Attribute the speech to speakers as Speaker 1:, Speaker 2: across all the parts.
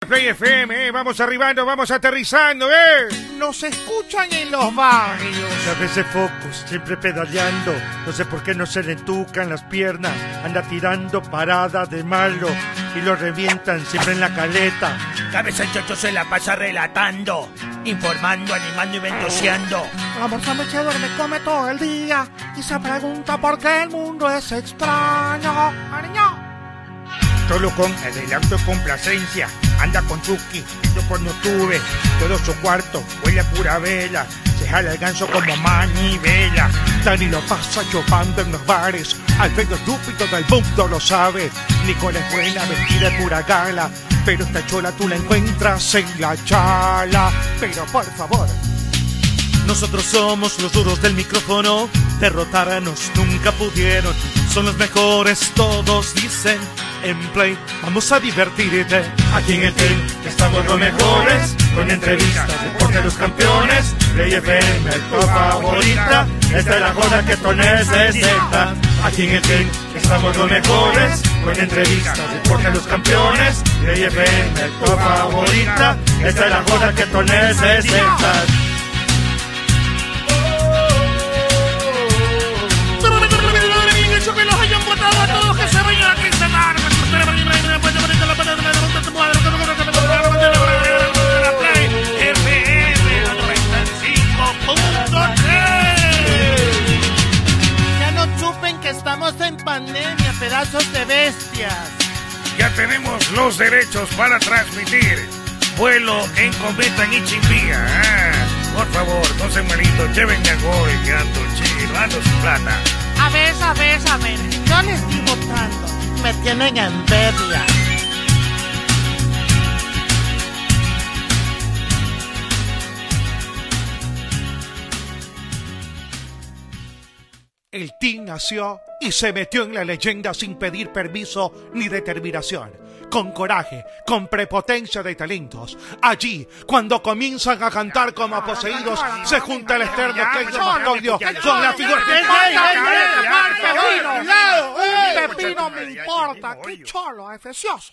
Speaker 1: Play FM, eh, vamos arribando, vamos aterrizando, eh.
Speaker 2: Nos escuchan en los barrios.
Speaker 3: A veces focos, siempre pedaleando. No sé por qué no se le entucan las piernas. Anda tirando parada de malo y lo revientan siempre en la caleta.
Speaker 4: Cabeza el chocho se la pasa relatando, informando, animando y ventoseando.
Speaker 2: La morsa se duerme, come todo el día y se pregunta por qué el mundo es extraño. Ariño.
Speaker 1: Solo con adelanto y complacencia. Anda con Chucky, yo cuando tuve todo su cuarto, huele a pura vela. Se jala el ganso como manivela.
Speaker 3: Dani lo pasa chupando en los bares. Alfredo estúpido del mundo lo sabe. Nicole es buena, vestida de pura gala. Pero esta chola tú la encuentras en la chala. Pero por favor,
Speaker 5: Nosotros somos los duros del micrófono, derrotarnos nunca pudieron. Son los mejores, todos dicen. En Play, vamos a divertirte.
Speaker 6: Aquí en el team estamos los mejores, con entrevistas, deporte de los campeones. Play FM, tu favorita, esta es la joda que tú necesitas. Aquí en el team estamos los mejores, con entrevistas, deporte de los campeones. Play FM, tu favorita, esta es la joda que tú necesitas.
Speaker 2: Ya no chupen que estamos en pandemia, pedazos de bestias.
Speaker 1: Ya tenemos los derechos para transmitir vuelo en cometa en Ichimbía. Ah, por favor, no se malito, llévenme a gol, que ando chido, ando sin plata.
Speaker 2: A ver, a ver, a ver, yo les digo tanto, me tienen envidia.
Speaker 3: el team nació y se metió en la leyenda sin pedir permiso ni determinación. Con coraje, con prepotencia de talentos. Allí, cuando comienzan a cantar como poseídos, se junta el externo Keiko Macoglio con la figura
Speaker 2: de Pepino me importa, qué cholo, es precioso.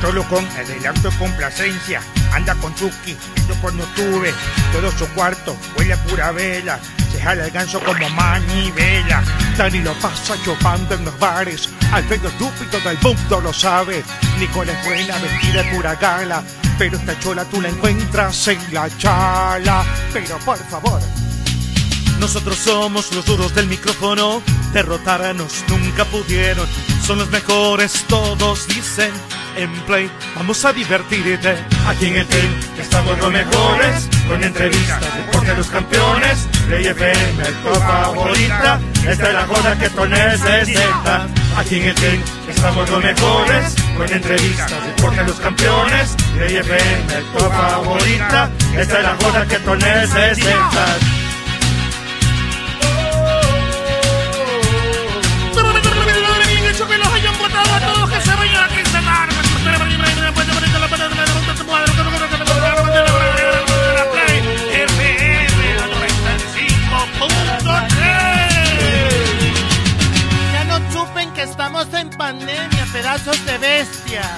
Speaker 1: Solo con adelanto y complacencia. Anda con Chucky, yo cuando tuve todo su cuarto, huele a pura vela. Se jala el ganso como manivela.
Speaker 3: Dani lo pasa chupando en los bares. Alfredo estúpido del mundo lo sabe. Nicole es buena, vestida de pura gala. Pero esta chola tú la encuentras en la chala. Pero por favor,
Speaker 5: Nosotros somos los duros del micrófono, derrotarnos nunca pudieron. Son los mejores, todos dicen. En Play, vamos a divertirte.
Speaker 6: Aquí en el team estamos los mejores, con entrevistas, deporte de los campeones. Play FM, tu favorita, esta es la joda que tú necesitas. Aquí en el team estamos los mejores, con entrevistas, deporte de los campeones. Play FM, tu favorita, esta es la joda que tú necesitas.
Speaker 2: Ya no chupen que estamos en pandemia, pedazos de bestias.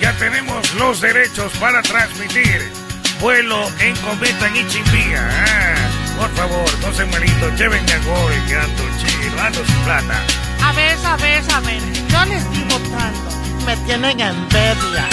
Speaker 1: Ya tenemos los derechos para transmitir vuelo en cometa en Ichimbía. Ah, por favor, no se malito, llévenme a gol, que ando chido, ando sin plata.
Speaker 2: A ver, a ver, a ver, yo les digo tanto, me tienen envidia.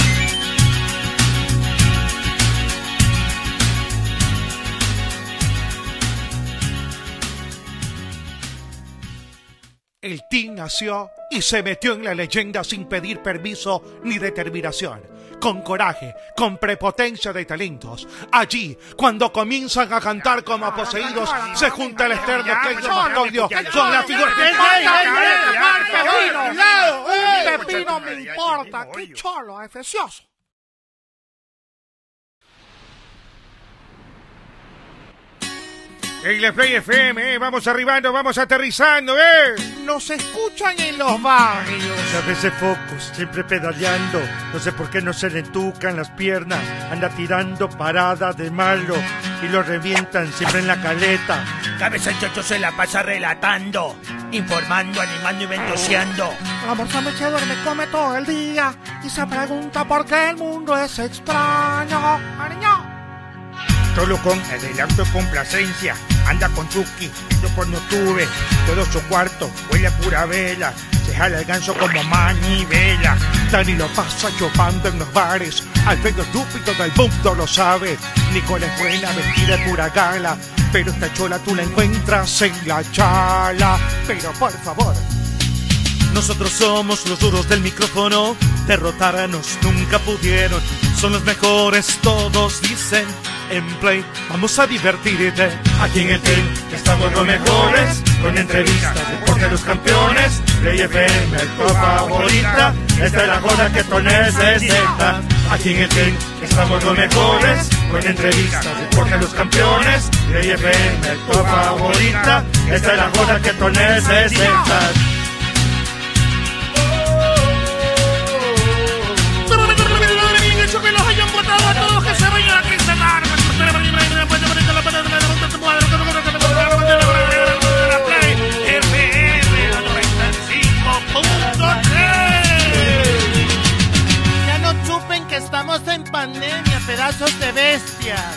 Speaker 5: El team nació y se metió en la leyenda sin pedir permiso ni determinación. Con coraje, con prepotencia de talentos. Allí, cuando comienzan a cantar como poseídos, se junta el externo Kenzo Macondo con la figura.
Speaker 7: ¡Me importa el medio mar,
Speaker 3: ya, ya,
Speaker 7: pepino!
Speaker 3: ya, ya, ya, ya,
Speaker 7: Un pepino me
Speaker 3: ya, ya,
Speaker 7: importa!
Speaker 3: ya, ya,
Speaker 7: ¡Qué
Speaker 3: ya.
Speaker 7: cholo, es precioso!
Speaker 3: En la Play FM, eh, vamos arribando, vamos aterrizando, ¿eh?
Speaker 7: Nos escuchan en los barrios.
Speaker 8: A veces focos, siempre pedaleando. No sé por qué no se le entucan las piernas. Anda tirando parada de malo y lo revientan siempre en la caleta.
Speaker 4: Cabeza el chocho se la pasa relatando, informando, animando y ventoseando.
Speaker 7: La morsa me se duerme, come todo el día y se pregunta por qué el mundo es extraño. Ariño.
Speaker 3: Solo con adelanto y complacencia. Anda con Chucky, yo cuando tuve todo su cuarto, huele a pura vela. Se jala el ganso como manivela.
Speaker 5: Dani lo pasa chupando en los bares. Alfredo estúpido del mundo lo sabe. Nicole es buena, vestida de pura gala. Pero esta chola tú la encuentras en la chala. Pero por favor,
Speaker 6: Nosotros somos los duros del micrófono, derrotarnos nunca pudieron. Son los mejores, todos dicen. En play, vamos a divertirte.
Speaker 8: Aquí en el team estamos los mejores con entrevistas, deporte de los campeones. Play FM, tu favorita. Esta es la joda que tú necesitas. Aquí en el team estamos los mejores con entrevistas, deporte de los campeones. Play FM, tu favorita. Esta es la joda que tú necesitas.
Speaker 2: Ya no chupen que estamos en pandemia, pedazos de bestias.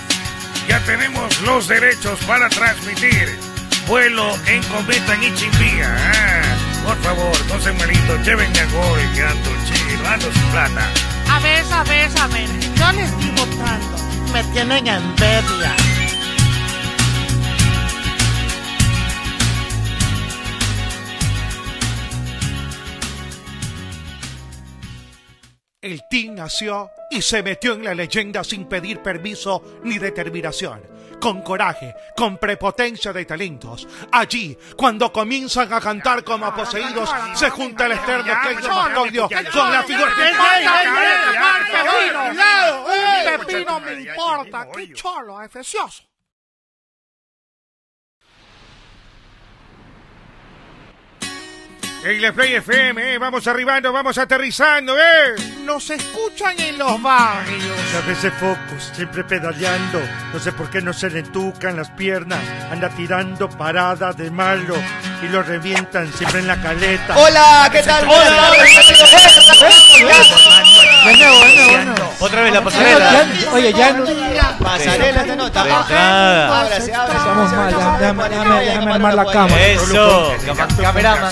Speaker 3: Ya tenemos los derechos para transmitir vuelo en cometa en Ichimbía. Ah, por favor, no se malito, llévenme a gol, que ando chido, ando sin plata.
Speaker 2: A ver, a ver, a ver. Yo les estoy votando. Me tienen envidia.
Speaker 5: El team nació y se metió en la leyenda sin pedir permiso ni determinación. Con coraje, con prepotencia de talentos. Allí, cuando comienzan a cantar como poseídos, se junta el externo Kenzo Macondo con la figura.
Speaker 7: Me importa el medio mar,
Speaker 3: ya, ya,
Speaker 7: pepino!
Speaker 3: ya, ya, ya, ya,
Speaker 7: Un pepino
Speaker 3: ya,
Speaker 7: me
Speaker 3: ya, ya,
Speaker 7: importa!
Speaker 3: ya, ya,
Speaker 7: ¡Qué
Speaker 3: ya.
Speaker 7: cholo, es precioso!
Speaker 3: En la Play FM, eh, vamos arribando, vamos aterrizando, ¿eh?
Speaker 7: Nos escuchan en los barrios.
Speaker 8: A veces focos, siempre pedaleando. No sé por qué no se le entucan las piernas. Anda tirando parada de malo y lo revientan siempre en la caleta.
Speaker 9: Hola, ¿qué tal?
Speaker 4: Bueno, bueno, bueno.
Speaker 10: Otra vez la pasarela.
Speaker 7: Ya,
Speaker 9: Oye, ya no-
Speaker 7: Pasarela
Speaker 9: de nota.
Speaker 11: Ah,
Speaker 10: Entrada.
Speaker 9: Ahora se abre.
Speaker 7: Estamos
Speaker 9: se abre,
Speaker 7: mal,
Speaker 9: se
Speaker 7: ya,
Speaker 9: abre,
Speaker 7: déjame-
Speaker 9: por acá,
Speaker 7: déjame-
Speaker 9: voy a
Speaker 7: déjame
Speaker 9: acabar
Speaker 7: armar
Speaker 9: la
Speaker 7: la
Speaker 9: guay.
Speaker 7: cámara.
Speaker 10: Eso.
Speaker 9: Cameraman.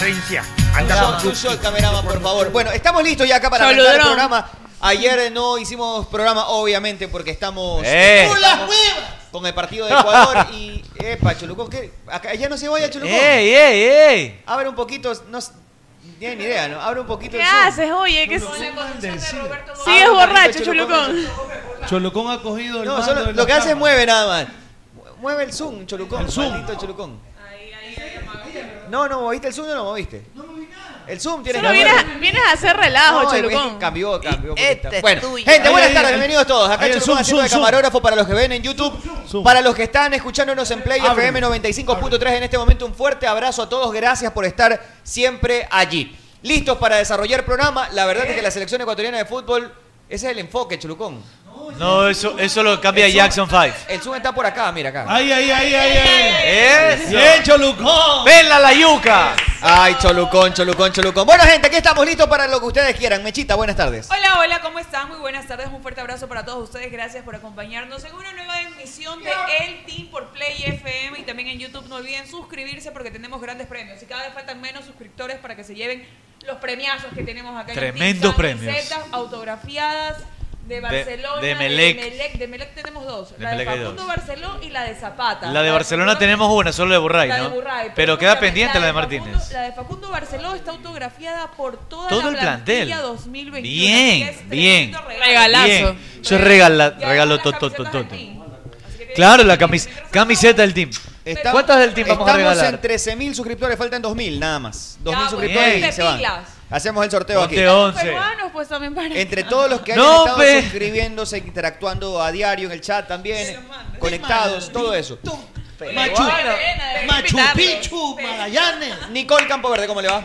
Speaker 3: Anda con
Speaker 9: Cameraman, un shot, cameraman, por favor. Bueno, estamos listos ya acá para arrancar el programa. Ayer no hicimos programa, obviamente, porque estamos
Speaker 10: Eh.
Speaker 9: con las huevas, con el partido de Ecuador y... Epa, Cholucón, ¿qué? Acá, ya no se vaya, Cholucón.
Speaker 10: ¡Ey, ey, ey!
Speaker 9: Abre un poquito, no s- ni hay ni idea, ¿no? Abre un poquito
Speaker 12: ¿Qué
Speaker 9: el Zoom.
Speaker 12: haces, oye? Que
Speaker 9: Abre
Speaker 12: sigues
Speaker 9: un poquito,
Speaker 12: borracho,
Speaker 9: Cholucón.
Speaker 12: Cholucón.
Speaker 10: Cholucón ha cogido
Speaker 9: No, solo, lo que hace es mueve nada más. Mu- Mueve el zoom, Cholucón. El zoom. Cholucón. No, no, ¿moviste el zoom o no moviste? No moví nada. El zoom tienes
Speaker 12: Solo
Speaker 9: que mover.
Speaker 12: vienes, vienes a hacer relajo,
Speaker 9: No, es- es que
Speaker 12: Cholucón.
Speaker 9: cambió, cambió.
Speaker 12: Este
Speaker 9: poquito.
Speaker 12: es
Speaker 9: bueno,
Speaker 12: tuyo.
Speaker 9: gente,
Speaker 10: Ahí,
Speaker 9: buenas
Speaker 10: ahí,
Speaker 9: tardes,
Speaker 10: ahí.
Speaker 9: bienvenidos todos. Acá
Speaker 10: Ahí el
Speaker 9: Cholucón
Speaker 10: zoom,
Speaker 9: haciendo
Speaker 10: zoom,
Speaker 9: de
Speaker 10: zoom.
Speaker 9: camarógrafo para los que ven en YouTube. Para los que están escuchándonos en Play FM 95.3 en este momento, un fuerte abrazo a todos. Gracias por estar siempre allí. Listos para desarrollar programa. La verdad es que la selección ecuatoriana de fútbol, ese es el enfoque, Cholucón.
Speaker 10: No, eso, eso lo cambia Jackson 5.
Speaker 9: El zoom está por acá, mira acá.
Speaker 10: ¡Ay, ay, ay, ay! ay ¡Bien, Cholucón! ¡Vela la yuca!
Speaker 9: Ay, Cholucón, Cholucón, Cholucón. Bueno, gente, aquí estamos listos para lo que ustedes quieran. Mechita, buenas tardes.
Speaker 12: Hola, hola, ¿cómo están? Muy buenas tardes, un fuerte abrazo para todos ustedes, gracias por acompañarnos en una nueva emisión de El Team por Play FM y también en YouTube. No olviden suscribirse porque tenemos grandes premios y cada vez faltan menos suscriptores para que se lleven los premiazos que tenemos acá. en el Team.
Speaker 10: Tremendos
Speaker 12: Camisetas
Speaker 10: premios.
Speaker 12: autografiadas, de Barcelona,
Speaker 10: de
Speaker 12: de
Speaker 10: Melec.
Speaker 12: Melec. de Melec, tenemos dos.
Speaker 10: De
Speaker 12: la
Speaker 10: Melec
Speaker 12: de
Speaker 10: hay
Speaker 12: Facundo
Speaker 10: dos.
Speaker 12: Barceló y la de Zapata.
Speaker 10: La de Barcelona tenemos una, solo de Burray,
Speaker 12: La de
Speaker 10: ¿no?
Speaker 12: Burray,
Speaker 10: Pero
Speaker 12: pero
Speaker 10: queda
Speaker 12: escúchame,
Speaker 10: pendiente la
Speaker 12: la
Speaker 10: de
Speaker 12: de
Speaker 10: Martínez.
Speaker 12: La de Facundo Barceló está autografiada por toda la
Speaker 10: Todo el plantel.
Speaker 12: plantilla 2021.
Speaker 10: Bien,
Speaker 12: Así que es
Speaker 10: bien.
Speaker 12: tremendo
Speaker 10: Regalazo. Bien. Eso es regala, regalo tot, tot, tot, tot. Claro, la camis- camiseta del team.
Speaker 9: Estamos-
Speaker 10: ¿Cuántas del team vamos a
Speaker 9: estamos
Speaker 10: regalar?
Speaker 9: en 13.000 suscriptores, faltan 2.000 nada más. 2.000
Speaker 12: Ya,
Speaker 9: suscriptores
Speaker 12: ponte
Speaker 9: y se van.
Speaker 12: pilas.
Speaker 9: Hacemos el sorteo
Speaker 10: Ponte
Speaker 9: aquí.
Speaker 12: Los peruanos, pues también para.
Speaker 9: Entre todos los que hayan
Speaker 10: No, pues.
Speaker 9: estado
Speaker 10: pe.
Speaker 9: suscribiéndose, interactuando a diario en el chat también, conectados, todo eso.
Speaker 12: Machu- Bueno, Machu Picchu,
Speaker 9: Magallanes. Nicole Campoverde, ¿cómo le va?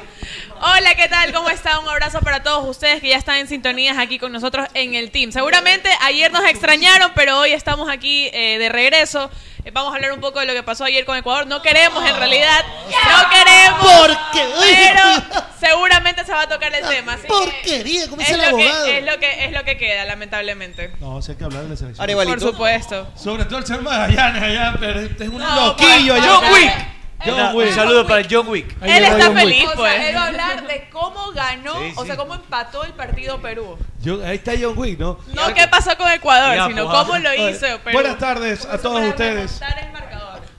Speaker 12: Hola, ¿qué tal? ¿Cómo está? Un abrazo para todos ustedes que ya están en sintonías aquí con nosotros en el team. Seguramente ayer nos extrañaron, pero hoy estamos aquí eh, de regreso. Eh, Vamos a hablar un poco de lo que pasó ayer con Ecuador. No queremos, en realidad, no queremos.
Speaker 5: Porque-
Speaker 12: Pero seguramente se va a tocar
Speaker 5: Ah,
Speaker 12: el tema. así que
Speaker 5: porquería, como dice
Speaker 12: es
Speaker 5: el
Speaker 12: lo que-
Speaker 5: abogado.
Speaker 12: es, lo que, es lo que queda, lamentablemente.
Speaker 5: No, si hay que hablar de la selección.
Speaker 12: Por supuesto.
Speaker 5: Sobre todo el señor Magallanes allá, pero este es un
Speaker 12: No,
Speaker 5: loquillo
Speaker 12: para-
Speaker 5: allá.
Speaker 12: para-
Speaker 10: Una- un saludo para John Wick.
Speaker 5: Ahí
Speaker 12: Él
Speaker 5: llegó
Speaker 12: está
Speaker 5: John Wick.
Speaker 12: feliz,
Speaker 5: O sea,
Speaker 12: pues.
Speaker 5: él
Speaker 12: él va a hablar de cómo ganó, o sea, cómo empató el partido Perú.
Speaker 5: Yo- ahí está John Wick, ¿no?
Speaker 12: No qué pasó con Ecuador,
Speaker 5: Ya,
Speaker 12: sino
Speaker 5: pues,
Speaker 12: cómo lo
Speaker 5: oye,
Speaker 12: hizo Perú.
Speaker 5: Buenas tardes a todos ustedes.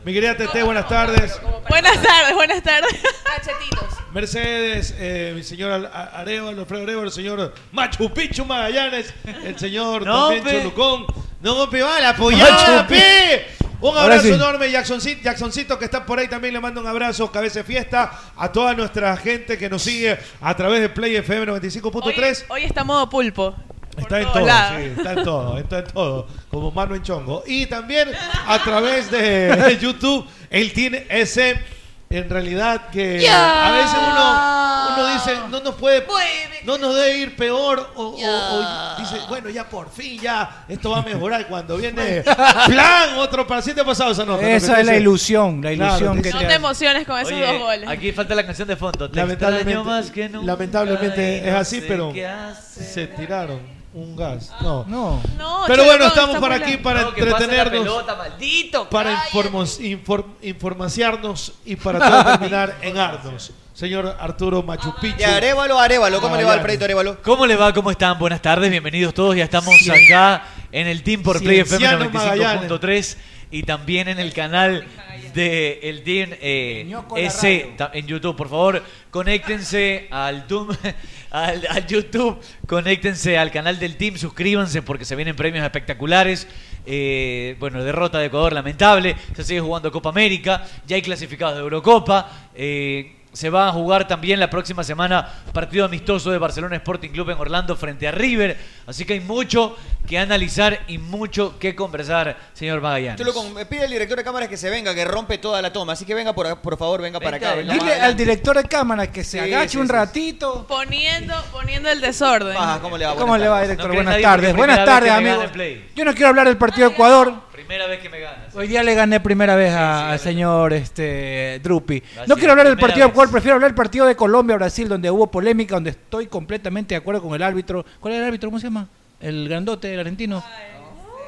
Speaker 5: Mi querida Tete, buenas tardes.
Speaker 12: Buenas tardes, buenas tardes. Cachetitos.
Speaker 5: Mercedes, eh, mi señor Al- A- Arevalo, Alfredo Arevalo, el señor Machu Picchu Magallanes, el señor
Speaker 10: No,
Speaker 5: también
Speaker 10: pe.
Speaker 5: Cholucón. No, pe, va, la apoyada,
Speaker 10: Machu Picchu.
Speaker 5: pe. Un
Speaker 10: Ahora
Speaker 5: abrazo
Speaker 10: sí.
Speaker 5: enorme, Jacksoncito, Jacksoncito, que está por ahí también. Le mando un abrazo, cabeza de fiesta, a toda nuestra gente que nos sigue a través de Play FM 95.3.
Speaker 12: Hoy está modo pulpo.
Speaker 5: Está en
Speaker 12: todos
Speaker 5: todo,
Speaker 12: lados.
Speaker 5: sí, está en todo, está en todo, como mano en chongo. Y también a través de YouTube, él tiene ese, en realidad, que
Speaker 6: Ya.
Speaker 5: a veces uno, uno dice, no nos puede, no nos debe ir peor, o, o- o dice, bueno, ya por fin, ya, esto va a mejorar cuando viene plan, otro para te ha pasado esa nota.
Speaker 11: Esa es la ilusión, la ilusión que
Speaker 12: No
Speaker 11: te
Speaker 12: te emociones con esos
Speaker 10: Oye,
Speaker 12: dos goles.
Speaker 10: Aquí falta la canción de fondo. Te extraño
Speaker 5: Lamentablemente,
Speaker 10: más que nunca
Speaker 5: lamentablemente
Speaker 10: y
Speaker 5: es
Speaker 10: no
Speaker 5: así,
Speaker 10: sé
Speaker 5: pero
Speaker 10: qué
Speaker 5: se tiraron un gas. No.
Speaker 11: No.
Speaker 12: No,
Speaker 5: pero
Speaker 12: Cholo,
Speaker 5: bueno,
Speaker 12: no,
Speaker 5: estamos
Speaker 12: estamos
Speaker 5: para aquí
Speaker 12: hablando.
Speaker 5: para
Speaker 10: No, que pase la
Speaker 5: entretenernos.
Speaker 10: pelota, maldito,
Speaker 5: para informos- inform- informaciarnos y para todo terminar en Arnos. Señor Arturo Machu
Speaker 12: Ah,
Speaker 5: Picchu. Ah,
Speaker 9: Ya, Arevalo, Arevalo, ¿cómo le va
Speaker 5: Magallanes.
Speaker 9: Alfredito Arevalo?
Speaker 10: ¿Cómo le va? ¿Cómo están? Buenas tardes, bienvenidos todos. Ya estamos
Speaker 9: Cien-
Speaker 10: acá en el Team por Play FM
Speaker 5: Cienciano Magallanes.
Speaker 10: 95.3 y también en el canal de el Team eh, S ta- en YouTube. Por favor, conéctense al, Tum- al, al YouTube, conéctense al canal del Team, suscríbanse porque se vienen premios espectaculares. Eh, bueno, derrota de Ecuador lamentable, se sigue jugando Copa América, ya hay clasificados de Eurocopa. eh, se va a jugar también la próxima semana partido amistoso de Barcelona Sporting Club en Orlando frente a River. Así que hay mucho que analizar y mucho que conversar, señor Magallanes.
Speaker 9: Cholo, con- eh, pide al director de cámaras que se venga, que rompe toda la toma. Así que venga, por, por favor, venga para acá. venga
Speaker 11: Dile
Speaker 9: más
Speaker 11: al director de cámara que se
Speaker 9: Sí,
Speaker 11: agache
Speaker 9: sí,
Speaker 11: un
Speaker 9: sí.
Speaker 11: ratito.
Speaker 12: Poniendo, poniendo el desorden.
Speaker 9: Paja, ¿Cómo le va?
Speaker 11: ¿Cómo le va, director? Buenas tardes.
Speaker 10: primera
Speaker 11: Buenas
Speaker 10: vez
Speaker 11: tardes,
Speaker 10: que me
Speaker 11: amigo.
Speaker 10: gana en Play.
Speaker 11: Yo no quiero hablar del partido de Ecuador.
Speaker 10: Primera vez que me ganas.
Speaker 11: Hoy día le gané primera vez a- al señor este, Drupi. No quiero hablar del
Speaker 10: primera
Speaker 11: partido de
Speaker 10: vez.
Speaker 11: Ecuador, prefiero hablar del partido de Colombia-Brasil, donde hubo polémica, donde estoy completamente de acuerdo con el árbitro. ¿Cuál era el árbitro? ¿Cómo se llama? El grandote, el argentino.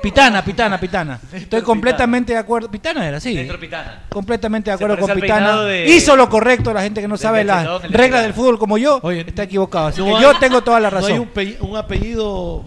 Speaker 11: Pitana, Pitana, Pitana. Estoy completamente de acuerdo. Pitana era, ¿eh? sí.
Speaker 10: Dentro Pitana.
Speaker 11: Completamente de
Speaker 10: Se
Speaker 11: acuerdo
Speaker 10: parece
Speaker 11: con
Speaker 10: al peinado
Speaker 11: Pitana.
Speaker 10: de-
Speaker 11: Hizo lo correcto, la gente que no
Speaker 10: del
Speaker 11: sabe las
Speaker 10: cachetón, el de
Speaker 11: reglas
Speaker 10: Pitana.
Speaker 11: del fútbol como yo, está equivocado. Así
Speaker 5: no
Speaker 11: que
Speaker 5: hay-
Speaker 11: yo tengo toda la
Speaker 5: no hay
Speaker 11: razón.
Speaker 5: un, pe- un apellido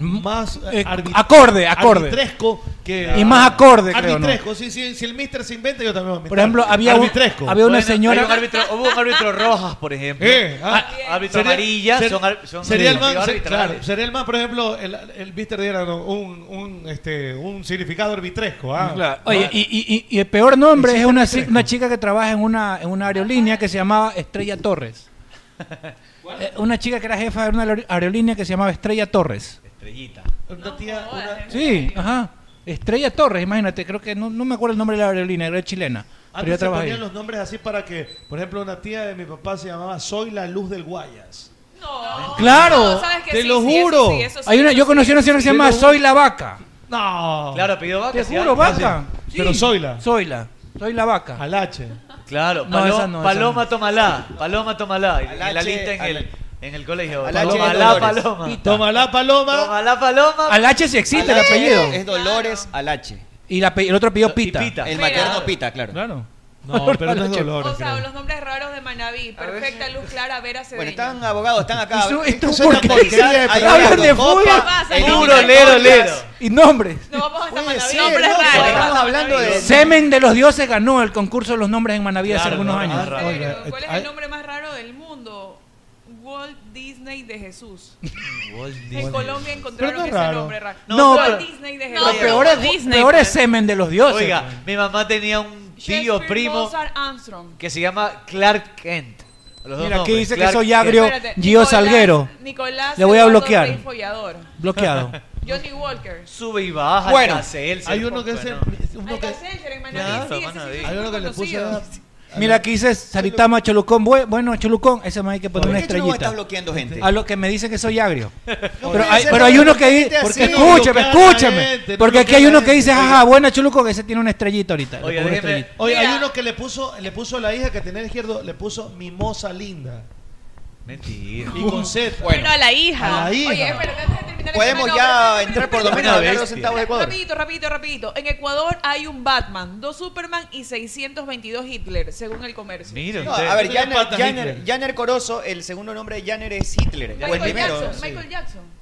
Speaker 5: más
Speaker 11: eh,
Speaker 5: arbit-
Speaker 11: acorde, acorde.
Speaker 5: arbitresco que
Speaker 11: Y más acorde, creo, ¿no?
Speaker 5: arbitresco. Sí, sí, si el mister se inventa yo también voy a inventar.
Speaker 11: Por ejemplo, había un-
Speaker 5: Arbitresco.
Speaker 11: había una
Speaker 10: Bueno,
Speaker 11: señora-
Speaker 10: hay un árbitro, hubo un árbitro rojas, por ejemplo.
Speaker 5: Eh, ah.
Speaker 10: Ah, árbitro amarilla.
Speaker 5: ser-
Speaker 10: son, ar- son
Speaker 5: sería el man,
Speaker 10: árbitros
Speaker 5: se-
Speaker 10: arbitrales.
Speaker 5: claro, sería el man, por ejemplo, el, el Mister diera ¿no? un, un, este, un significado arbitresco. ¿ah?
Speaker 11: Oye, y, y- y- y el peor nombre es una, ci- una chica que trabaja en una, en una aerolínea que se llamaba Estrella Torres. Eh, Una chica que era jefa de una aer- aerolínea que se llamaba Estrella Torres.
Speaker 10: Estrellita.
Speaker 5: Una tía, una-
Speaker 11: Sí, ajá. Estrella Torres, imagínate, creo que no, no me acuerdo el nombre de la aerolínea, era chilena. Pero
Speaker 5: Antes Ah,
Speaker 11: yo
Speaker 5: se
Speaker 11: trabajé.
Speaker 5: ponían los nombres así para que, por ejemplo, una tía de mi papá se llamaba Soy la Luz del Guayas.
Speaker 12: No.
Speaker 11: Claro,
Speaker 12: ¿sabes qué?
Speaker 5: te
Speaker 12: Sí,
Speaker 5: lo
Speaker 12: sí, eso
Speaker 5: juro.
Speaker 12: sí, eso sí,
Speaker 11: Hay una,
Speaker 12: eso
Speaker 11: yo
Speaker 12: sí.
Speaker 11: conocí una señora que se llama Soy la Vaca.
Speaker 5: No.
Speaker 10: Claro, pidió vaca.
Speaker 11: Te
Speaker 10: sí,
Speaker 11: juro,
Speaker 10: hay-
Speaker 5: Ah.
Speaker 11: vaca.
Speaker 5: Pero Zoila.
Speaker 11: Zoila. Soy la vaca.
Speaker 5: Al H.
Speaker 10: Claro,
Speaker 11: No,
Speaker 10: Palo-
Speaker 11: esa no, esa
Speaker 10: Paloma Tomalá. Paloma Tomalá. En la
Speaker 11: Alache,
Speaker 10: lista en el, en el colegio.
Speaker 9: Alache de
Speaker 10: Tomalá
Speaker 9: Dolores.
Speaker 10: Paloma.
Speaker 11: Pita.
Speaker 5: Tomalá Paloma.
Speaker 10: Tomalá Paloma.
Speaker 11: Al H sí existe el
Speaker 9: Alache
Speaker 11: apellido.
Speaker 9: Es Dolores Alache.
Speaker 11: Y la pe- el otro apellido Pita.
Speaker 10: Pita.
Speaker 9: El
Speaker 10: Mira.
Speaker 9: materno Pita, claro.
Speaker 11: Claro.
Speaker 5: No, pero no es dolor.
Speaker 12: O sea, los nombres raros de Manaví. Perfecta, Luz Clara, Vera Cedeño.
Speaker 9: Bueno, están abogados, están acá.
Speaker 12: Y su-
Speaker 9: Esto
Speaker 12: esto
Speaker 9: es
Speaker 12: por
Speaker 9: una
Speaker 12: qué?
Speaker 9: porquería de
Speaker 12: Hablan
Speaker 9: programa.
Speaker 12: de
Speaker 9: Copa,
Speaker 12: fútbol. Pasa,
Speaker 9: Eliminan
Speaker 12: puro
Speaker 11: lero,
Speaker 9: Corrias.
Speaker 11: lero. Y nombres.
Speaker 12: No vamos hasta Manaví.
Speaker 9: sí,
Speaker 12: Nombres
Speaker 9: no,
Speaker 12: raros.
Speaker 9: estamos hablando de-
Speaker 11: Semen de los dioses ganó el concurso de los nombres en Manaví hace algunos años.
Speaker 12: ¿Cuál es el nombre más raro del mundo? Walt Disney de Jesús. En Colombia
Speaker 11: Pero
Speaker 12: encontraron
Speaker 11: no es
Speaker 12: ese
Speaker 11: raro.
Speaker 12: nombre raro.
Speaker 11: No,
Speaker 12: Walt
Speaker 10: pero-
Speaker 12: Disney de
Speaker 10: no,
Speaker 12: Jesús.
Speaker 10: pero peor es- Disney,
Speaker 11: Peor es
Speaker 10: pues.
Speaker 11: semen de los dioses.
Speaker 10: Oiga, mi mamá tenía un tío
Speaker 12: Shakespeare,
Speaker 10: primo
Speaker 12: Mozart, Armstrong.
Speaker 10: que se llama Clark Kent. Los dos
Speaker 11: Mira, aquí
Speaker 10: nombres,
Speaker 11: dice que
Speaker 10: Clark
Speaker 11: soy
Speaker 10: Kent.
Speaker 11: agrio
Speaker 12: Espérate,
Speaker 11: Gio
Speaker 12: Nicolás-
Speaker 11: Salguero.
Speaker 12: Nicolás
Speaker 11: Le voy a
Speaker 12: Eduardo
Speaker 11: bloquear.
Speaker 12: Rey Follador.
Speaker 11: Bloqueado.
Speaker 12: Johnny Walker.
Speaker 10: Sube y baja.
Speaker 11: Bueno,
Speaker 10: Alcacelser,
Speaker 5: hay uno que es
Speaker 10: bueno.
Speaker 12: Alcacelser, en Manaví,
Speaker 10: Claro,
Speaker 12: sí, ese sí
Speaker 10: Manaví.
Speaker 12: es
Speaker 10: Hay uno que le puso
Speaker 12: conocido.
Speaker 10: edad.
Speaker 11: Mira, aquí dice Saritama Cholucón. Bue- Bueno, Cholucón, ese me hay que poner
Speaker 9: ¿Por
Speaker 11: una
Speaker 9: qué Cholucón
Speaker 11: estrellita.
Speaker 9: estás bloqueando gente?
Speaker 11: A lo que me dice que soy agrio. pero,
Speaker 9: puede
Speaker 11: hay,
Speaker 9: ser,
Speaker 11: pero hay
Speaker 9: no,
Speaker 11: uno
Speaker 9: no,
Speaker 11: que
Speaker 9: no,
Speaker 11: dice.
Speaker 9: no,
Speaker 11: Porque
Speaker 9: no,
Speaker 11: escúcheme,
Speaker 9: bloquear a la
Speaker 11: escúcheme.
Speaker 5: gente, no
Speaker 11: porque aquí
Speaker 5: bloquear
Speaker 11: hay
Speaker 5: a
Speaker 11: uno
Speaker 5: la
Speaker 11: que dice, "Ah,
Speaker 5: gente.
Speaker 11: jaja, buena Cholucón, ese tiene una estrellita ahorita. Le
Speaker 5: Oye,
Speaker 11: pongo una
Speaker 5: déjeme-
Speaker 11: estrellita.
Speaker 5: Oye, hay uno que le puso, le puso la hija que tenía el izquierdo, le puso mimosa linda.
Speaker 10: Mentira.
Speaker 5: Y con Z.
Speaker 12: Bueno, a la hija.
Speaker 5: A la hija.
Speaker 12: Oye, espérate, antes de terminar el
Speaker 9: Podemos
Speaker 12: tema, no,
Speaker 9: ya
Speaker 12: espérate,
Speaker 9: entrar por
Speaker 12: espérate,
Speaker 9: lo menos a
Speaker 12: espérate,
Speaker 9: hablar de los
Speaker 12: espérate,
Speaker 9: centavos de
Speaker 12: espérate,
Speaker 9: Ecuador.
Speaker 12: Rapidito, rapidito, rapidito. En Ecuador hay un Batman, dos Superman y 622 Hitler, según el comercio.
Speaker 10: Mire
Speaker 9: No,
Speaker 10: usted.
Speaker 9: a ver,
Speaker 10: Mira,
Speaker 9: Janner,
Speaker 10: pata
Speaker 9: Janner,
Speaker 10: Hitler.
Speaker 9: Janner Corozo, el segundo nombre de Janner es Hitler. o el
Speaker 12: Michael
Speaker 9: primero.
Speaker 12: Jackson.
Speaker 9: sí.
Speaker 12: Michael Jackson.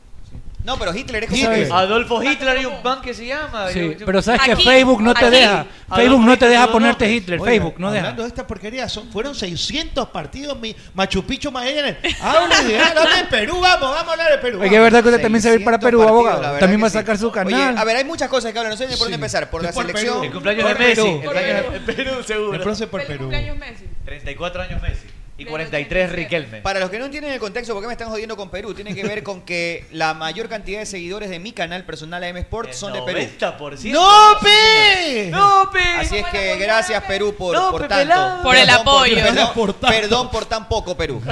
Speaker 9: No, pero Hitler es
Speaker 11: Hitler.
Speaker 9: como...
Speaker 10: Adolfo Hitler y un pan que se llama.
Speaker 11: Sí,
Speaker 10: Yo- yo-
Speaker 11: pero sabes que
Speaker 12: Aquí,
Speaker 11: Facebook no te
Speaker 12: aquí.
Speaker 11: deja.
Speaker 10: A
Speaker 11: Facebook
Speaker 10: los
Speaker 11: no te deja
Speaker 10: títulos, no.
Speaker 11: ponerte Hitler.
Speaker 5: Oiga,
Speaker 11: Facebook no deja.
Speaker 5: Hablando de esta porquería, son, fueron 600 partidos, mi, Machu Picchu, Magallanes. Hable de, hable de Perú, vamos, vamos a hablar de Perú.
Speaker 11: Oye, que es verdad que usted también se va a ir para
Speaker 9: 600
Speaker 11: Perú,
Speaker 9: partidos,
Speaker 11: abogado.
Speaker 9: la verdad
Speaker 11: También
Speaker 9: que
Speaker 11: va a
Speaker 9: sí.
Speaker 11: sacar su
Speaker 9: Oye,
Speaker 11: canal.
Speaker 9: a ver, hay muchas cosas que hablar. No sé ni por
Speaker 5: Sí.
Speaker 9: dónde empezar. Por la
Speaker 5: Por
Speaker 9: selección.
Speaker 5: Perú.
Speaker 10: El cumpleaños de
Speaker 5: Por Perú.
Speaker 10: Messi. El
Speaker 5: Por
Speaker 10: cumpleaños de
Speaker 12: Perú.
Speaker 10: Perú, seguro.
Speaker 5: El profe por
Speaker 12: Feliz
Speaker 5: Perú.
Speaker 12: cumpleaños, Messi.
Speaker 10: 34 años Messi. Y
Speaker 12: Del
Speaker 10: 43
Speaker 12: 87.
Speaker 10: Riquelme.
Speaker 9: Para los que no entienden el contexto, ¿por qué me están jodiendo con Perú? Tiene que ver con que la mayor cantidad de seguidores de mi canal personal AM Sport son de Perú.
Speaker 10: 90%.
Speaker 5: ¡No, pe!
Speaker 10: ¡No, pe!
Speaker 9: Así es que gracias Perú por,
Speaker 10: No,
Speaker 9: por
Speaker 10: pe,
Speaker 9: tanto.
Speaker 10: pelado.
Speaker 12: Por el
Speaker 9: Perdón
Speaker 12: apoyo.
Speaker 9: perdón,
Speaker 5: Por tanto.
Speaker 9: perdón por tan poco, Perú.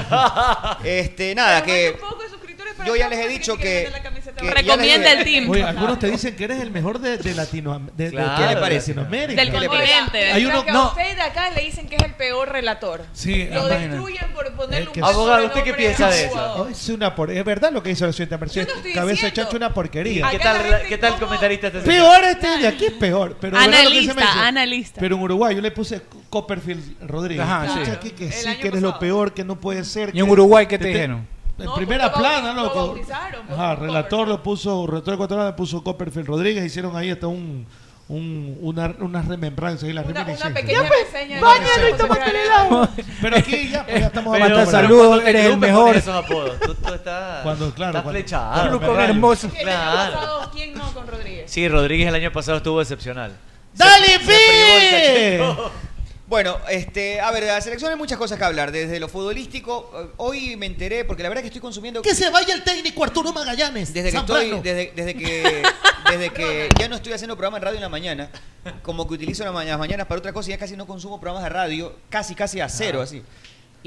Speaker 9: Este, nada,
Speaker 12: Pero
Speaker 9: que
Speaker 12: manda un poco de suscriptores para
Speaker 9: yo ya
Speaker 12: todos
Speaker 9: les he
Speaker 12: los que
Speaker 9: dicho
Speaker 12: quieren
Speaker 9: que-
Speaker 12: vender la camiseta.
Speaker 9: que ya les
Speaker 12: Recomienda
Speaker 9: dije-
Speaker 12: el team.
Speaker 5: Oye, algunos te dicen que eres el mejor de, de Latinoam- de- de-
Speaker 10: Claro.
Speaker 5: de
Speaker 10: ¿Qué le parece?
Speaker 5: Latinoamérica.
Speaker 12: Del
Speaker 9: le parece?
Speaker 12: continente.
Speaker 5: Hay uno-
Speaker 12: Creo que a
Speaker 5: no.
Speaker 12: usted de acá le dicen que es el peor relator.
Speaker 5: Sí, ah,
Speaker 12: Lo
Speaker 5: imagínate.
Speaker 12: destruyen por ponerle
Speaker 5: Es
Speaker 12: un
Speaker 5: que-
Speaker 12: buen
Speaker 10: Abogado, ¿usted qué
Speaker 12: sobrenombre
Speaker 10: piensa
Speaker 12: a
Speaker 10: de
Speaker 12: un
Speaker 10: eso?
Speaker 12: jugador.
Speaker 5: Ay, es, una por... es verdad lo que dice la señorita Mercedes.
Speaker 12: Yo no estoy
Speaker 5: Cabeza
Speaker 12: diciendo.
Speaker 5: chacha una porquería.
Speaker 10: ¿Qué
Speaker 12: Acá la
Speaker 10: tal,
Speaker 12: gente
Speaker 10: ¿qué tal
Speaker 12: como-
Speaker 10: comentarista este señor?
Speaker 5: Peor este de aquí es peor. Pero ¿verdad lo que dice
Speaker 13: Analista,
Speaker 5: Messi?
Speaker 13: analista.
Speaker 5: Pero en Uruguay yo le puse Copperfield Rodríguez.
Speaker 11: Ajá,
Speaker 5: Chucha,
Speaker 12: sí.
Speaker 5: que, que
Speaker 12: El
Speaker 5: sí,
Speaker 12: año
Speaker 5: que eres lo
Speaker 12: pasado.
Speaker 5: peor, que no puede ser.
Speaker 11: ¿Y en
Speaker 5: que-
Speaker 11: Uruguay qué te
Speaker 5: que
Speaker 11: dijeron?
Speaker 5: En
Speaker 12: No,
Speaker 5: primera
Speaker 12: porque lo bautiz-
Speaker 5: plana,
Speaker 12: lo
Speaker 5: loco.
Speaker 12: bautizaron, pues,
Speaker 5: Ajá,
Speaker 12: como
Speaker 5: relator
Speaker 12: Copperfield.
Speaker 5: lo puso, relator ecuatoriano le puso Copperfield Rodríguez. Hicieron ahí hasta un, un, una, unas remembranzas y las
Speaker 12: Una, una
Speaker 5: reminiscencias.
Speaker 12: pequeña reseña. de lo que
Speaker 5: báñalo
Speaker 12: fue
Speaker 5: y
Speaker 12: José
Speaker 5: tómate
Speaker 12: Gabriel.
Speaker 5: Pero aquí ya, pues, ya estamos
Speaker 10: Pero-
Speaker 5: avanzando.
Speaker 10: pero
Speaker 11: saludos,
Speaker 10: cuando te
Speaker 11: eres el
Speaker 10: club me
Speaker 11: mejor.
Speaker 10: ponen esos apodos. Tú, tú estás,
Speaker 5: Cuando, claro,
Speaker 10: estás
Speaker 5: cuando-
Speaker 10: flechado.
Speaker 5: Claro,
Speaker 11: Cholucón
Speaker 5: me rayo.
Speaker 11: hermoso.
Speaker 12: El año
Speaker 10: Claro.
Speaker 12: pasado, ¿quién no con Rodríguez?
Speaker 10: Sí, Rodríguez el año pasado estuvo excepcional.
Speaker 5: ¡Dale,
Speaker 10: Se
Speaker 5: Pi!
Speaker 10: privó el cachito.
Speaker 9: Bueno, este, a ver, de la selección hay muchas cosas que hablar, desde lo futbolístico. eh, Hoy me enteré, porque la verdad que estoy consumiendo.
Speaker 5: Que se vaya el técnico Arturo Magallanes.
Speaker 9: Desde que
Speaker 5: Zambrano.
Speaker 9: estoy, desde, desde que, desde que ya no estoy haciendo programa en radio en la mañana, como que utilizo la ma- las mañanas para otra cosa y ya casi no consumo programas de radio, casi, casi a
Speaker 5: Ah.
Speaker 9: cero, así.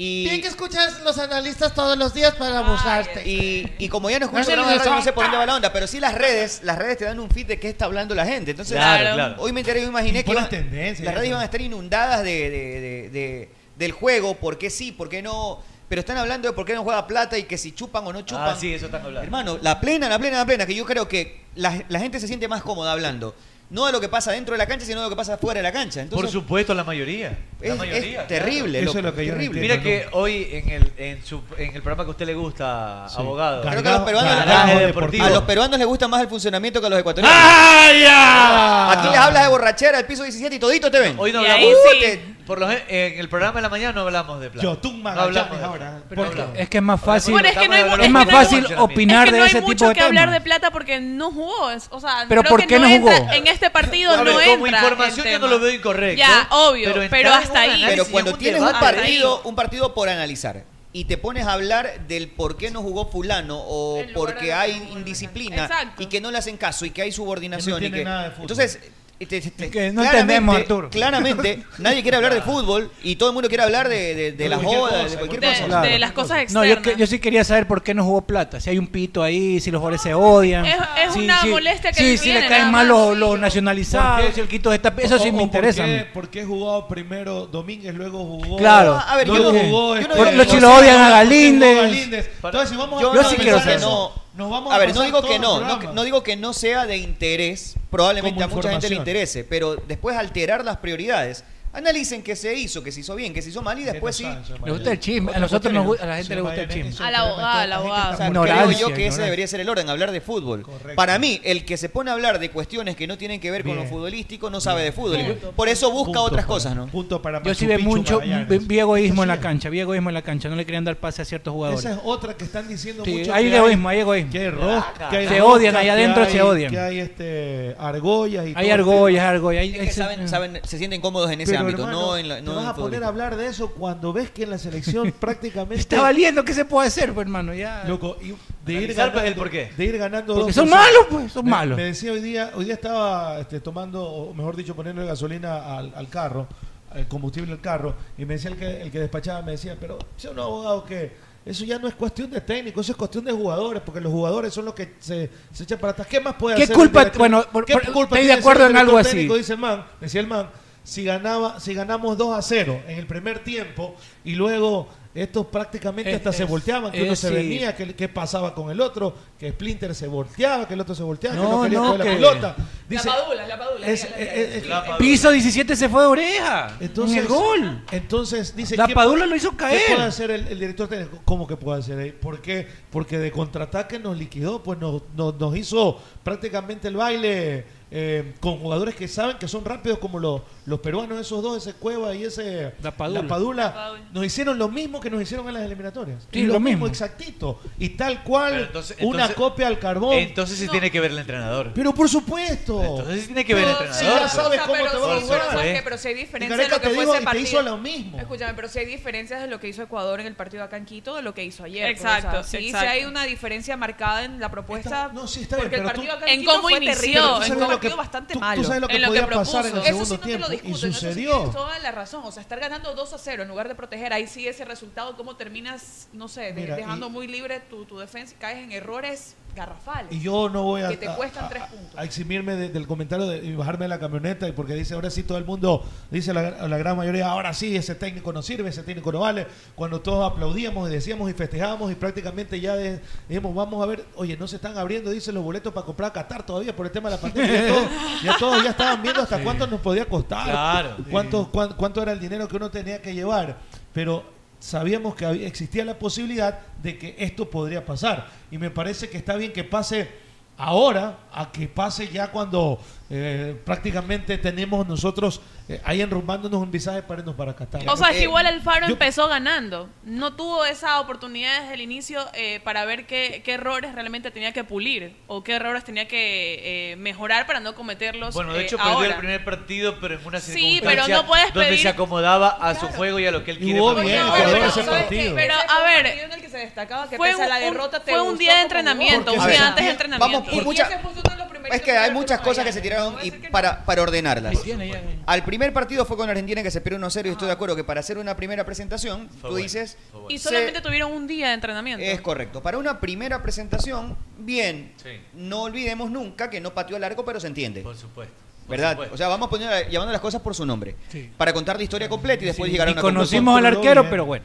Speaker 14: Bien que
Speaker 9: Y,
Speaker 14: escuchas los analistas todos los días para abusarte.
Speaker 9: y, y como ya no
Speaker 14: No
Speaker 9: escucho
Speaker 14: se
Speaker 9: programas de
Speaker 14: les
Speaker 9: radio, no sé
Speaker 14: salta.
Speaker 9: por dónde va la onda, pero sí las redes, las redes te dan un feed de qué está hablando la gente. Entonces,
Speaker 10: Claro, claro.
Speaker 9: hoy me enteré, yo imaginé que
Speaker 5: Imponen
Speaker 9: iban-
Speaker 10: ¿Eh?
Speaker 5: tendencias,
Speaker 9: las redes
Speaker 5: eso.
Speaker 9: iban a estar inundadas de, de- de- de- del juego, por qué sí, por qué no. Pero están hablando de por qué no juega plata y que si chupan o no chupan.
Speaker 10: Ah, sí, eso están hablando.
Speaker 9: Hermano, la plena, la plena, la plena, que yo creo que la, la gente se siente más cómoda hablando. No de lo que pasa dentro de la cancha, sino de lo que pasa fuera de la cancha.
Speaker 10: Por
Speaker 9: Entonces,
Speaker 10: supuesto, la mayoría. La
Speaker 9: es, es
Speaker 10: mayoría.
Speaker 9: terrible.
Speaker 5: Eso
Speaker 9: loco,
Speaker 5: es lo que yo no
Speaker 9: terrible.
Speaker 5: entiendo.
Speaker 10: Mira que hoy en el, en, su, en el programa que a usted le gusta,
Speaker 5: Sí.
Speaker 10: abogado.
Speaker 9: Creo que a los peruanos-
Speaker 5: Gargajo
Speaker 10: deportivo.
Speaker 9: a los peruanos les gusta más el funcionamiento que a los ecuatorianos. Ah,
Speaker 5: ¡Ay, ya!
Speaker 9: Aquí les hablas de borrachera, el piso 17 y todito te ven.
Speaker 10: Hoy no
Speaker 13: Y
Speaker 10: hablamos.
Speaker 13: ahí sí.
Speaker 9: te-
Speaker 10: Por lo gen- en el programa de la mañana no hablamos de plata.
Speaker 5: Yo, tú,
Speaker 10: no
Speaker 5: Magallanes,
Speaker 10: hablamos de-
Speaker 5: ahora.
Speaker 10: no
Speaker 5: ¿Por qué?
Speaker 10: hablamos.
Speaker 11: Es que es más fácil.
Speaker 13: Bueno, es que no hay-
Speaker 10: Estamos
Speaker 13: es que
Speaker 11: Es más
Speaker 13: no hay
Speaker 11: fácil
Speaker 10: mucho-
Speaker 11: opinar
Speaker 13: es que
Speaker 11: de
Speaker 13: no
Speaker 11: ese
Speaker 13: hay
Speaker 11: tipo
Speaker 13: mucho
Speaker 11: de
Speaker 13: que hablar de
Speaker 11: temas.
Speaker 13: plata porque no jugó. es- O sea,
Speaker 11: Pero
Speaker 13: creo
Speaker 11: ¿por
Speaker 13: que
Speaker 11: qué no jugó?
Speaker 13: entra- en este partido
Speaker 10: A ver,
Speaker 13: no
Speaker 10: como
Speaker 13: entra.
Speaker 10: información
Speaker 13: el
Speaker 10: yo no
Speaker 13: tema.
Speaker 10: lo veo incorrecto.
Speaker 13: Ya, obvio,
Speaker 10: entrar
Speaker 13: pero
Speaker 10: en
Speaker 13: hasta
Speaker 10: un
Speaker 13: ahí.
Speaker 10: análisis
Speaker 9: Pero
Speaker 10: y
Speaker 9: cuando
Speaker 10: un
Speaker 9: tienes un
Speaker 10: debate.
Speaker 9: partido, un partido por analizar y te pones a hablar del por qué no jugó fulano o
Speaker 12: En lugar de
Speaker 9: porque
Speaker 12: lo que
Speaker 9: hay
Speaker 12: jugó fulano.
Speaker 9: indisciplina
Speaker 12: Exacto.
Speaker 9: y que no le hacen caso y que hay subordinación
Speaker 5: Que no
Speaker 9: y
Speaker 5: tiene
Speaker 9: que
Speaker 5: nada de fútbol.
Speaker 9: entonces eh, te- te-
Speaker 11: Y que no
Speaker 9: claramente-
Speaker 11: entendemos, Arturo.
Speaker 9: Claramente nadie quiere hablar de fútbol y todo el mundo quiere hablar de, de, de
Speaker 5: De
Speaker 9: las
Speaker 5: cualquier
Speaker 9: jodas,
Speaker 5: cosa,
Speaker 9: de cualquier
Speaker 13: de,
Speaker 9: cosa.
Speaker 11: Claro.
Speaker 13: de las cosas
Speaker 11: No,
Speaker 13: externas.
Speaker 11: yo, que- yo sí quería saber por qué no jugó plata. Si hay un pito ahí, si los jugadores se odian.
Speaker 13: Es- es
Speaker 11: si-
Speaker 13: una
Speaker 11: si-
Speaker 13: molestia que
Speaker 11: si-
Speaker 13: ellos
Speaker 11: si le
Speaker 13: tienen,
Speaker 11: caen
Speaker 13: nada
Speaker 11: mal
Speaker 13: más.
Speaker 11: los, los
Speaker 5: ¿Por
Speaker 11: nacionalizados,
Speaker 5: qué?
Speaker 11: si el quito está. Eso
Speaker 5: O-
Speaker 11: sí
Speaker 5: o
Speaker 11: me interesa. a
Speaker 5: ¿Por
Speaker 11: mí.
Speaker 5: qué, por qué jugó primero Domínguez, luego jugó.
Speaker 11: Claro.
Speaker 9: A ver,
Speaker 5: luego
Speaker 9: yo no-
Speaker 5: jugó.
Speaker 9: yo no
Speaker 5: este-
Speaker 9: digo- Los
Speaker 11: chilos odian a Galíndez.
Speaker 5: Galíndez. Entonces, si vamos
Speaker 9: Yo
Speaker 5: a
Speaker 11: Yo
Speaker 9: no
Speaker 11: sí
Speaker 5: pensar
Speaker 11: quiero
Speaker 9: digo que
Speaker 11: saber
Speaker 5: eso,
Speaker 9: no.
Speaker 5: Nos vamos a,
Speaker 9: a ver, no
Speaker 5: pasar
Speaker 9: digo
Speaker 5: todo
Speaker 9: que
Speaker 5: el
Speaker 9: no, no,
Speaker 5: programa.
Speaker 9: no digo que no sea de interés, probablemente
Speaker 5: Como
Speaker 9: a mucha gente le
Speaker 5: información.
Speaker 9: interese, pero después alterar las prioridades analicen qué se hizo, qué se hizo bien, qué se hizo mal y después sí.
Speaker 11: Nos gusta el chisme. A nosotros nos gu- a la gente le gusta el chisme.
Speaker 13: A la abogada, a la abogada.
Speaker 9: O sea, creo yo que ese debería ser el orden, hablar de fútbol. Para mí, el que se pone a hablar de cuestiones que no tienen que ver con lo futbolístico no sabe de fútbol. Por eso busca otras cosas, ¿no?
Speaker 5: Punto para
Speaker 11: Yo sí ve mucho, vi, vi egoísmo en la cancha, vi egoísmo en la cancha, no le querían dar pase a ciertos jugadores.
Speaker 5: Esa es otra que están diciendo
Speaker 11: Sí,
Speaker 5: mucho.
Speaker 11: hay
Speaker 5: que
Speaker 11: egoísmo, hay egoísmo.
Speaker 5: que hay rosca, que hay
Speaker 11: Se odian,
Speaker 5: rosca,
Speaker 11: ahí
Speaker 5: que
Speaker 11: adentro se
Speaker 5: hay-
Speaker 11: odian.
Speaker 5: Que hay este, argollas y
Speaker 11: Hay
Speaker 5: todo.
Speaker 11: argollas, argollas. hay-
Speaker 9: Es que
Speaker 11: hay-
Speaker 9: saben, saben- se sienten cómodos en ese
Speaker 5: Pero,
Speaker 9: ámbito,
Speaker 5: hermano,
Speaker 9: no en la, no
Speaker 5: te vas
Speaker 9: en
Speaker 5: a
Speaker 9: fútbol.
Speaker 5: poner a hablar de eso cuando ves que en la selección prácticamente
Speaker 11: Está valiendo, ¿qué se puede hacer, pues, hermano? Ya.
Speaker 5: Loco, y de ir
Speaker 11: Analizar,
Speaker 5: ganando,
Speaker 11: pues, el por qué.
Speaker 5: De ir ganando
Speaker 11: Porque
Speaker 5: dos
Speaker 11: son
Speaker 5: por cero.
Speaker 11: malos, pues, son
Speaker 5: Me-
Speaker 11: malos.
Speaker 5: Me decía hoy día, hoy día estaba este, tomando, o mejor dicho, poniendo gasolina al, al carro, al combustible al carro, y me decía el que, el que despachaba, me decía, pero yo no abogado que eso ya no es cuestión de técnico, eso es cuestión de jugadores, porque los jugadores son los que se, se echan para atrás. ¿Qué más puede
Speaker 11: ¿Qué
Speaker 5: hacer?
Speaker 11: culpa-
Speaker 5: el director?
Speaker 11: bueno, por-
Speaker 5: ¿Qué
Speaker 11: por-
Speaker 5: culpa
Speaker 11: estoy de
Speaker 5: tiene el
Speaker 11: acuerdo en
Speaker 5: director
Speaker 11: algo así.
Speaker 5: técnico? dice el man, decía el man, si ganaba, si ganamos 2 a 0 en el primer tiempo y luego estos prácticamente
Speaker 11: Es-
Speaker 5: hasta se
Speaker 11: Eh, es-
Speaker 5: volteaban, que uno
Speaker 11: es-
Speaker 5: se
Speaker 11: sí.
Speaker 5: venía, que, que pasaba con el otro, que Splinter se volteaba, que el otro se volteaba, que
Speaker 11: No,
Speaker 5: no quería
Speaker 11: no,
Speaker 5: coger
Speaker 11: que-
Speaker 5: la pelota.
Speaker 12: la padula, la padula.
Speaker 5: es-
Speaker 12: mira,
Speaker 5: es-
Speaker 12: mira,
Speaker 5: es-
Speaker 12: mira.
Speaker 11: Piso 17 se fue de oreja.
Speaker 5: Entonces,
Speaker 11: en el gol.
Speaker 5: Entonces dice
Speaker 11: La
Speaker 5: ¿qué
Speaker 11: Padula
Speaker 5: puede-
Speaker 11: lo hizo
Speaker 5: ¿Qué
Speaker 11: caer.
Speaker 5: puede hacer el, el director técnico? ¿Cómo que puede hacer ahí? ¿Por qué? Porque de contraataque nos liquidó, pues nos, nos, nos hizo prácticamente el baile eh, con jugadores que saben que son rápidos como los, los peruanos, esos dos, ese Cueva y ese
Speaker 11: La Padula.
Speaker 12: La Padula.
Speaker 5: Nos hicieron lo mismo que nos hicieron en las eliminatorias.
Speaker 11: Sí,
Speaker 5: Y
Speaker 11: lo mismo.
Speaker 5: exactito. Y tal cual,
Speaker 10: Pero entonces-
Speaker 5: una
Speaker 10: entonces-
Speaker 5: copia al carbón.
Speaker 10: Entonces sí tiene que ver el entrenador.
Speaker 5: Pero por supuesto.
Speaker 10: Entonces tiene que ver el
Speaker 5: Pero
Speaker 10: entrenador.
Speaker 5: si ya
Speaker 10: pues.
Speaker 5: sabes cómo
Speaker 12: pero
Speaker 5: te
Speaker 12: sí,
Speaker 5: va a
Speaker 12: pero
Speaker 5: jugar.
Speaker 12: ¿sabes qué? Pero si hay diferencias
Speaker 5: Y
Speaker 12: de lo
Speaker 5: Gareca
Speaker 12: que
Speaker 5: te
Speaker 12: fue
Speaker 5: dijo
Speaker 12: ese
Speaker 5: y te
Speaker 12: partido.
Speaker 5: hizo lo mismo.
Speaker 12: Escúchame, pero si hay diferencias de lo que hizo Ecuador en el partido de acá en Quito de lo que hizo ayer. pues,
Speaker 13: Exacto,
Speaker 12: o sea, sí,
Speaker 13: exacto.
Speaker 12: sí hay una diferencia marcada en la propuesta.
Speaker 5: no, sí, está bien,
Speaker 12: porque
Speaker 5: pero
Speaker 12: el partido
Speaker 5: tú-
Speaker 12: acá en,
Speaker 13: En
Speaker 12: Quito
Speaker 13: cómo
Speaker 12: fue
Speaker 13: inició,
Speaker 12: terrible.
Speaker 13: en
Speaker 12: Fue
Speaker 5: cómo-
Speaker 12: un partido
Speaker 5: tú-
Speaker 12: bastante
Speaker 5: tú- tú
Speaker 12: malo.
Speaker 5: sabes lo que
Speaker 12: en
Speaker 5: podía pasar en el
Speaker 12: propuso.
Speaker 5: segundo
Speaker 12: Eso sí no
Speaker 5: tiempo,
Speaker 12: te
Speaker 5: y
Speaker 12: lo discuto. en eso sí
Speaker 5: sucedió.
Speaker 12: tienes toda la razón. O sea, estar ganando 2 a 0 en lugar de proteger ahí sí ese resultado, cómo terminas, no sé, de-
Speaker 5: Mira,
Speaker 12: dejando
Speaker 5: y-
Speaker 12: muy libre tu, tu defensa y caes en errores garrafales.
Speaker 5: Y yo no voy a,
Speaker 12: Que te
Speaker 5: a-
Speaker 12: cuestan
Speaker 5: a-
Speaker 12: tres
Speaker 5: a-
Speaker 12: puntos.
Speaker 5: a eximiarme de- del comentario de, y bajarme de la camioneta y porque dice ahora sí todo el mundo dice la, la gran mayoría ahora sí ese técnico no sirve ese técnico no vale cuando todos aplaudíamos y decíamos y festejábamos y prácticamente ya de- dijimos vamos a ver oye no se están abriendo dicen los boletos para comprar a Qatar todavía por el tema de la pandemia ya todos ya, todos ya estaban viendo hasta cuánto nos podía costar
Speaker 10: Claro.
Speaker 5: cuánto cuán- cuánto era el dinero que uno tenía que llevar pero sabíamos que había- existía la posibilidad de que esto podría pasar. Y me parece que está bien que pase ahora, a que pase ya cuando eh, prácticamente tenemos nosotros eh, ahí enrumbándonos un visaje para irnos para Qatar.
Speaker 13: O sea, es que
Speaker 5: Eh,
Speaker 13: igual Alfaro
Speaker 5: yo-
Speaker 13: empezó ganando. No tuvo esa oportunidad desde el inicio eh, para ver qué, qué errores realmente tenía que pulir o qué errores tenía que eh, mejorar para no cometerlos.
Speaker 10: Bueno, de
Speaker 13: eh,
Speaker 10: hecho perdió
Speaker 13: ahora.
Speaker 10: el primer partido, pero en una
Speaker 13: Sí,
Speaker 10: circunstancia
Speaker 13: pero no puedes
Speaker 10: donde
Speaker 13: pedir-
Speaker 10: se acomodaba a su juego y a lo que él
Speaker 5: Y
Speaker 10: quiere.
Speaker 5: jugó
Speaker 10: para
Speaker 5: bien,
Speaker 10: jugar.
Speaker 5: Ecuador
Speaker 12: pero
Speaker 5: ese
Speaker 12: ¿sabes qué?
Speaker 5: partido.
Speaker 13: Pero,
Speaker 12: Ese
Speaker 13: a
Speaker 12: fue el
Speaker 13: ver,
Speaker 12: partido en el que se destacaba que
Speaker 13: fue
Speaker 12: pese a la
Speaker 13: un-
Speaker 12: derrota te
Speaker 13: fue un
Speaker 12: gustó
Speaker 13: día de
Speaker 12: como
Speaker 13: entrenamiento,
Speaker 12: jugó.
Speaker 13: un
Speaker 9: A ver,
Speaker 13: día antes de
Speaker 9: vamos
Speaker 13: entrenamiento.
Speaker 9: por
Speaker 12: Y
Speaker 9: mucha-
Speaker 12: ese fue uno de los primeritos
Speaker 9: Es que hay
Speaker 12: errores
Speaker 9: muchas
Speaker 12: fue
Speaker 9: cosas que
Speaker 12: Magallanes.
Speaker 9: se tiraron
Speaker 12: No voy a
Speaker 9: y
Speaker 12: decir que no.
Speaker 9: para, para ordenarlas.
Speaker 11: Ahí tiene, ya.
Speaker 9: Al primer partido fue con Argentina que se pierde 1-0 y estoy de acuerdo que para hacer una primera presentación, tú
Speaker 10: bueno,
Speaker 9: dices...
Speaker 13: Y
Speaker 9: se-
Speaker 13: solamente tuvieron un día de entrenamiento.
Speaker 9: Es correcto. Para una primera presentación, bien,
Speaker 10: Sí,
Speaker 9: no olvidemos nunca que no pateó al arco, pero se entiende.
Speaker 10: por supuesto. por
Speaker 9: ¿Verdad?
Speaker 10: supuesto.
Speaker 9: O sea, vamos poniendo, llamando las cosas por su nombre. Para contar la historia completa y después
Speaker 11: Sí,
Speaker 9: llegar a
Speaker 11: y
Speaker 9: una
Speaker 11: conocimos al
Speaker 9: conclusión.
Speaker 11: arquero, pero bueno.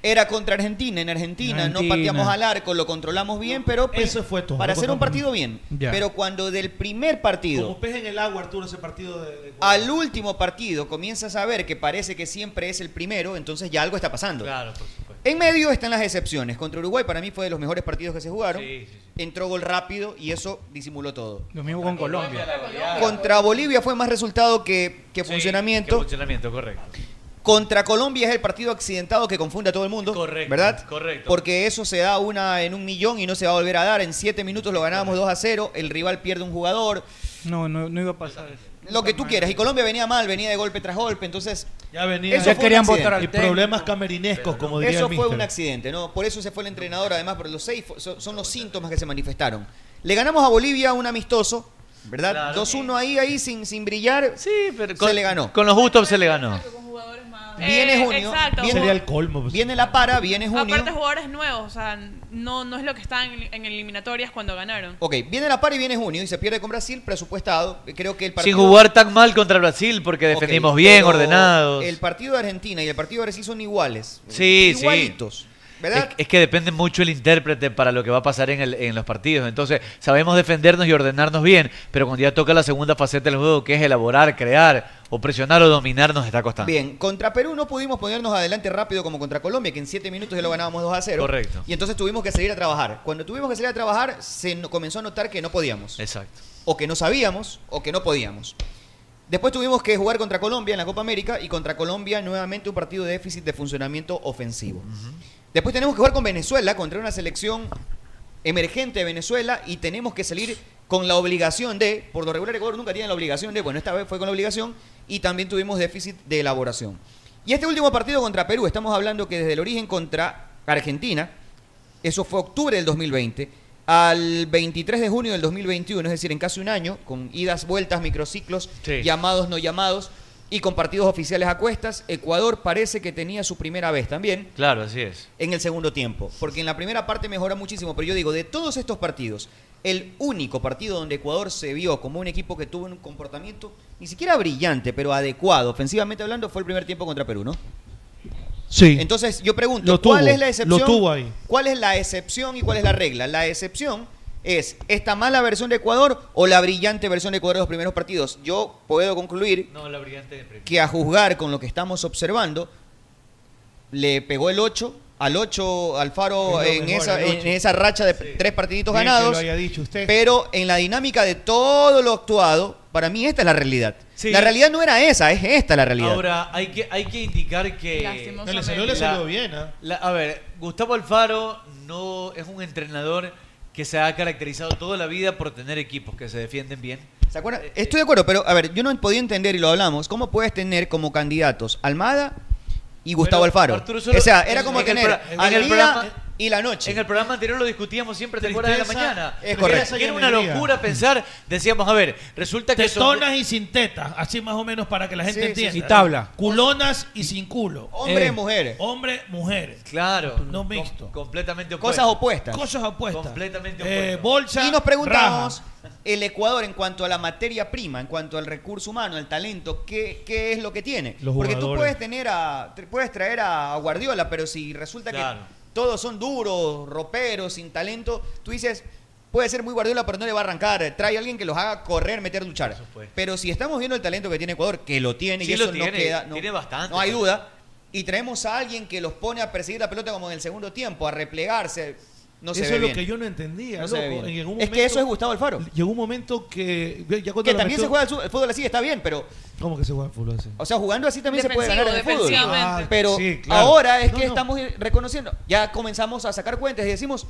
Speaker 9: Era contra Argentina. En Argentina, no
Speaker 11: Argentina.
Speaker 9: pateamos al arco, lo controlamos bien, pero pri-
Speaker 5: Eso fue todo.
Speaker 9: para
Speaker 5: Lo
Speaker 9: hacer un
Speaker 5: contamos.
Speaker 9: partido bien.
Speaker 11: Ya.
Speaker 9: Pero cuando del primer partido
Speaker 5: Como pez en el agua, Arturo, ese partido de... de-
Speaker 9: al último partido comienzas a ver que parece que siempre es el primero, entonces ya algo está pasando.
Speaker 10: Claro, por supuesto.
Speaker 9: En medio están las excepciones. Contra Uruguay para mí fue de los mejores partidos que se jugaron.
Speaker 10: Sí, sí, sí.
Speaker 9: Entró gol rápido y eso disimuló todo.
Speaker 11: Lo mismo con Colombia.
Speaker 9: Contra Bolivia fue más resultado que, que
Speaker 10: Sí,
Speaker 9: funcionamiento.
Speaker 10: que funcionamiento, correcto.
Speaker 9: Contra Colombia es el partido accidentado que confunde a todo el mundo.
Speaker 10: Correcto,
Speaker 9: ¿Verdad?
Speaker 10: correcto.
Speaker 9: Porque eso se da una en un millón y no se va a volver a dar. En siete minutos lo ganábamos 2 a 0. El rival pierde un jugador.
Speaker 11: No, no, no iba a pasar.
Speaker 9: Lo que tú quieras. Y Colombia venía mal, venía de golpe tras golpe. Entonces,
Speaker 5: Ya venía.
Speaker 9: Eso Ya fue querían un accidente. votar al
Speaker 5: Y
Speaker 11: técnico.
Speaker 5: problemas camerinescos, como diría
Speaker 9: eso
Speaker 5: el
Speaker 9: fue
Speaker 5: míster.
Speaker 9: un accidente, ¿no? Por eso se fue el entrenador, además, por los seis, fo- so- son los síntomas que se manifestaron. Le ganamos a Bolivia un amistoso, ¿verdad?
Speaker 10: Claro.
Speaker 9: 2-1 ahí, ahí, sin, sin brillar.
Speaker 10: Sí, pero
Speaker 9: Se le ganó.
Speaker 10: Con los Gustav se le ganó.
Speaker 12: Con jugadores más.
Speaker 9: Viene
Speaker 13: Eh,
Speaker 9: junio,
Speaker 13: exacto.
Speaker 9: viene,
Speaker 5: Sería el colmo. pues.
Speaker 9: viene la para, viene junio.
Speaker 13: Aparte jugadores nuevos, o sea, no, no es lo que estaban en, en eliminatorias cuando ganaron.
Speaker 9: Ok, viene la para y viene junio y se pierde con Brasil, presupuestado. Creo que el partido...
Speaker 10: Sin jugar tan mal contra Brasil porque
Speaker 9: Ok,
Speaker 10: defendimos bien,
Speaker 9: pero
Speaker 10: ordenados.
Speaker 9: El partido de Argentina y el partido de Brasil son iguales.
Speaker 10: Sí, sí.
Speaker 9: Eh, Igualitos. ¿Verdad?
Speaker 10: Es, es que depende mucho el intérprete para lo que va a pasar en, el- en los partidos. Entonces, sabemos defendernos y ordenarnos bien, pero cuando ya toca la segunda faceta del juego, que es elaborar, crear, o presionar o dominar, nos está costando.
Speaker 9: Bien, contra Perú no pudimos ponernos adelante rápido como contra Colombia, que en 7 minutos ya lo ganábamos 2 a 0.
Speaker 10: Correcto.
Speaker 9: Y entonces tuvimos que salir a trabajar. Cuando tuvimos que salir a trabajar, se no- comenzó a notar que no podíamos.
Speaker 10: Exacto.
Speaker 9: O que no sabíamos, o que no podíamos. Después tuvimos que jugar contra Colombia en la Copa América y contra Colombia nuevamente un partido de déficit de funcionamiento ofensivo. Después tenemos que jugar con Venezuela, contra una selección emergente de Venezuela y tenemos que salir con la obligación de, por lo regular Ecuador nunca tiene la obligación de, bueno, esta vez fue con la obligación y también tuvimos déficit de elaboración. Y este último partido contra Perú, estamos hablando que desde el origen contra Argentina, eso fue octubre del 2020, al 23 de junio del 2021, es decir, en casi un año, con idas, vueltas, microciclos, llamados, no llamados, y con partidos oficiales a cuestas, Ecuador parece que tenía su primera vez también
Speaker 10: Claro, así es.
Speaker 9: en el segundo tiempo. Porque en la primera parte mejora muchísimo. Pero yo digo, de todos estos partidos, el único partido donde Ecuador se vio como un equipo que tuvo un comportamiento ni siquiera brillante, pero adecuado, ofensivamente hablando, fue el primer tiempo contra Perú, ¿no?
Speaker 5: Sí.
Speaker 9: Entonces, yo pregunto,
Speaker 5: Lo
Speaker 9: ¿cuál
Speaker 5: tuvo,
Speaker 9: es la excepción?
Speaker 5: lo tuvo ahí.
Speaker 9: ¿Cuál es la excepción y cuál es la regla? La excepción es esta mala versión de Ecuador o la brillante versión de Ecuador de los primeros partidos. Yo puedo concluir
Speaker 10: No, la brillante de premio.
Speaker 9: que a juzgar con lo que estamos observando, le pegó el 8 al 8 al Faro
Speaker 5: Es lo
Speaker 9: en,
Speaker 5: mejor,
Speaker 9: esa,
Speaker 5: el
Speaker 9: en
Speaker 5: ocho.
Speaker 9: esa racha de tres partiditos
Speaker 5: Bien que
Speaker 9: ganados.
Speaker 5: lo haya dicho usted.
Speaker 9: Pero en la dinámica de todo lo actuado, para mí esta es la realidad.
Speaker 10: Sí.
Speaker 9: La realidad no era esa, es esta la realidad.
Speaker 10: Ahora, hay que, hay que indicar que...
Speaker 5: No, le salió, le salió bien, ¿ah?
Speaker 10: La- a ver, Gustavo Alfaro no es un entrenador que se ha caracterizado toda la vida por tener equipos que se defienden bien.
Speaker 9: ¿Se acuerdan?
Speaker 5: eh,
Speaker 9: Estoy de acuerdo, pero a ver, yo no podía entender y lo hablamos, ¿cómo puedes tener como candidatos Almada y Gustavo Alfaro?
Speaker 10: Arturo, solo-
Speaker 9: o sea, era como
Speaker 10: en el
Speaker 9: tener
Speaker 10: pro- en
Speaker 9: al
Speaker 10: el
Speaker 9: día
Speaker 10: programa-
Speaker 9: y la noche.
Speaker 10: En el programa anterior lo discutíamos siempre, ¿te acuerdas de la
Speaker 9: Tristeza,
Speaker 10: mañana?
Speaker 9: es
Speaker 10: Porque
Speaker 9: correcto.
Speaker 10: Era, que era una locura pensar, decíamos, a ver, resulta que... son-
Speaker 5: Tetonas y sin tetas, así más o menos para que la gente
Speaker 10: Sí, sí,
Speaker 5: entienda.
Speaker 10: sí. Y tabla.
Speaker 5: Culonas y sin culo.
Speaker 10: Hombre,
Speaker 5: Eh,
Speaker 10: mujer.
Speaker 5: Hombre, mujer.
Speaker 10: Claro.
Speaker 5: No
Speaker 10: com-
Speaker 5: mixto.
Speaker 10: completamente
Speaker 9: Cosas opuestas.
Speaker 5: Cosas opuestas.
Speaker 10: Completamente
Speaker 5: Eh,
Speaker 10: opuestas.
Speaker 5: bolsa.
Speaker 9: Y nos preguntamos, el Ecuador en cuanto a la materia prima, en cuanto al recurso humano, al talento, ¿qué, qué es lo que tiene?
Speaker 5: Los
Speaker 9: Porque tú
Speaker 5: jugadores.
Speaker 9: puedes tener a, te- puedes traer a Guardiola, pero si resulta
Speaker 10: Claro.
Speaker 9: que todos son duros, roperos, sin talento, tú dices, puede ser muy Guardiola, pero no le va a arrancar. Trae a alguien que los haga correr, meter, luchar. Pero si estamos viendo el talento que tiene Ecuador, que lo tiene
Speaker 10: Sí
Speaker 9: y eso
Speaker 10: lo
Speaker 9: no
Speaker 10: tiene,
Speaker 9: queda, no,
Speaker 10: tiene
Speaker 5: Ah,
Speaker 10: bastante.
Speaker 9: no hay duda. Y traemos a alguien que los pone a perseguir la pelota como en el segundo tiempo, a replegarse. No se
Speaker 5: eso
Speaker 9: ve
Speaker 5: es
Speaker 9: bien.
Speaker 5: lo que yo no entendía.
Speaker 9: No se
Speaker 5: loco.
Speaker 9: ve bien.
Speaker 5: En algún
Speaker 9: Es que
Speaker 5: momento-
Speaker 9: eso es Gustavo Alfaro.
Speaker 5: Llegó un momento que. Ya cuando
Speaker 9: Que
Speaker 5: la
Speaker 9: también
Speaker 5: metió-
Speaker 9: se juega el su- el fútbol así, está bien, pero
Speaker 5: ¿Cómo que se juega el fútbol así?
Speaker 9: O sea, jugando así también se puede
Speaker 5: Defensivo,
Speaker 9: ganar en el fútbol.
Speaker 5: defensivamente. Ah,
Speaker 9: Pero
Speaker 5: sí, claro.
Speaker 9: ahora es
Speaker 5: No,
Speaker 9: que
Speaker 5: no.
Speaker 9: estamos reconociendo, ya comenzamos a sacar cuentas y decimos,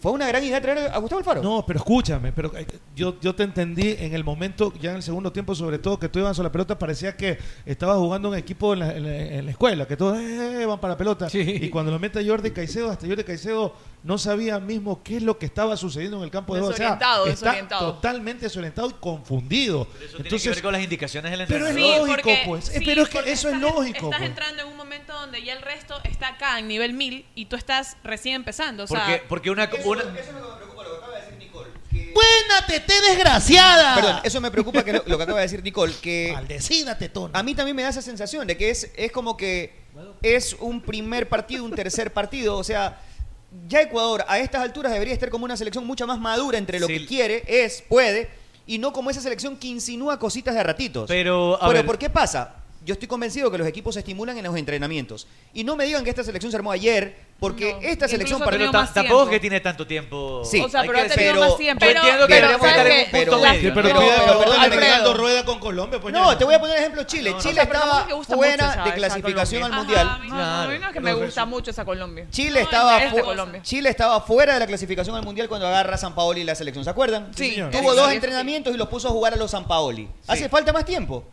Speaker 9: fue una gran idea traer a Gustavo Alfaro.
Speaker 5: No, pero escúchame, pero eh, yo, yo te entendí en el momento, ya en el segundo tiempo, sobre todo, que tú ibas a la pelota, parecía que estaba jugando un equipo en la, en la- en la escuela, que todos eh, van para la pelota. Y cuando lo mete Jordi Caicedo, hasta Jordi Caicedo no sabía mismo qué es lo que estaba sucediendo en el campo de juego. O sea,
Speaker 10: Desorientado,
Speaker 5: está
Speaker 10: desorientado.
Speaker 5: totalmente desorientado y confundido.
Speaker 10: Eso tiene que
Speaker 5: Entonces,
Speaker 10: ver con las indicaciones del
Speaker 5: pero es
Speaker 10: entrenador.
Speaker 5: lógico,
Speaker 13: porque-
Speaker 5: pues. Eh,
Speaker 13: sí,
Speaker 5: pero es que
Speaker 13: porque
Speaker 5: eso es
Speaker 13: estás-
Speaker 5: lógico.
Speaker 13: Estás
Speaker 5: pues.
Speaker 13: entrando en un momento donde ya el resto está acá en nivel 1000 y tú estás recién empezando. O sea,
Speaker 10: Porque, porque una... una-
Speaker 14: ¡Buena tete desgraciada!
Speaker 9: Perdón, eso me preocupa que lo, lo que acaba de decir Nicole, que
Speaker 5: Maldecida tetona.
Speaker 9: A mí también me da esa sensación de que es, es como que es un primer partido, un tercer partido, o sea, ya Ecuador a estas alturas debería estar como una selección mucho más madura entre lo que quiere, es, puede, y no como esa selección que insinúa cositas de a ratitos.
Speaker 10: Pero, a
Speaker 9: Pero
Speaker 10: ver.
Speaker 9: ¿por qué pasa? Yo estoy convencido que los equipos se estimulan en los entrenamientos. Y no me digan que esta selección se armó ayer, porque esta selección
Speaker 10: Pero
Speaker 9: partió
Speaker 10: ta- tampoco es que tiene tanto tiempo.
Speaker 9: Sí. O sea,
Speaker 10: Hay
Speaker 9: pero
Speaker 10: que
Speaker 9: ha tenido
Speaker 10: decir-
Speaker 9: más tiempo.
Speaker 10: Yo entiendo que
Speaker 9: Pero-
Speaker 10: deberíamos
Speaker 9: pero
Speaker 10: estar en
Speaker 9: ¿sabes
Speaker 10: un
Speaker 9: qué?
Speaker 10: punto
Speaker 9: Pero-
Speaker 10: medio.
Speaker 5: Pero,
Speaker 10: ¿no?
Speaker 5: pide la pelota
Speaker 9: Alfredo.
Speaker 5: Alejandro Rueda con Colombia. pues, ya.
Speaker 9: No, te voy a poner ejemplo
Speaker 12: Ah,
Speaker 9: Chile.
Speaker 5: no,
Speaker 9: Chile
Speaker 5: no.
Speaker 9: estaba
Speaker 5: Pero no me gusta
Speaker 9: fuera
Speaker 5: mucho esa-
Speaker 9: de
Speaker 5: esa
Speaker 9: clasificación al
Speaker 5: Colombia.
Speaker 9: mundial.
Speaker 12: No, no, no, no, es que me gusta mucho esa Colombia.
Speaker 9: Chile,
Speaker 12: No,
Speaker 9: estaba
Speaker 13: este
Speaker 12: es de
Speaker 9: fu-
Speaker 12: Colombia.
Speaker 9: Chile estaba fuera de la clasificación al mundial cuando agarra a San Paoli y la selección. ¿Se acuerdan?
Speaker 12: Sí, señor.
Speaker 9: Tuvo
Speaker 12: Sí,
Speaker 9: dos
Speaker 12: sí.
Speaker 9: entrenamientos y los puso a jugar a los San Paoli. ¿Hace falta más tiempo?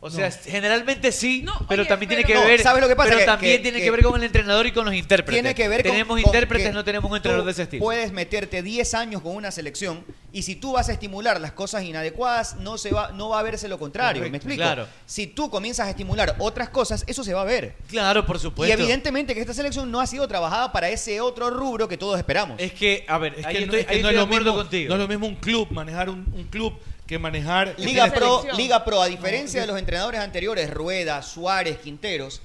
Speaker 10: O sea, generalmente sí, pero también tiene
Speaker 9: pero-
Speaker 10: que ver.
Speaker 9: No, ¿sabes lo que pasa?
Speaker 10: Pero
Speaker 9: Que-
Speaker 10: también
Speaker 9: que-
Speaker 10: tiene que,
Speaker 9: que-
Speaker 10: ver con el entrenador y con los intérpretes.
Speaker 9: Tiene que ver con-
Speaker 10: Tenemos
Speaker 9: con
Speaker 10: intérpretes,
Speaker 9: que
Speaker 10: no tenemos un entrenador
Speaker 9: tú
Speaker 10: de ese estilo.
Speaker 9: Puedes meterte 10 años con una selección y si tú vas a estimular las cosas inadecuadas, no se va no va a verse lo contrario, ¿me
Speaker 10: Correcto,
Speaker 9: explico?
Speaker 10: claro.
Speaker 9: Si tú comienzas a estimular otras cosas, eso se va a ver.
Speaker 10: Claro, por
Speaker 9: Y
Speaker 10: supuesto.
Speaker 9: evidentemente que esta selección no ha sido trabajada para ese otro rubro que todos esperamos.
Speaker 10: Es que, a ver,
Speaker 5: Es
Speaker 10: ahí
Speaker 5: que no-
Speaker 10: estoy,
Speaker 5: es que
Speaker 10: ahí
Speaker 5: no
Speaker 10: estoy
Speaker 5: es
Speaker 10: de
Speaker 5: lo
Speaker 10: acuerdo
Speaker 5: mismo-
Speaker 10: contigo.
Speaker 5: No es lo mismo un club, manejar un, un club que manejar. este que
Speaker 9: Liga
Speaker 5: tiene-
Speaker 9: Pro, Liga Pro, a diferencia de los entrenadores anteriores, Rueda, Suárez, Quinteros,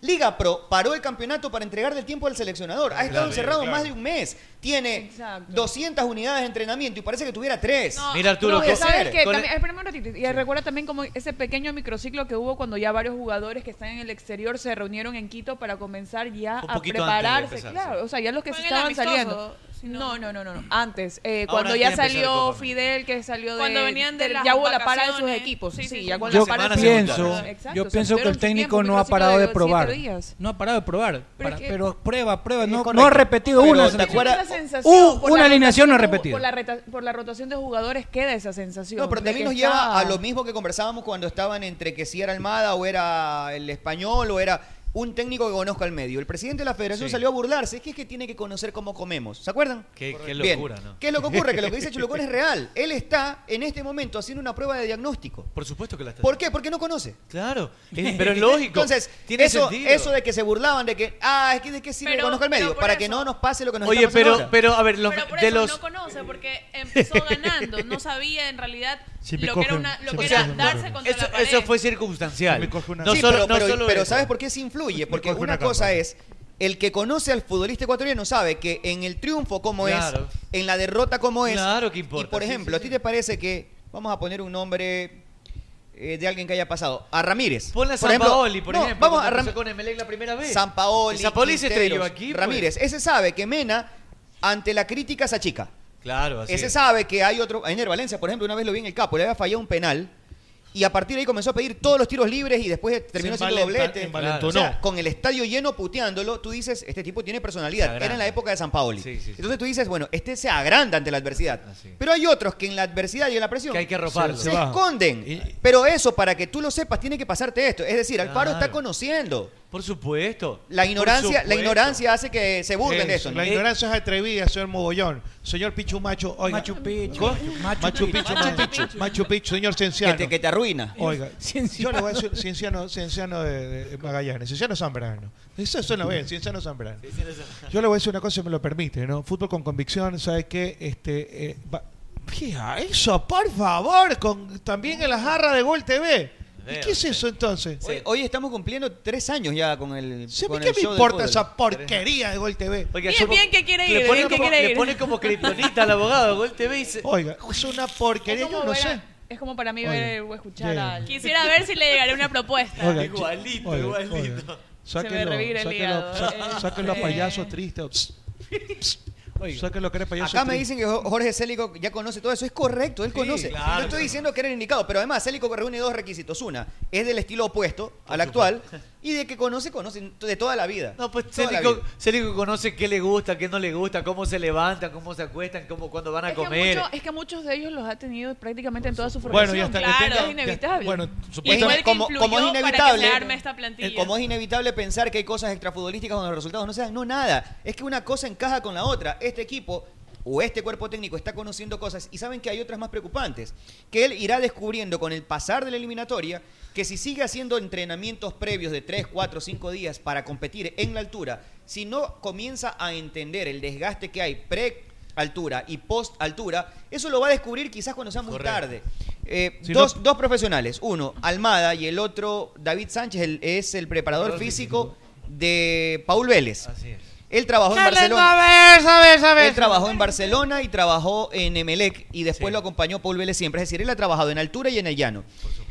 Speaker 9: Liga Pro paró el campeonato para entregarle el tiempo al seleccionador. Ha estado
Speaker 10: Claro,
Speaker 9: encerrado
Speaker 10: claro.
Speaker 9: más de un mes. Tiene 200 unidades de entrenamiento y parece que tuviera tres.
Speaker 12: No,
Speaker 10: Mira, Arturo,
Speaker 12: no, y
Speaker 10: co-
Speaker 12: ¿sabes qué?
Speaker 10: con-
Speaker 12: También- espérame un ratito. Y recuerda también como ese pequeño microciclo que hubo cuando ya varios jugadores que están en el exterior se reunieron en Quito para comenzar ya
Speaker 10: Un
Speaker 12: a
Speaker 10: poquito antes de
Speaker 12: prepararse.
Speaker 10: empezar,
Speaker 12: claro, o sea, ya los que
Speaker 13: Fue
Speaker 12: se
Speaker 13: en el
Speaker 12: estaban
Speaker 13: amistoso,
Speaker 12: saliendo. No, no, no, no, no. Antes, eh,
Speaker 13: Ahora
Speaker 12: cuando
Speaker 13: antes
Speaker 12: ya
Speaker 13: de empezar la
Speaker 12: salió
Speaker 13: Copa, ¿no?
Speaker 12: Fidel, que salió de.
Speaker 13: Cuando venían de
Speaker 12: del-
Speaker 13: las
Speaker 12: Ya hubo la para de sus
Speaker 13: vacaciones.
Speaker 12: equipos. Sí,
Speaker 13: sí.
Speaker 12: ya cuando
Speaker 11: Yo
Speaker 12: la para de sus
Speaker 11: pienso,
Speaker 12: equipos. Exacto,
Speaker 11: yo
Speaker 12: se
Speaker 11: pienso que
Speaker 12: tuvieron
Speaker 11: el
Speaker 12: su tiempo,
Speaker 11: técnico
Speaker 12: un
Speaker 11: no ha
Speaker 12: microciclo
Speaker 11: parado de
Speaker 12: siete
Speaker 11: probar.
Speaker 12: días.
Speaker 11: No ha parado de probar. Para- Pero,
Speaker 12: es que-
Speaker 11: prueba, prueba. No, no
Speaker 9: correcto.
Speaker 11: ha repetido
Speaker 9: Pero,
Speaker 11: una.
Speaker 9: ¿te
Speaker 11: se la-
Speaker 9: acuerdas?
Speaker 12: Esa sensación,
Speaker 11: Uh,
Speaker 12: por la
Speaker 11: una alineación no ha
Speaker 12: rotación de
Speaker 11: repetido.
Speaker 12: ju- Por la, reta- por la rotación de jugadores queda esa sensación.
Speaker 9: No, pero
Speaker 12: de
Speaker 9: también
Speaker 12: que
Speaker 9: nos lleva
Speaker 12: está-
Speaker 9: a lo mismo que conversábamos cuando estaban entre que si era Almada o era el español o era un técnico que conozca al medio. El presidente de la federación
Speaker 10: Sí.
Speaker 9: salió a burlarse. Es que es que tiene que conocer cómo comemos. ¿Se acuerdan?
Speaker 10: Qué, qué
Speaker 9: Bien.
Speaker 10: locura, ¿no?
Speaker 9: ¿Qué es lo que ocurre? Que lo que dice Chulucón es real. Él está en este momento haciendo una prueba de diagnóstico.
Speaker 10: Por supuesto que la está
Speaker 9: ¿Por qué? Porque no conoce.
Speaker 10: Claro, es- pero es lógico.
Speaker 9: Entonces,
Speaker 10: Tiene
Speaker 9: eso,
Speaker 10: sentido.
Speaker 9: eso de que se burlaban, de que, ah, es que de qué sirve que
Speaker 13: Pero,
Speaker 9: conozca el medio,
Speaker 13: no, por
Speaker 9: para
Speaker 13: eso.
Speaker 9: que no nos pase lo que nos
Speaker 10: Oye,
Speaker 9: está pasando
Speaker 10: pero,
Speaker 9: ahora.
Speaker 10: pero a ver, los,
Speaker 13: Pero por
Speaker 10: de
Speaker 13: eso
Speaker 10: los...
Speaker 13: no conoce porque empezó ganando, no sabía en realidad
Speaker 10: Sí, me
Speaker 13: lo que era,
Speaker 10: cogen,
Speaker 13: una- lo
Speaker 10: sí,
Speaker 13: que
Speaker 10: me
Speaker 13: era
Speaker 10: cogen,
Speaker 13: darse
Speaker 10: claro.
Speaker 13: contra
Speaker 10: Eso-
Speaker 13: la pared.
Speaker 10: eso fue circunstancial. Me coge una- No
Speaker 9: Sí,
Speaker 10: solo-
Speaker 9: pero,
Speaker 10: no
Speaker 9: pero-
Speaker 10: solo
Speaker 9: pero
Speaker 10: eso.
Speaker 9: ¿sabes por qué se influye? Porque
Speaker 10: coge
Speaker 9: una,
Speaker 10: una
Speaker 9: cosa es, el que conoce al futbolista ecuatoriano sabe que en el triunfo como
Speaker 10: Claro.
Speaker 9: es, en la derrota como es.
Speaker 10: Claro que importa,
Speaker 9: Y por
Speaker 10: sí,
Speaker 9: ejemplo,
Speaker 10: sí,
Speaker 9: ¿a ti te parece que, vamos a poner un nombre eh, de alguien que haya pasado, a Ramírez?
Speaker 10: Ponle a
Speaker 9: Por ejemplo-
Speaker 10: Sampaoli, por
Speaker 9: No,
Speaker 10: ejemplo.
Speaker 9: Vamos
Speaker 10: cuando
Speaker 9: a Ramírez.
Speaker 10: empezó con Emelec la primera vez.
Speaker 9: San Paoli.
Speaker 10: Sampaoli se estrelló
Speaker 9: Quinteros,
Speaker 10: aquí. pues.
Speaker 9: Ramírez. Ese sabe que Mena, ante la crítica, se achica.
Speaker 10: Claro, así
Speaker 9: Ese
Speaker 10: es.
Speaker 9: sabe que hay otro. Ener Valencia, por ejemplo, una vez lo vi en el capo, le había fallado un penal. Y a partir de ahí comenzó a pedir todos los tiros libres y después terminó
Speaker 5: Se
Speaker 9: haciendo
Speaker 5: envalenta-
Speaker 9: doblete.
Speaker 5: envalentonó.
Speaker 9: O sea, con el estadio lleno puteándolo, tú dices, este tipo tiene personalidad.
Speaker 5: agranda.
Speaker 9: Era en la época de San Paoli.
Speaker 5: Sí, sí, sí.
Speaker 9: Entonces tú dices, bueno, este se agranda ante la adversidad. Pero hay otros que en la adversidad y en la presión
Speaker 10: Que hay que arroparlo.
Speaker 9: se,
Speaker 10: Se baja.
Speaker 9: esconden. Pero eso, para que tú lo sepas, tiene que pasarte esto. Es decir, Alfaro está
Speaker 10: Claro.
Speaker 9: conociendo.
Speaker 10: Por supuesto.
Speaker 9: La ignorancia,
Speaker 5: Por
Speaker 9: la
Speaker 5: supuesto.
Speaker 9: ignorancia hace que se burlen de
Speaker 5: Eso,
Speaker 9: eso. ¿no?
Speaker 5: La ignorancia es atrevida, señor Mogollón. Señor Pichu Macho, oiga. Machu
Speaker 11: Picchu.
Speaker 5: Machu Picchu, Machu Picchu. Machu Picchu, señor Cienciano.
Speaker 9: Que te- que te arruina.
Speaker 5: Oiga, yo le voy a decir Cienciano, Cienciano de, de Magallanes, Cienciano Zambrano. Eso suena bien, Cienciano Zambrano. Yo le voy a decir una cosa, si me lo permite, ¿no? Fútbol con convicción, ¿sabe qué? Este, eh, va- Mira, eso, por favor, con, también en la jarra de Gol TV. ¿Y qué es eso entonces?
Speaker 9: Hoy, hoy estamos cumpliendo tres años ya con el.
Speaker 5: ¿A
Speaker 9: con
Speaker 5: mí ¿Qué
Speaker 9: el
Speaker 5: me
Speaker 9: show del
Speaker 5: importa
Speaker 9: fútbol?
Speaker 5: esa porquería de Gol TV?
Speaker 10: Oiga,
Speaker 13: Bien,
Speaker 10: yo-
Speaker 13: bien, que quiere ir,
Speaker 10: Le pone
Speaker 13: bien, que
Speaker 10: como,
Speaker 13: quiere
Speaker 10: le
Speaker 13: ir.
Speaker 10: pone como kriptonita al abogado. Gol TV dice...
Speaker 5: Oiga, es una porquería,
Speaker 12: Es como
Speaker 5: yo no
Speaker 12: ver a-
Speaker 5: sé.
Speaker 12: Es como para mí
Speaker 5: Oye,
Speaker 12: ver o escuchar
Speaker 5: llega.
Speaker 12: al.
Speaker 13: Quisiera ver si le llegaré una propuesta.
Speaker 5: Oiga,
Speaker 10: Igualito,
Speaker 5: oiga,
Speaker 10: igualito.
Speaker 5: oiga. Sáquenlo,
Speaker 13: revira el
Speaker 5: sáquenlo,
Speaker 13: hígado.
Speaker 5: sa- sáquenlo a
Speaker 13: Este.
Speaker 5: payaso triste. Psst, psst. Sáquenlo que eres payaso
Speaker 9: Acá me
Speaker 5: triste.
Speaker 9: dicen que Jo- Jorge Célico ya conoce todo eso. Es correcto, él conoce.
Speaker 10: claro,
Speaker 9: no estoy diciendo que era el indicado, pero además Célico reúne dos requisitos. Una, es del estilo opuesto al actual y de que conoce, conoce de toda la vida.
Speaker 10: No, pues
Speaker 9: Toda la
Speaker 10: Célico,
Speaker 9: vida.
Speaker 10: Célico conoce qué le gusta, qué no le gusta, cómo se levantan, cómo se acuestan, cómo, cuándo van a
Speaker 12: Es que,
Speaker 10: comer.
Speaker 12: mucho- es que muchos de ellos los ha tenido prácticamente en toda su formación.
Speaker 10: Bueno, y hasta que
Speaker 12: claro,
Speaker 10: tenga-
Speaker 12: es inevitable.
Speaker 5: bueno,
Speaker 9: Entonces, como, como es inevitable,
Speaker 13: esta plantilla.
Speaker 9: Eh, como es inevitable pensar que hay cosas extrafutbolísticas donde los resultados no se dan, no nada. Es que una cosa encaja con la otra. Este equipo o este cuerpo técnico está conociendo cosas y saben que hay otras más preocupantes, que él irá descubriendo con el pasar de la eliminatoria que si sigue haciendo entrenamientos previos de 3, 4, 5 días para competir en la altura, si no comienza a entender el desgaste que hay pre altura y post altura, eso lo va a descubrir quizás cuando sea muy tarde. Eh,
Speaker 5: Si
Speaker 9: dos, dos profesionales, uno Almada y el otro David Sánchez, el- es el preparador físico de Paul Vélez. Él trabajó en
Speaker 7: Qué lindo,
Speaker 9: Barcelona.
Speaker 7: a ver, a ver, a ver.
Speaker 9: Él trabajó en Barcelona y trabajó en Emelec y después lo acompañó Paul Vélez siempre. Es decir, él ha trabajado en altura y en el llano.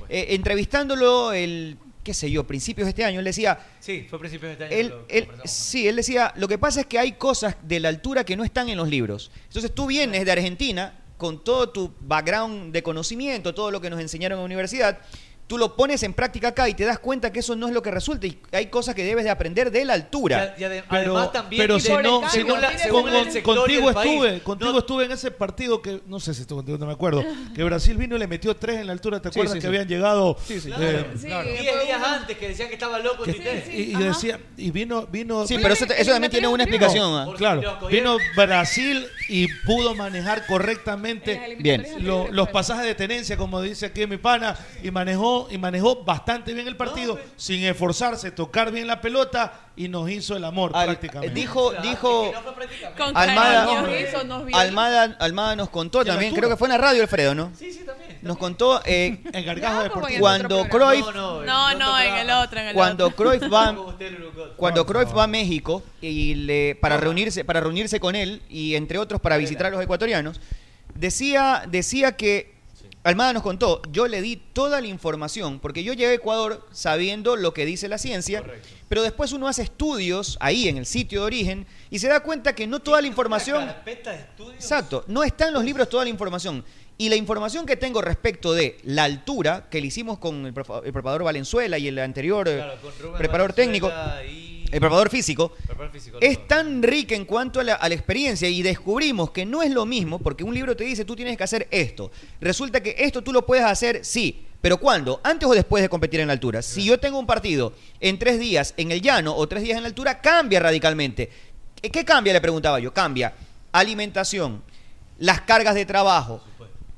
Speaker 9: Eh, entrevistándolo el, qué sé yo, principios de este año, él decía,
Speaker 10: Sí, fue a principios de este año. que
Speaker 9: él,
Speaker 10: lo-
Speaker 9: él- sí, él decía, lo que pasa es que hay cosas de la altura que no están en los libros. Entonces tú vienes de Argentina con todo tu background de conocimiento, todo lo que nos enseñaron en la universidad, tú lo pones en práctica acá y te das cuenta que eso no es lo que resulta y hay cosas que debes de aprender de la altura.
Speaker 10: Y ade-
Speaker 5: Pero,
Speaker 10: además también...
Speaker 5: pero
Speaker 10: y
Speaker 5: si
Speaker 10: por el
Speaker 5: no,
Speaker 10: cambio,
Speaker 5: si no-
Speaker 10: según la-
Speaker 5: con-
Speaker 10: según el sector y
Speaker 5: contigo
Speaker 10: el país.
Speaker 5: estuve, contigo estuve en ese partido que no sé si estuvo contigo, no me acuerdo, que Brasil vino y le metió tres en la altura, ¿te
Speaker 10: Sí,
Speaker 5: acuerdas
Speaker 10: sí,
Speaker 5: que
Speaker 10: sí.
Speaker 5: habían llegado? eh,
Speaker 10: Claro, claro. Diez días antes que decían que estaba loco Tite.
Speaker 5: Y, y decía, y vino, vino.
Speaker 9: Sí, pero eso- eso también tiene una explicación, ah.
Speaker 5: No, claro, vino Brasil y pudo manejar correctamente
Speaker 9: eliminatorias
Speaker 5: lo- los pasajes de tenencia, como dice aquí mi pana, y manejó, y manejó bastante bien el partido, sin esforzarse, tocar bien la pelota y nos hizo el amor prácticamente.
Speaker 9: dijo- dijo-
Speaker 13: Con
Speaker 9: Almada,
Speaker 13: cariño, eso nos vio.
Speaker 9: Almada, Almada nos contó
Speaker 5: la
Speaker 9: también,
Speaker 5: altura.
Speaker 9: creo que fue en la radio, Alfredo, ¿no?
Speaker 10: Sí, sí, también.
Speaker 9: nos contó eh,
Speaker 5: gargajo deportivo.
Speaker 9: cuando Cruyff
Speaker 13: No, no, en el otro, en el
Speaker 9: cuando
Speaker 13: otro.
Speaker 9: Cruyff va cuando Cruyff va a México y le, para reunirse para reunirse con él y entre otros para visitar a los ecuatorianos decía decía que Almada nos contó yo le di toda la información porque yo llegué a Ecuador sabiendo lo que dice la ciencia pero después uno hace estudios ahí en el sitio de origen y se da cuenta que no toda la información Exacto, no está en los libros toda la información. Y la información que tengo respecto de la altura, que le hicimos con el, profa- el preparador Valenzuela y el anterior eh, preparador técnico, el preparador físico, es tan rica en cuanto a la, a la experiencia y descubrimos que no es lo mismo, porque un libro te dice tú tienes que hacer esto. Resulta que esto tú lo puedes hacer, sí, pero ¿cuándo? ¿Antes o después de competir en la altura? Si yo tengo un partido en tres días en el llano o tres días en la altura, cambia radicalmente. ¿Qué- ¿Qué cambia? Le preguntaba yo. Cambia alimentación, las cargas de trabajo,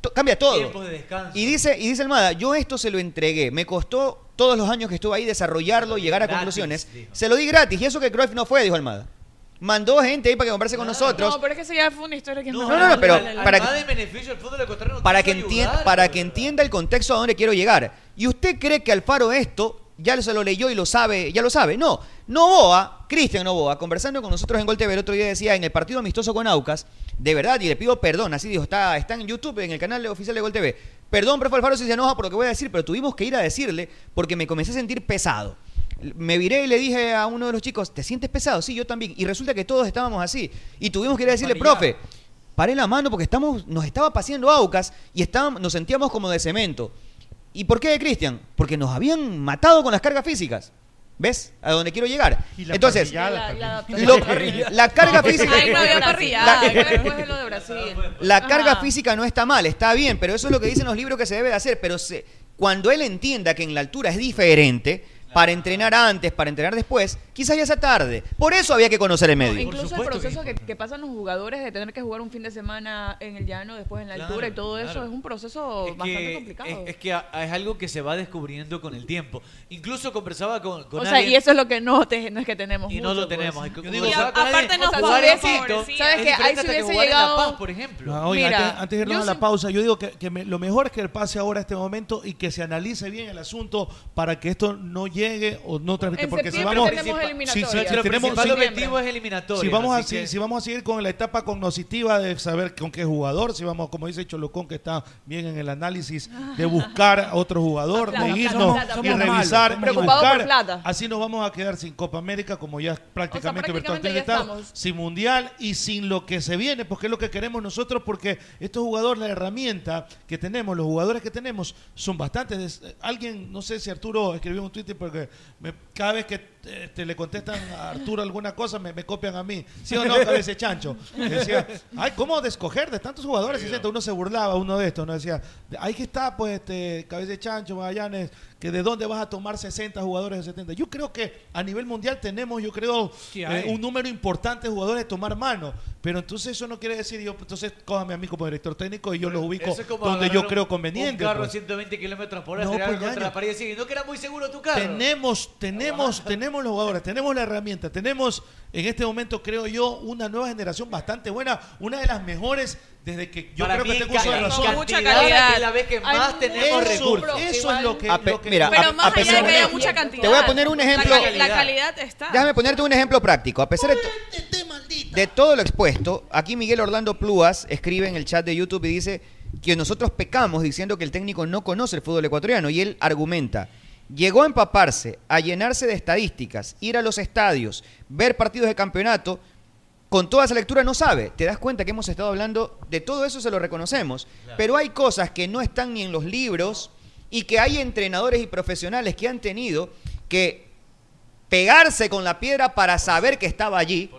Speaker 9: to- cambia todo.
Speaker 10: Tiempos de descanso.
Speaker 9: Y dice, y dice Almada, yo esto se lo entregué, me costó todos los años que estuve ahí desarrollarlo y llegar a
Speaker 10: Gratis,
Speaker 9: conclusiones.
Speaker 10: dijo.
Speaker 9: Se lo di gratis, y eso que Cruyff no fue, dijo Almada. Mandó gente ahí para que converse
Speaker 10: Ah,
Speaker 9: con nosotros,
Speaker 13: No, pero es que eso ya fue una historia que
Speaker 9: no, no, no, pero para
Speaker 10: Además
Speaker 9: que-
Speaker 10: de beneficio, el fútbol ecuatoriano nos
Speaker 9: para que,
Speaker 10: quiso
Speaker 9: entienda,
Speaker 10: ayudar.
Speaker 9: para que entienda el contexto a donde quiero llegar. ¿Y usted cree que Alfaro esto ya se lo leyó y lo sabe, ya lo sabe? No, Novoa, Cristian Novoa, conversando con nosotros en Gol TV el otro día decía en el partido amistoso con Aucas, de verdad, y le pido perdón, así dijo, está, está en YouTube, en el canal oficial de Gol TV. Perdón, profe Alfaro, si se enoja por lo que voy a decir, pero tuvimos que ir a decirle porque me comencé a sentir pesado. Me viré y le dije a uno de los chicos, ¿te sientes pesado? Sí, yo también. Y resulta que todos estábamos así. Y tuvimos que ir a decirle, profe, paré la mano porque estamos, nos estaba paseando Aucas y estábamos, nos sentíamos como de cemento. ¿Y por qué, Cristian? Porque nos habían matado con las cargas físicas. ¿Ves? A donde quiero llegar. Entonces,
Speaker 13: La, la
Speaker 9: lo- la carga física.
Speaker 13: Ay, no había parrillada.
Speaker 9: La-
Speaker 13: fue Después de lo de Brasil.
Speaker 9: la carga
Speaker 13: Ajá.
Speaker 9: física no está mal, está bien, pero eso es lo que dicen los libros que se debe de hacer. Pero se- cuando él entienda que en la altura es diferente, para entrenar antes, para entrenar después, quizás ya sea tarde. Por eso había que conocer el medio.
Speaker 12: Incluso el proceso que, que pasan los jugadores de tener que jugar un fin de semana en el llano, después en la
Speaker 10: Claro,
Speaker 12: altura y todo eso,
Speaker 10: claro.
Speaker 12: es un proceso bastante
Speaker 10: que
Speaker 12: complicado.
Speaker 10: es, es que a- es algo que se va descubriendo con el tiempo. Incluso conversaba con, con
Speaker 12: o sea,
Speaker 10: alguien-
Speaker 12: y eso es lo que no, te- no es que tenemos.
Speaker 10: y no
Speaker 12: mucho,
Speaker 10: lo
Speaker 12: pues.
Speaker 10: tenemos. Yo
Speaker 12: Y a- aparte no
Speaker 10: jugar
Speaker 12: favorece,
Speaker 10: en Quito,
Speaker 12: sí,
Speaker 10: es
Speaker 12: ¿sabes qué?
Speaker 10: diferente
Speaker 12: Ahí se
Speaker 10: hasta que
Speaker 12: hubiese
Speaker 10: jugar en
Speaker 12: llegado-
Speaker 10: La Paz, por ejemplo.
Speaker 5: No, Ah, oiga,
Speaker 12: Mira,
Speaker 5: antes, antes de
Speaker 12: yo
Speaker 5: irnos a la
Speaker 12: sí-
Speaker 5: pausa, yo digo que, que me- lo mejor es que pase ahora este momento y que se analice bien el asunto para que esto no llegue o no transmite.
Speaker 10: En
Speaker 5: porque si
Speaker 10: septiembre
Speaker 5: vamos,
Speaker 10: tenemos
Speaker 5: si- si- si-
Speaker 10: eliminatorias. Nuestro
Speaker 5: tenemos-
Speaker 10: principal
Speaker 5: si-
Speaker 10: objetivo es eliminatorias,
Speaker 5: Si vamos, a,
Speaker 10: así
Speaker 5: si-
Speaker 10: que-
Speaker 5: si vamos a seguir con la etapa cognoscitiva de saber con qué jugador, si vamos, como dice Cholocón, que está bien en el análisis, de buscar a otro jugador,
Speaker 12: Plata,
Speaker 5: de
Speaker 12: plata,
Speaker 5: irnos
Speaker 12: Ah, plata,
Speaker 5: y
Speaker 12: plata.
Speaker 5: revisar.
Speaker 12: Somos
Speaker 5: y
Speaker 12: malos. Preocupado por
Speaker 5: buscar.
Speaker 12: plata.
Speaker 5: Así nos vamos a quedar sin Copa América, como ya prácticamente,
Speaker 12: prácticamente
Speaker 5: virtualmente
Speaker 12: ya
Speaker 5: estamos,
Speaker 12: estamos.
Speaker 5: sin mundial y sin lo que se viene, porque es lo que queremos nosotros, porque estos jugadores, la herramienta que tenemos, los jugadores que tenemos, son bastantes. Es- eh, Alguien, no sé si Arturo escribió un Twitter, porque me- cada vez que eh, te le contestan a Arturo alguna cosa, me, me copian a mí. ¿Sí o no, cabeza de chancho? Decía, ay, ¿cómo de escoger de tantos jugadores? Es cierto, uno se burlaba uno de estos, ¿no? Decía, ahí que está, pues, este, cabeza de chancho, Magallanes, que de dónde vas a tomar 60 jugadores de 70. Yo creo que a nivel mundial tenemos, yo creo,
Speaker 15: Sí,
Speaker 5: eh,
Speaker 15: hay.
Speaker 5: un número importante de jugadores de tomar mano. Pero entonces eso no quiere decir, yo, entonces cójame a mí como director técnico y yo los ubico
Speaker 10: Eso es como
Speaker 5: donde
Speaker 10: agarrar
Speaker 5: yo creo
Speaker 10: un-
Speaker 5: conveniente.
Speaker 10: Un carro
Speaker 5: pues.
Speaker 10: a 120 kilómetros por hora
Speaker 5: No,
Speaker 10: no,
Speaker 5: pues,
Speaker 10: contra
Speaker 5: ñaño.
Speaker 10: la pared y decir, no que era muy seguro tu carro.
Speaker 5: Tenemos, tenemos, tenemos los jugadores, tenemos la herramienta, tenemos en este momento, creo yo, una nueva generación bastante buena, una de las mejores desde que yo
Speaker 10: Para
Speaker 5: creo
Speaker 10: mí,
Speaker 5: que tengo uso de
Speaker 10: ca-
Speaker 5: razón.
Speaker 10: con mucha calidad. Es la vez que más Hay tenemos mucho, recursos.
Speaker 5: Eso es lo que,
Speaker 9: A pe-
Speaker 5: lo que-
Speaker 9: mira,
Speaker 13: Pero
Speaker 9: a-
Speaker 13: más
Speaker 9: a pesar
Speaker 13: allá de que
Speaker 9: de-
Speaker 13: haya mucha cantidad.
Speaker 9: Te voy a poner un
Speaker 13: la
Speaker 9: ejemplo.
Speaker 13: cali- La, calidad está.
Speaker 9: Déjame ponerte un ejemplo práctico. A pesar de, to- de todo lo expuesto, aquí Miguel Orlando Plúas escribe en el chat de YouTube y dice que nosotros pecamos diciendo que el técnico no conoce el fútbol ecuatoriano y él argumenta. Llegó a empaparse, a llenarse de estadísticas, ir a los estadios, ver partidos de campeonato. Con toda esa lectura no sabe. Te das cuenta que hemos estado hablando de todo eso, se lo reconocemos. Pero hay cosas que no están ni en los libros y que hay entrenadores y profesionales que han tenido que pegarse con la piedra para saber que estaba allí.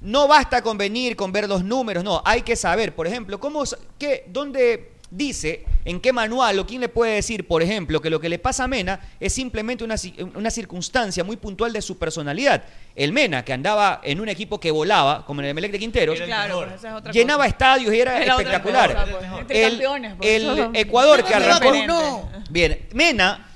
Speaker 9: No basta con venir, con ver los números, no, hay que saber, por ejemplo, cómo, s- qué, dónde dice, en qué manual o quién le puede decir, por ejemplo, que lo que le pasa a Mena es simplemente una, ci- una circunstancia muy puntual de su personalidad. El Mena, que andaba en un equipo que volaba, como en el Emelec de Quinteros,
Speaker 12: Claro, pues, esa es otra
Speaker 9: llenaba
Speaker 12: cosa.
Speaker 9: estadios y era,
Speaker 12: Era otra
Speaker 9: espectacular.
Speaker 12: cosa, pues. Entre
Speaker 9: El,
Speaker 12: campeones, pues,
Speaker 9: el
Speaker 12: eso es
Speaker 9: Ecuador que
Speaker 12: diferente.
Speaker 9: arrancó. Bien, Mena,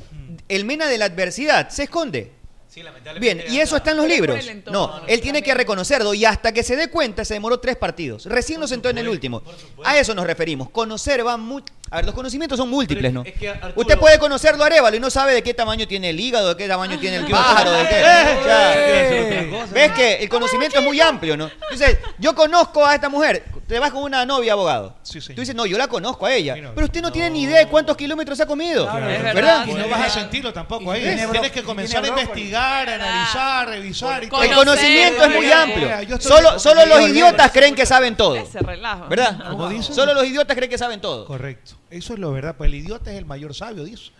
Speaker 9: el Mena de la adversidad, se esconde.
Speaker 10: Sí, lamentablemente.
Speaker 9: Bien, y eso está en los
Speaker 10: Pero por
Speaker 9: libros.
Speaker 10: el entorno,
Speaker 9: No, él tiene que reconocerlo y hasta que se dé cuenta se demoró tres partidos. Recién lo sentó en el último. A eso nos referimos. Conocer va muy... A ver, los conocimientos son múltiples, ¿no?
Speaker 10: Es que Arturo-
Speaker 9: Usted puede conocerlo a Arevalo y no sabe de qué tamaño tiene el hígado, de qué tamaño tiene el pájaro, de qué.
Speaker 5: Eh,
Speaker 9: O sea, eh, Ves que el conocimiento es muy amplio, ¿no? Entonces, yo conozco a esta mujer. Te vas con una novia, abogado. Tú dices, no, yo la conozco a ella. Pero usted no, tiene ni idea de cuántos kilómetros ha comido. ¿Verdad?
Speaker 5: Y no vas a sentirlo tampoco ahí.
Speaker 9: tiene bro-
Speaker 5: Tienes que comenzar a investigar, a analizar, revisar. y todo.
Speaker 9: El conocimiento es muy
Speaker 5: Mira, yo
Speaker 9: amplio.
Speaker 5: estoy-
Speaker 9: Solo, solo los
Speaker 5: Yo-
Speaker 9: idiotas creen que saben todo.
Speaker 12: relajo.
Speaker 9: ¿Verdad?
Speaker 5: Como dicen.
Speaker 9: Solo los idiotas creen que saben todo.
Speaker 5: Correcto. Eso es lo verdad, pues el idiota es el mayor sabio, dice.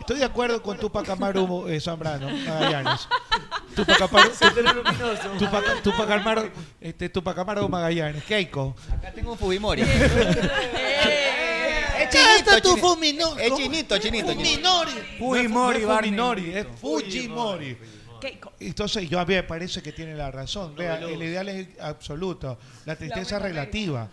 Speaker 5: Estoy de acuerdo con Tupac Amaru eh, Zambrano Magallanes. Tupac Amaru, Tupac, Tupac Amaru, este, Tupac Amaru Magallanes. Keiko.
Speaker 9: Acá tengo un Fujimori.
Speaker 5: Es
Speaker 9: chinito,
Speaker 5: tu
Speaker 9: chini-
Speaker 5: Fuminori.
Speaker 9: Es chinito, chinito.
Speaker 5: Fuminori.
Speaker 11: Fujimori,
Speaker 5: No es
Speaker 11: Barney.
Speaker 5: Fuminori, es Fujimori. Entonces yo a mí me parece que tiene la razón. Vea,
Speaker 11: Luz.
Speaker 5: el ideal es absoluto, la tristeza
Speaker 11: La
Speaker 5: es relativa.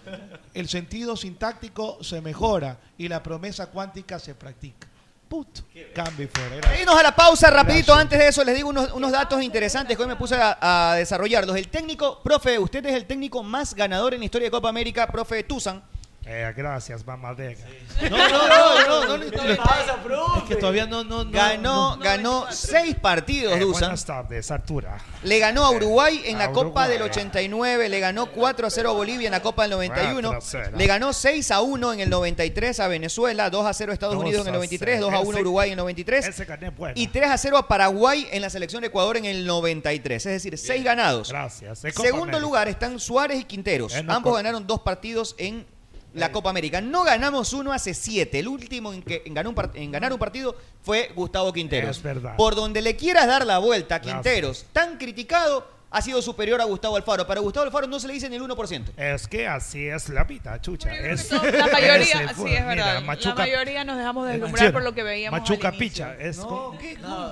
Speaker 5: El sentido sintáctico se mejora y la promesa cuántica se practica. Puto. Cambio y fuera. gracias.
Speaker 9: Irnos a la pausa rapidito.
Speaker 5: Gracias.
Speaker 9: Antes de eso les digo unos, unos datos interesantes que hoy me puse a, a desarrollarlos. El técnico, profe, usted es el técnico más ganador en la historia de Copa América, profe Tuzan.
Speaker 6: Eh, gracias, mamadega.
Speaker 5: No, no, no, no, no,
Speaker 9: ¿Qué
Speaker 5: no,
Speaker 9: le
Speaker 5: no,
Speaker 9: pasa,
Speaker 5: Es que todavía no, no, no.
Speaker 9: Ganó,
Speaker 5: no.
Speaker 9: ganó seis partidos,
Speaker 6: Eh,
Speaker 9: Tuzan.
Speaker 6: buenas tardes, Artura. Eh,
Speaker 9: Le ganó a Uruguay en
Speaker 6: A
Speaker 9: la Copa
Speaker 6: Uruguay.
Speaker 9: del 89, le ganó 4 a 0 a Bolivia en la Copa del 91,
Speaker 6: 4 a 0.
Speaker 9: le ganó 6 a 1 en el 93 a Venezuela, 2 a 0 a Estados
Speaker 6: 2
Speaker 9: Unidos en
Speaker 6: a
Speaker 9: el 93, 2 a 1
Speaker 6: Ese-
Speaker 9: a Uruguay en el 93
Speaker 6: Ese carnet pues. es bueno.
Speaker 9: y 3 a 0 a Paraguay en la selección de Ecuador en el 93, es decir, 6 ganados.
Speaker 6: Gracias. Es Copa
Speaker 9: Segundo
Speaker 6: América.
Speaker 9: lugar están Suárez y Quinteros,
Speaker 6: Eh, no,
Speaker 9: ambos
Speaker 6: por-
Speaker 9: ganaron dos partidos en
Speaker 6: Eh.
Speaker 9: la Copa América. No ganamos uno hace siete. El último en, que, en, ganó un par- en ganar un partido fue Gustavo Quinteros.
Speaker 6: Es verdad.
Speaker 9: Por donde le quieras dar la vuelta a
Speaker 6: Gracias.
Speaker 9: Quinteros, tan criticado, ha sido superior a Gustavo Alfaro. Para Gustavo Alfaro no se le dice ni el 1%.
Speaker 11: Eh,
Speaker 6: Es que así es la vida, chucha. Es,
Speaker 12: La
Speaker 6: es
Speaker 12: mayoría,
Speaker 6: el
Speaker 5: pues,
Speaker 12: sí,
Speaker 6: fútbol.
Speaker 12: es verdad.
Speaker 6: Mira,
Speaker 12: la
Speaker 6: Machuca,
Speaker 12: mayoría nos dejamos
Speaker 5: Eh,
Speaker 12: deslumbrar
Speaker 6: Machuca-
Speaker 12: por lo que veíamos.
Speaker 6: Machuca
Speaker 12: al inicio.
Speaker 6: Picha. Es con-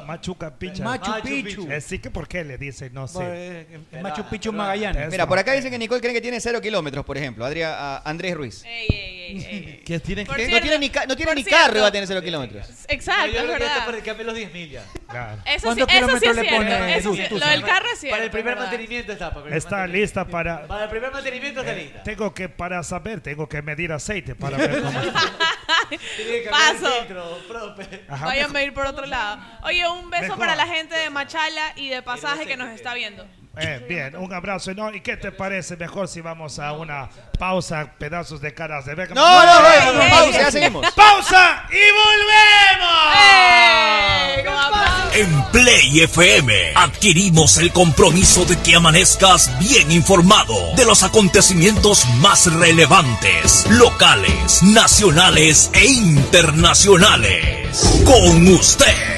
Speaker 6: Machuca Picha.
Speaker 12: Machu Machu Picchu. Pues, Picchu.
Speaker 6: Así que, ¿por qué le dicen? No
Speaker 11: Por,
Speaker 6: sé.
Speaker 11: eh, en Machu Picchu Magallanes.
Speaker 6: Ah, Es
Speaker 9: Mira, por acá dicen que Nicole cree que tiene cero kilómetros, por ejemplo. Adria- a Andrés Ruiz.
Speaker 5: ¿Qué tiene
Speaker 9: no
Speaker 12: Por cierto-
Speaker 9: tiene ni, ca- no tiene
Speaker 12: por
Speaker 9: ni
Speaker 12: cierto-
Speaker 9: carro y va a tener cero kilómetros.
Speaker 12: Exacto,
Speaker 10: yo
Speaker 12: es
Speaker 10: creo que
Speaker 12: verdad.
Speaker 10: está para el cambio los 10 mil ya.
Speaker 12: Eso sí,
Speaker 10: ¿Cuántos
Speaker 12: eso sí
Speaker 10: kilómetros
Speaker 12: es
Speaker 10: le
Speaker 12: cierto.
Speaker 10: pones,
Speaker 12: eso sí,
Speaker 10: Jesús?
Speaker 12: lo del carro es cierto.
Speaker 10: Para el primer
Speaker 12: es verdad.
Speaker 10: mantenimiento está. Para el primer
Speaker 6: Está lista para.
Speaker 10: Para el primer mantenimiento
Speaker 8: Eh.
Speaker 10: está lista.
Speaker 6: Tengo que, para saber, tengo que medir aceite para ver cómo.
Speaker 10: Paso.
Speaker 6: Ajá.
Speaker 13: Vayan a ir por otro lado. Oye, un beso
Speaker 6: Mejor.
Speaker 13: para la gente de Machala y de Pasaje que nos está viendo.
Speaker 6: Eh, bien, un abrazo. ¿no? ¿Y qué te parece mejor si vamos a una pausa, pedazos de caras de verga?
Speaker 9: No, no, no, no, no, pausa, ya seguimos.
Speaker 6: ¡Pausa y volvemos!
Speaker 16: En Play FM adquirimos el compromiso de que amanezcas bien informado de los acontecimientos más relevantes, locales, nacionales e internacionales. Con usted,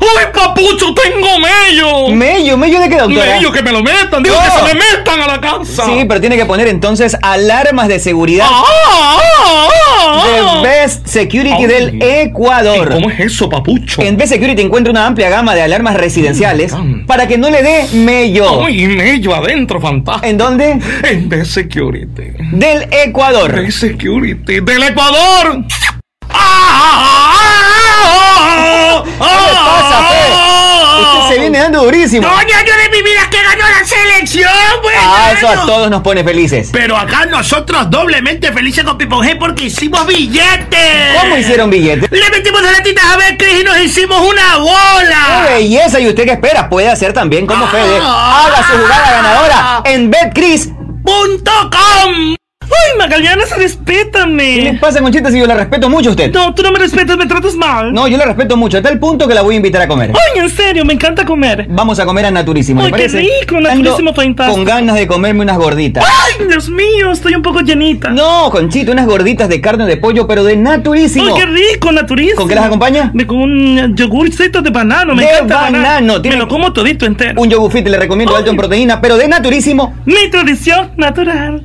Speaker 1: ¡Ay, papucho, tengo mello! ¿Mello? ¿Mello de qué, doctora?
Speaker 17: Mello, que me lo metan, digo que se me metan a la casa.
Speaker 1: Sí, pero tiene que poner entonces alarmas de seguridad.
Speaker 17: Ah, ah, ah, ah.
Speaker 1: De Best Security del Ecuador. ¿Cómo es eso, papucho? En Best Security encuentra una amplia gama de alarmas residenciales para que no le dé mello.
Speaker 17: Ay, mello adentro, fantástico.
Speaker 1: ¿En dónde?
Speaker 17: En Best
Speaker 4: Este.
Speaker 17: Security.
Speaker 1: Del Ecuador.
Speaker 17: Best Security. ¡Del Ecuador!
Speaker 4: ¡Ah, ah,
Speaker 1: ¿Qué le pasa, Fe? Usted
Speaker 18: se viene dando durísimo.
Speaker 4: Dos años ah, de mi vida que ganó la selección, güey.
Speaker 18: Ah, eso a todos nos pone felices.
Speaker 4: Pero acá nosotros doblemente felices con Pipo G porque hicimos billetes.
Speaker 18: ¿Cómo hicieron billetes?
Speaker 4: Le metimos las latitas a ver, Cris, y nos hicimos una
Speaker 17: Ah.
Speaker 4: bola.
Speaker 18: ¡Qué belleza! ¿Y usted qué espera? Puede hacer también como Fede.
Speaker 4: Ah.
Speaker 18: Haga su jugada ganadora en betcris.com.
Speaker 4: ¡Ay, Magaliana, respétame!
Speaker 18: ¿Qué le pasa, Conchita, si yo la respeto mucho a usted?
Speaker 4: No, tú no me respetas, me tratas mal.
Speaker 18: No, yo la respeto mucho, a tal punto que la voy a invitar a comer.
Speaker 4: Ay, en serio, me encanta comer.
Speaker 18: Vamos a comer a Naturísimo,
Speaker 4: Ay, qué rico, Naturísimo
Speaker 18: Ando
Speaker 4: Fantástico.
Speaker 18: Con ganas de comerme unas gorditas.
Speaker 4: ¡Ay, Dios mío! Estoy un poco llenita.
Speaker 18: No, Conchita, unas gorditas de carne de pollo, pero de Naturísimo.
Speaker 4: ¡Ay, qué rico, Naturísimo!
Speaker 18: ¿Con qué las acompaña?
Speaker 4: De- con un yogurcito de banano, me
Speaker 18: De
Speaker 4: encanta el
Speaker 18: banano, tiene-
Speaker 4: Me lo como todito entero.
Speaker 18: Un yogufit le recomiendo alto en proteína, pero de Naturísimo.
Speaker 4: Mi tradición natural.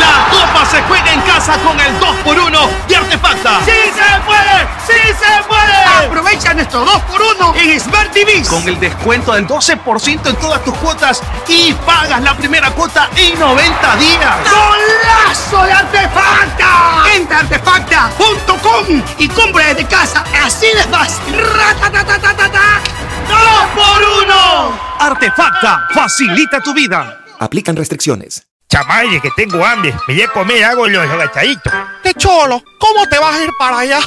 Speaker 19: La copa se juega en casa con el 2x1 de Artefacta. ¡Sí se puede! ¡Sí se puede! Aprovecha nuestro 2x1 en Smart TV. Con el descuento del 12% en todas tus cuotas y pagas la primera cuota en 90 días.
Speaker 4: ¡Golazo de Artefacta! Entra a artefacta.com y compra desde casa. Así de fácil. ¡Ratatatatata! ¡Dos por uno!
Speaker 20: Artefacta facilita tu vida.
Speaker 21: Aplican restricciones.
Speaker 8: Chamaye, que tengo hambre. Me voy a comer algo los agachaditos.
Speaker 22: Te cholo, ¿cómo te vas a ir para allá?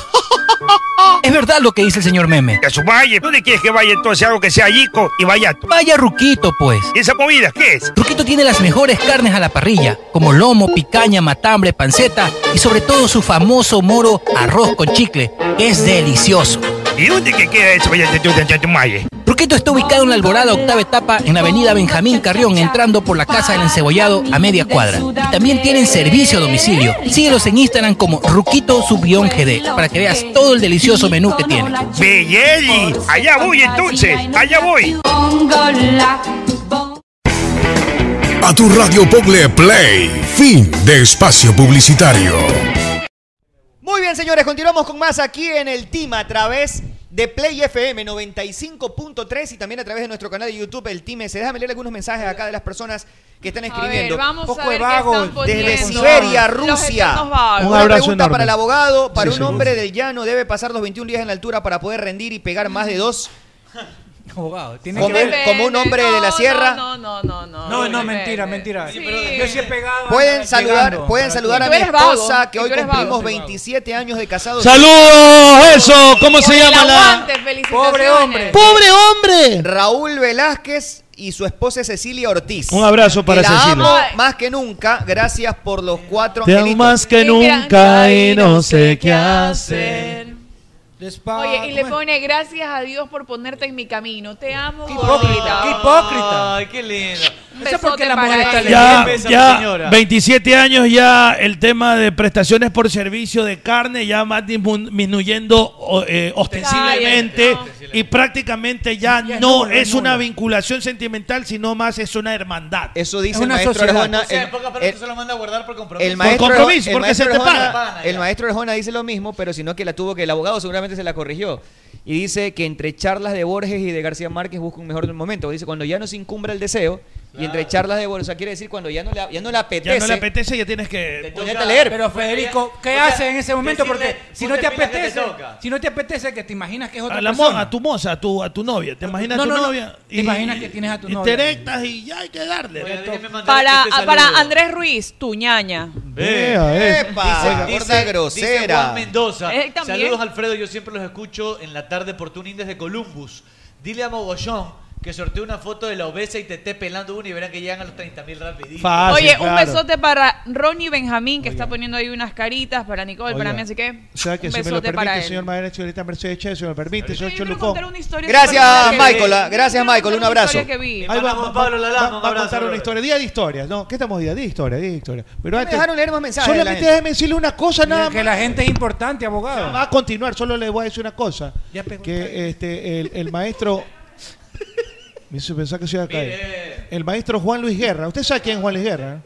Speaker 8: Es verdad lo que dice el señor Meme. Que a su valle. ¿Dónde quieres que vaya entonces algo que sea yico y vallato? Vaya Ruquito, pues. ¿Y esa comida qué es?
Speaker 23: Ruquito tiene las mejores carnes a la parrilla, como lomo, picaña, matambre, panceta y sobre todo su famoso moro arroz con chicle, que es delicioso.
Speaker 8: ¿Y dónde que queda eso, vaya Chamaye?
Speaker 23: Ruquito está ubicado en la Alborada Octava Etapa en la avenida Benjamín Carrión, entrando por la Casa del Encebollado a media cuadra. Y también tienen servicio a domicilio. Síguelos en Instagram como Ruquito Subión GD para que veas todo el delicioso menú que tiene.
Speaker 8: Belleli, allá voy entonces, allá voy.
Speaker 13: A tu radio Pogle Play, fin de espacio publicitario.
Speaker 9: Muy bien, señores, continuamos con más aquí en el Team a través de Play FM 95.3 y también a través de nuestro canal de YouTube, el Team S. Déjame leer algunos mensajes acá de las personas que están escribiendo.
Speaker 12: vamos a
Speaker 9: Poco
Speaker 12: ver
Speaker 9: de
Speaker 12: qué
Speaker 9: vago,
Speaker 12: están
Speaker 9: desde
Speaker 12: poniendo.
Speaker 9: Siberia,
Speaker 12: Los
Speaker 9: Rusia.
Speaker 12: eternos vagos.
Speaker 9: Una
Speaker 12: Un abrazo
Speaker 9: pregunta
Speaker 12: enorme.
Speaker 9: para el abogado. Para
Speaker 12: Sí,
Speaker 9: un
Speaker 12: señor.
Speaker 9: hombre del llano debe pasar los 21 días en la altura para poder rendir y pegar más de dos.
Speaker 11: Abogado, tiene
Speaker 9: Como,
Speaker 11: que ver.
Speaker 9: como un hombre de la sierra.
Speaker 12: No, no, no, no.
Speaker 11: No, no, mentira, mentira. Yo sí he pegado.
Speaker 9: Pueden saludar,
Speaker 11: Llegando.
Speaker 9: pueden
Speaker 11: Para
Speaker 9: saludar
Speaker 11: ti.
Speaker 9: a
Speaker 11: Tú
Speaker 9: mi
Speaker 11: eres vago,
Speaker 9: esposa que
Speaker 11: tú
Speaker 9: hoy
Speaker 11: eres vago,
Speaker 9: cumplimos
Speaker 11: tú eres
Speaker 9: 27 años de casados.
Speaker 4: ¡Saludos! Eso, ¿cómo se
Speaker 9: Por el
Speaker 4: llama la...?
Speaker 9: aguante,
Speaker 4: felicitaciones.
Speaker 9: Pobre hombre.
Speaker 4: ¡Pobre hombre!
Speaker 9: Raúl Velázquez y su esposa Cecilia Ortiz.
Speaker 5: Un abrazo para
Speaker 9: Que la
Speaker 5: Cecilia.
Speaker 9: amo más que nunca. Gracias por los cuatro
Speaker 5: Te amo
Speaker 9: angelitos.
Speaker 5: más que nunca y no sé qué hacer. Ah,
Speaker 12: Oye, y le pone gracias a Dios por ponerte en mi camino. Te amo. Qué
Speaker 11: Hipócrita, qué hipócrita. Ay, qué lindo. Eso es porque la mujer está
Speaker 5: Ya,
Speaker 11: leyendo.
Speaker 5: ya, 27 años ya el tema de prestaciones por servicio de carne ya más dismu- disminuyendo o, eh, ostensiblemente y prácticamente ya
Speaker 11: es
Speaker 5: no
Speaker 11: nulo,
Speaker 5: es
Speaker 11: es nulo.
Speaker 5: una vinculación sentimental, sino más es una hermandad.
Speaker 9: Eso dice
Speaker 11: Es el una maestro sociedad. Arjona,
Speaker 10: O sea, en pocas palabras, tú se lo manda a guardar por compromiso.
Speaker 9: El maestro,
Speaker 5: Por compromiso,
Speaker 9: el
Speaker 5: porque
Speaker 9: maestro
Speaker 5: se te
Speaker 9: Arjona-
Speaker 5: paga.
Speaker 9: El maestro Arjona dice lo mismo, pero sino que la tuvo que el abogado seguramente se la corrigió. Y dice que entre charlas de Borges y de García Márquez busca un mejor momento. Dice cuando ya no se incumbra el deseo y entre charlas de Borges, o sea, quiere decir cuando ya no le, ya no le apetece.
Speaker 5: Ya no le apetece, ya tienes que
Speaker 9: ponerte a leer.
Speaker 11: Pero Federico, ¿qué haces en ese momento? Porque si no te
Speaker 10: ponte pilas que te
Speaker 11: apetece,
Speaker 10: toca.
Speaker 11: si no te apetece que te imaginas que es otra
Speaker 5: a la
Speaker 11: persona.
Speaker 5: moza, a tu moza, a tu, a tu novia. ¿Te imaginas
Speaker 11: No,
Speaker 5: a tu
Speaker 11: no, no.
Speaker 5: novia?
Speaker 11: Te imaginas que tienes a tu
Speaker 5: y
Speaker 11: novia.
Speaker 5: Te erectas y ya hay que darle.
Speaker 12: Para, ah, para Andrés Ruiz, tu ñaña.
Speaker 9: Epa, gorda grosera.
Speaker 10: Juan Mendoza.
Speaker 12: Eh, también.
Speaker 10: Saludos, Alfredo. Yo siempre los escucho en la tarde por Tuning desde Columbus. Dile a Mogollón que sortee una foto de la obesa y te esté pelando una y verán que llegan a los 30 mil rapidito.
Speaker 5: Fácil,
Speaker 12: Oye, un
Speaker 5: claro.
Speaker 12: besote para Ronnie Benjamín, que está poniendo ahí unas caritas, para Nicole, para
Speaker 5: Oiga.
Speaker 12: mí, así que.
Speaker 5: O sea, que
Speaker 12: un
Speaker 5: si me
Speaker 12: besote
Speaker 5: lo
Speaker 12: para
Speaker 5: permite,
Speaker 12: él.
Speaker 5: señor Madera, señorita Mercedes Che, si me permite, señor Cholucó.
Speaker 12: contar una historia
Speaker 9: Gracias,
Speaker 12: súper buena que
Speaker 9: Michael.
Speaker 12: vi.
Speaker 9: ah, Gracias, Michael. Un abrazo.
Speaker 12: historia que vi.
Speaker 5: Ahí va,
Speaker 10: Juan Pablo
Speaker 5: va- va-
Speaker 10: Lalama, un
Speaker 5: va a
Speaker 10: abrazo,
Speaker 5: contar una
Speaker 10: brother.
Speaker 5: historia. Día de historias, ¿no? ¿Qué estamos día? Día de historia, día de historia. Pero
Speaker 9: me dejaron leer más mensajes de la
Speaker 5: Solamente
Speaker 9: gente.
Speaker 5: déjeme decirle una cosa nada más.
Speaker 11: Que la gente es importante, abogado.
Speaker 5: Va a continuar, solo le voy a decir una cosa. que este, el, el maestro Me hizo pensar que soy de acá. El maestro Juan Luis Guerra. ¿Usted sabe quién es Juan Luis Guerra?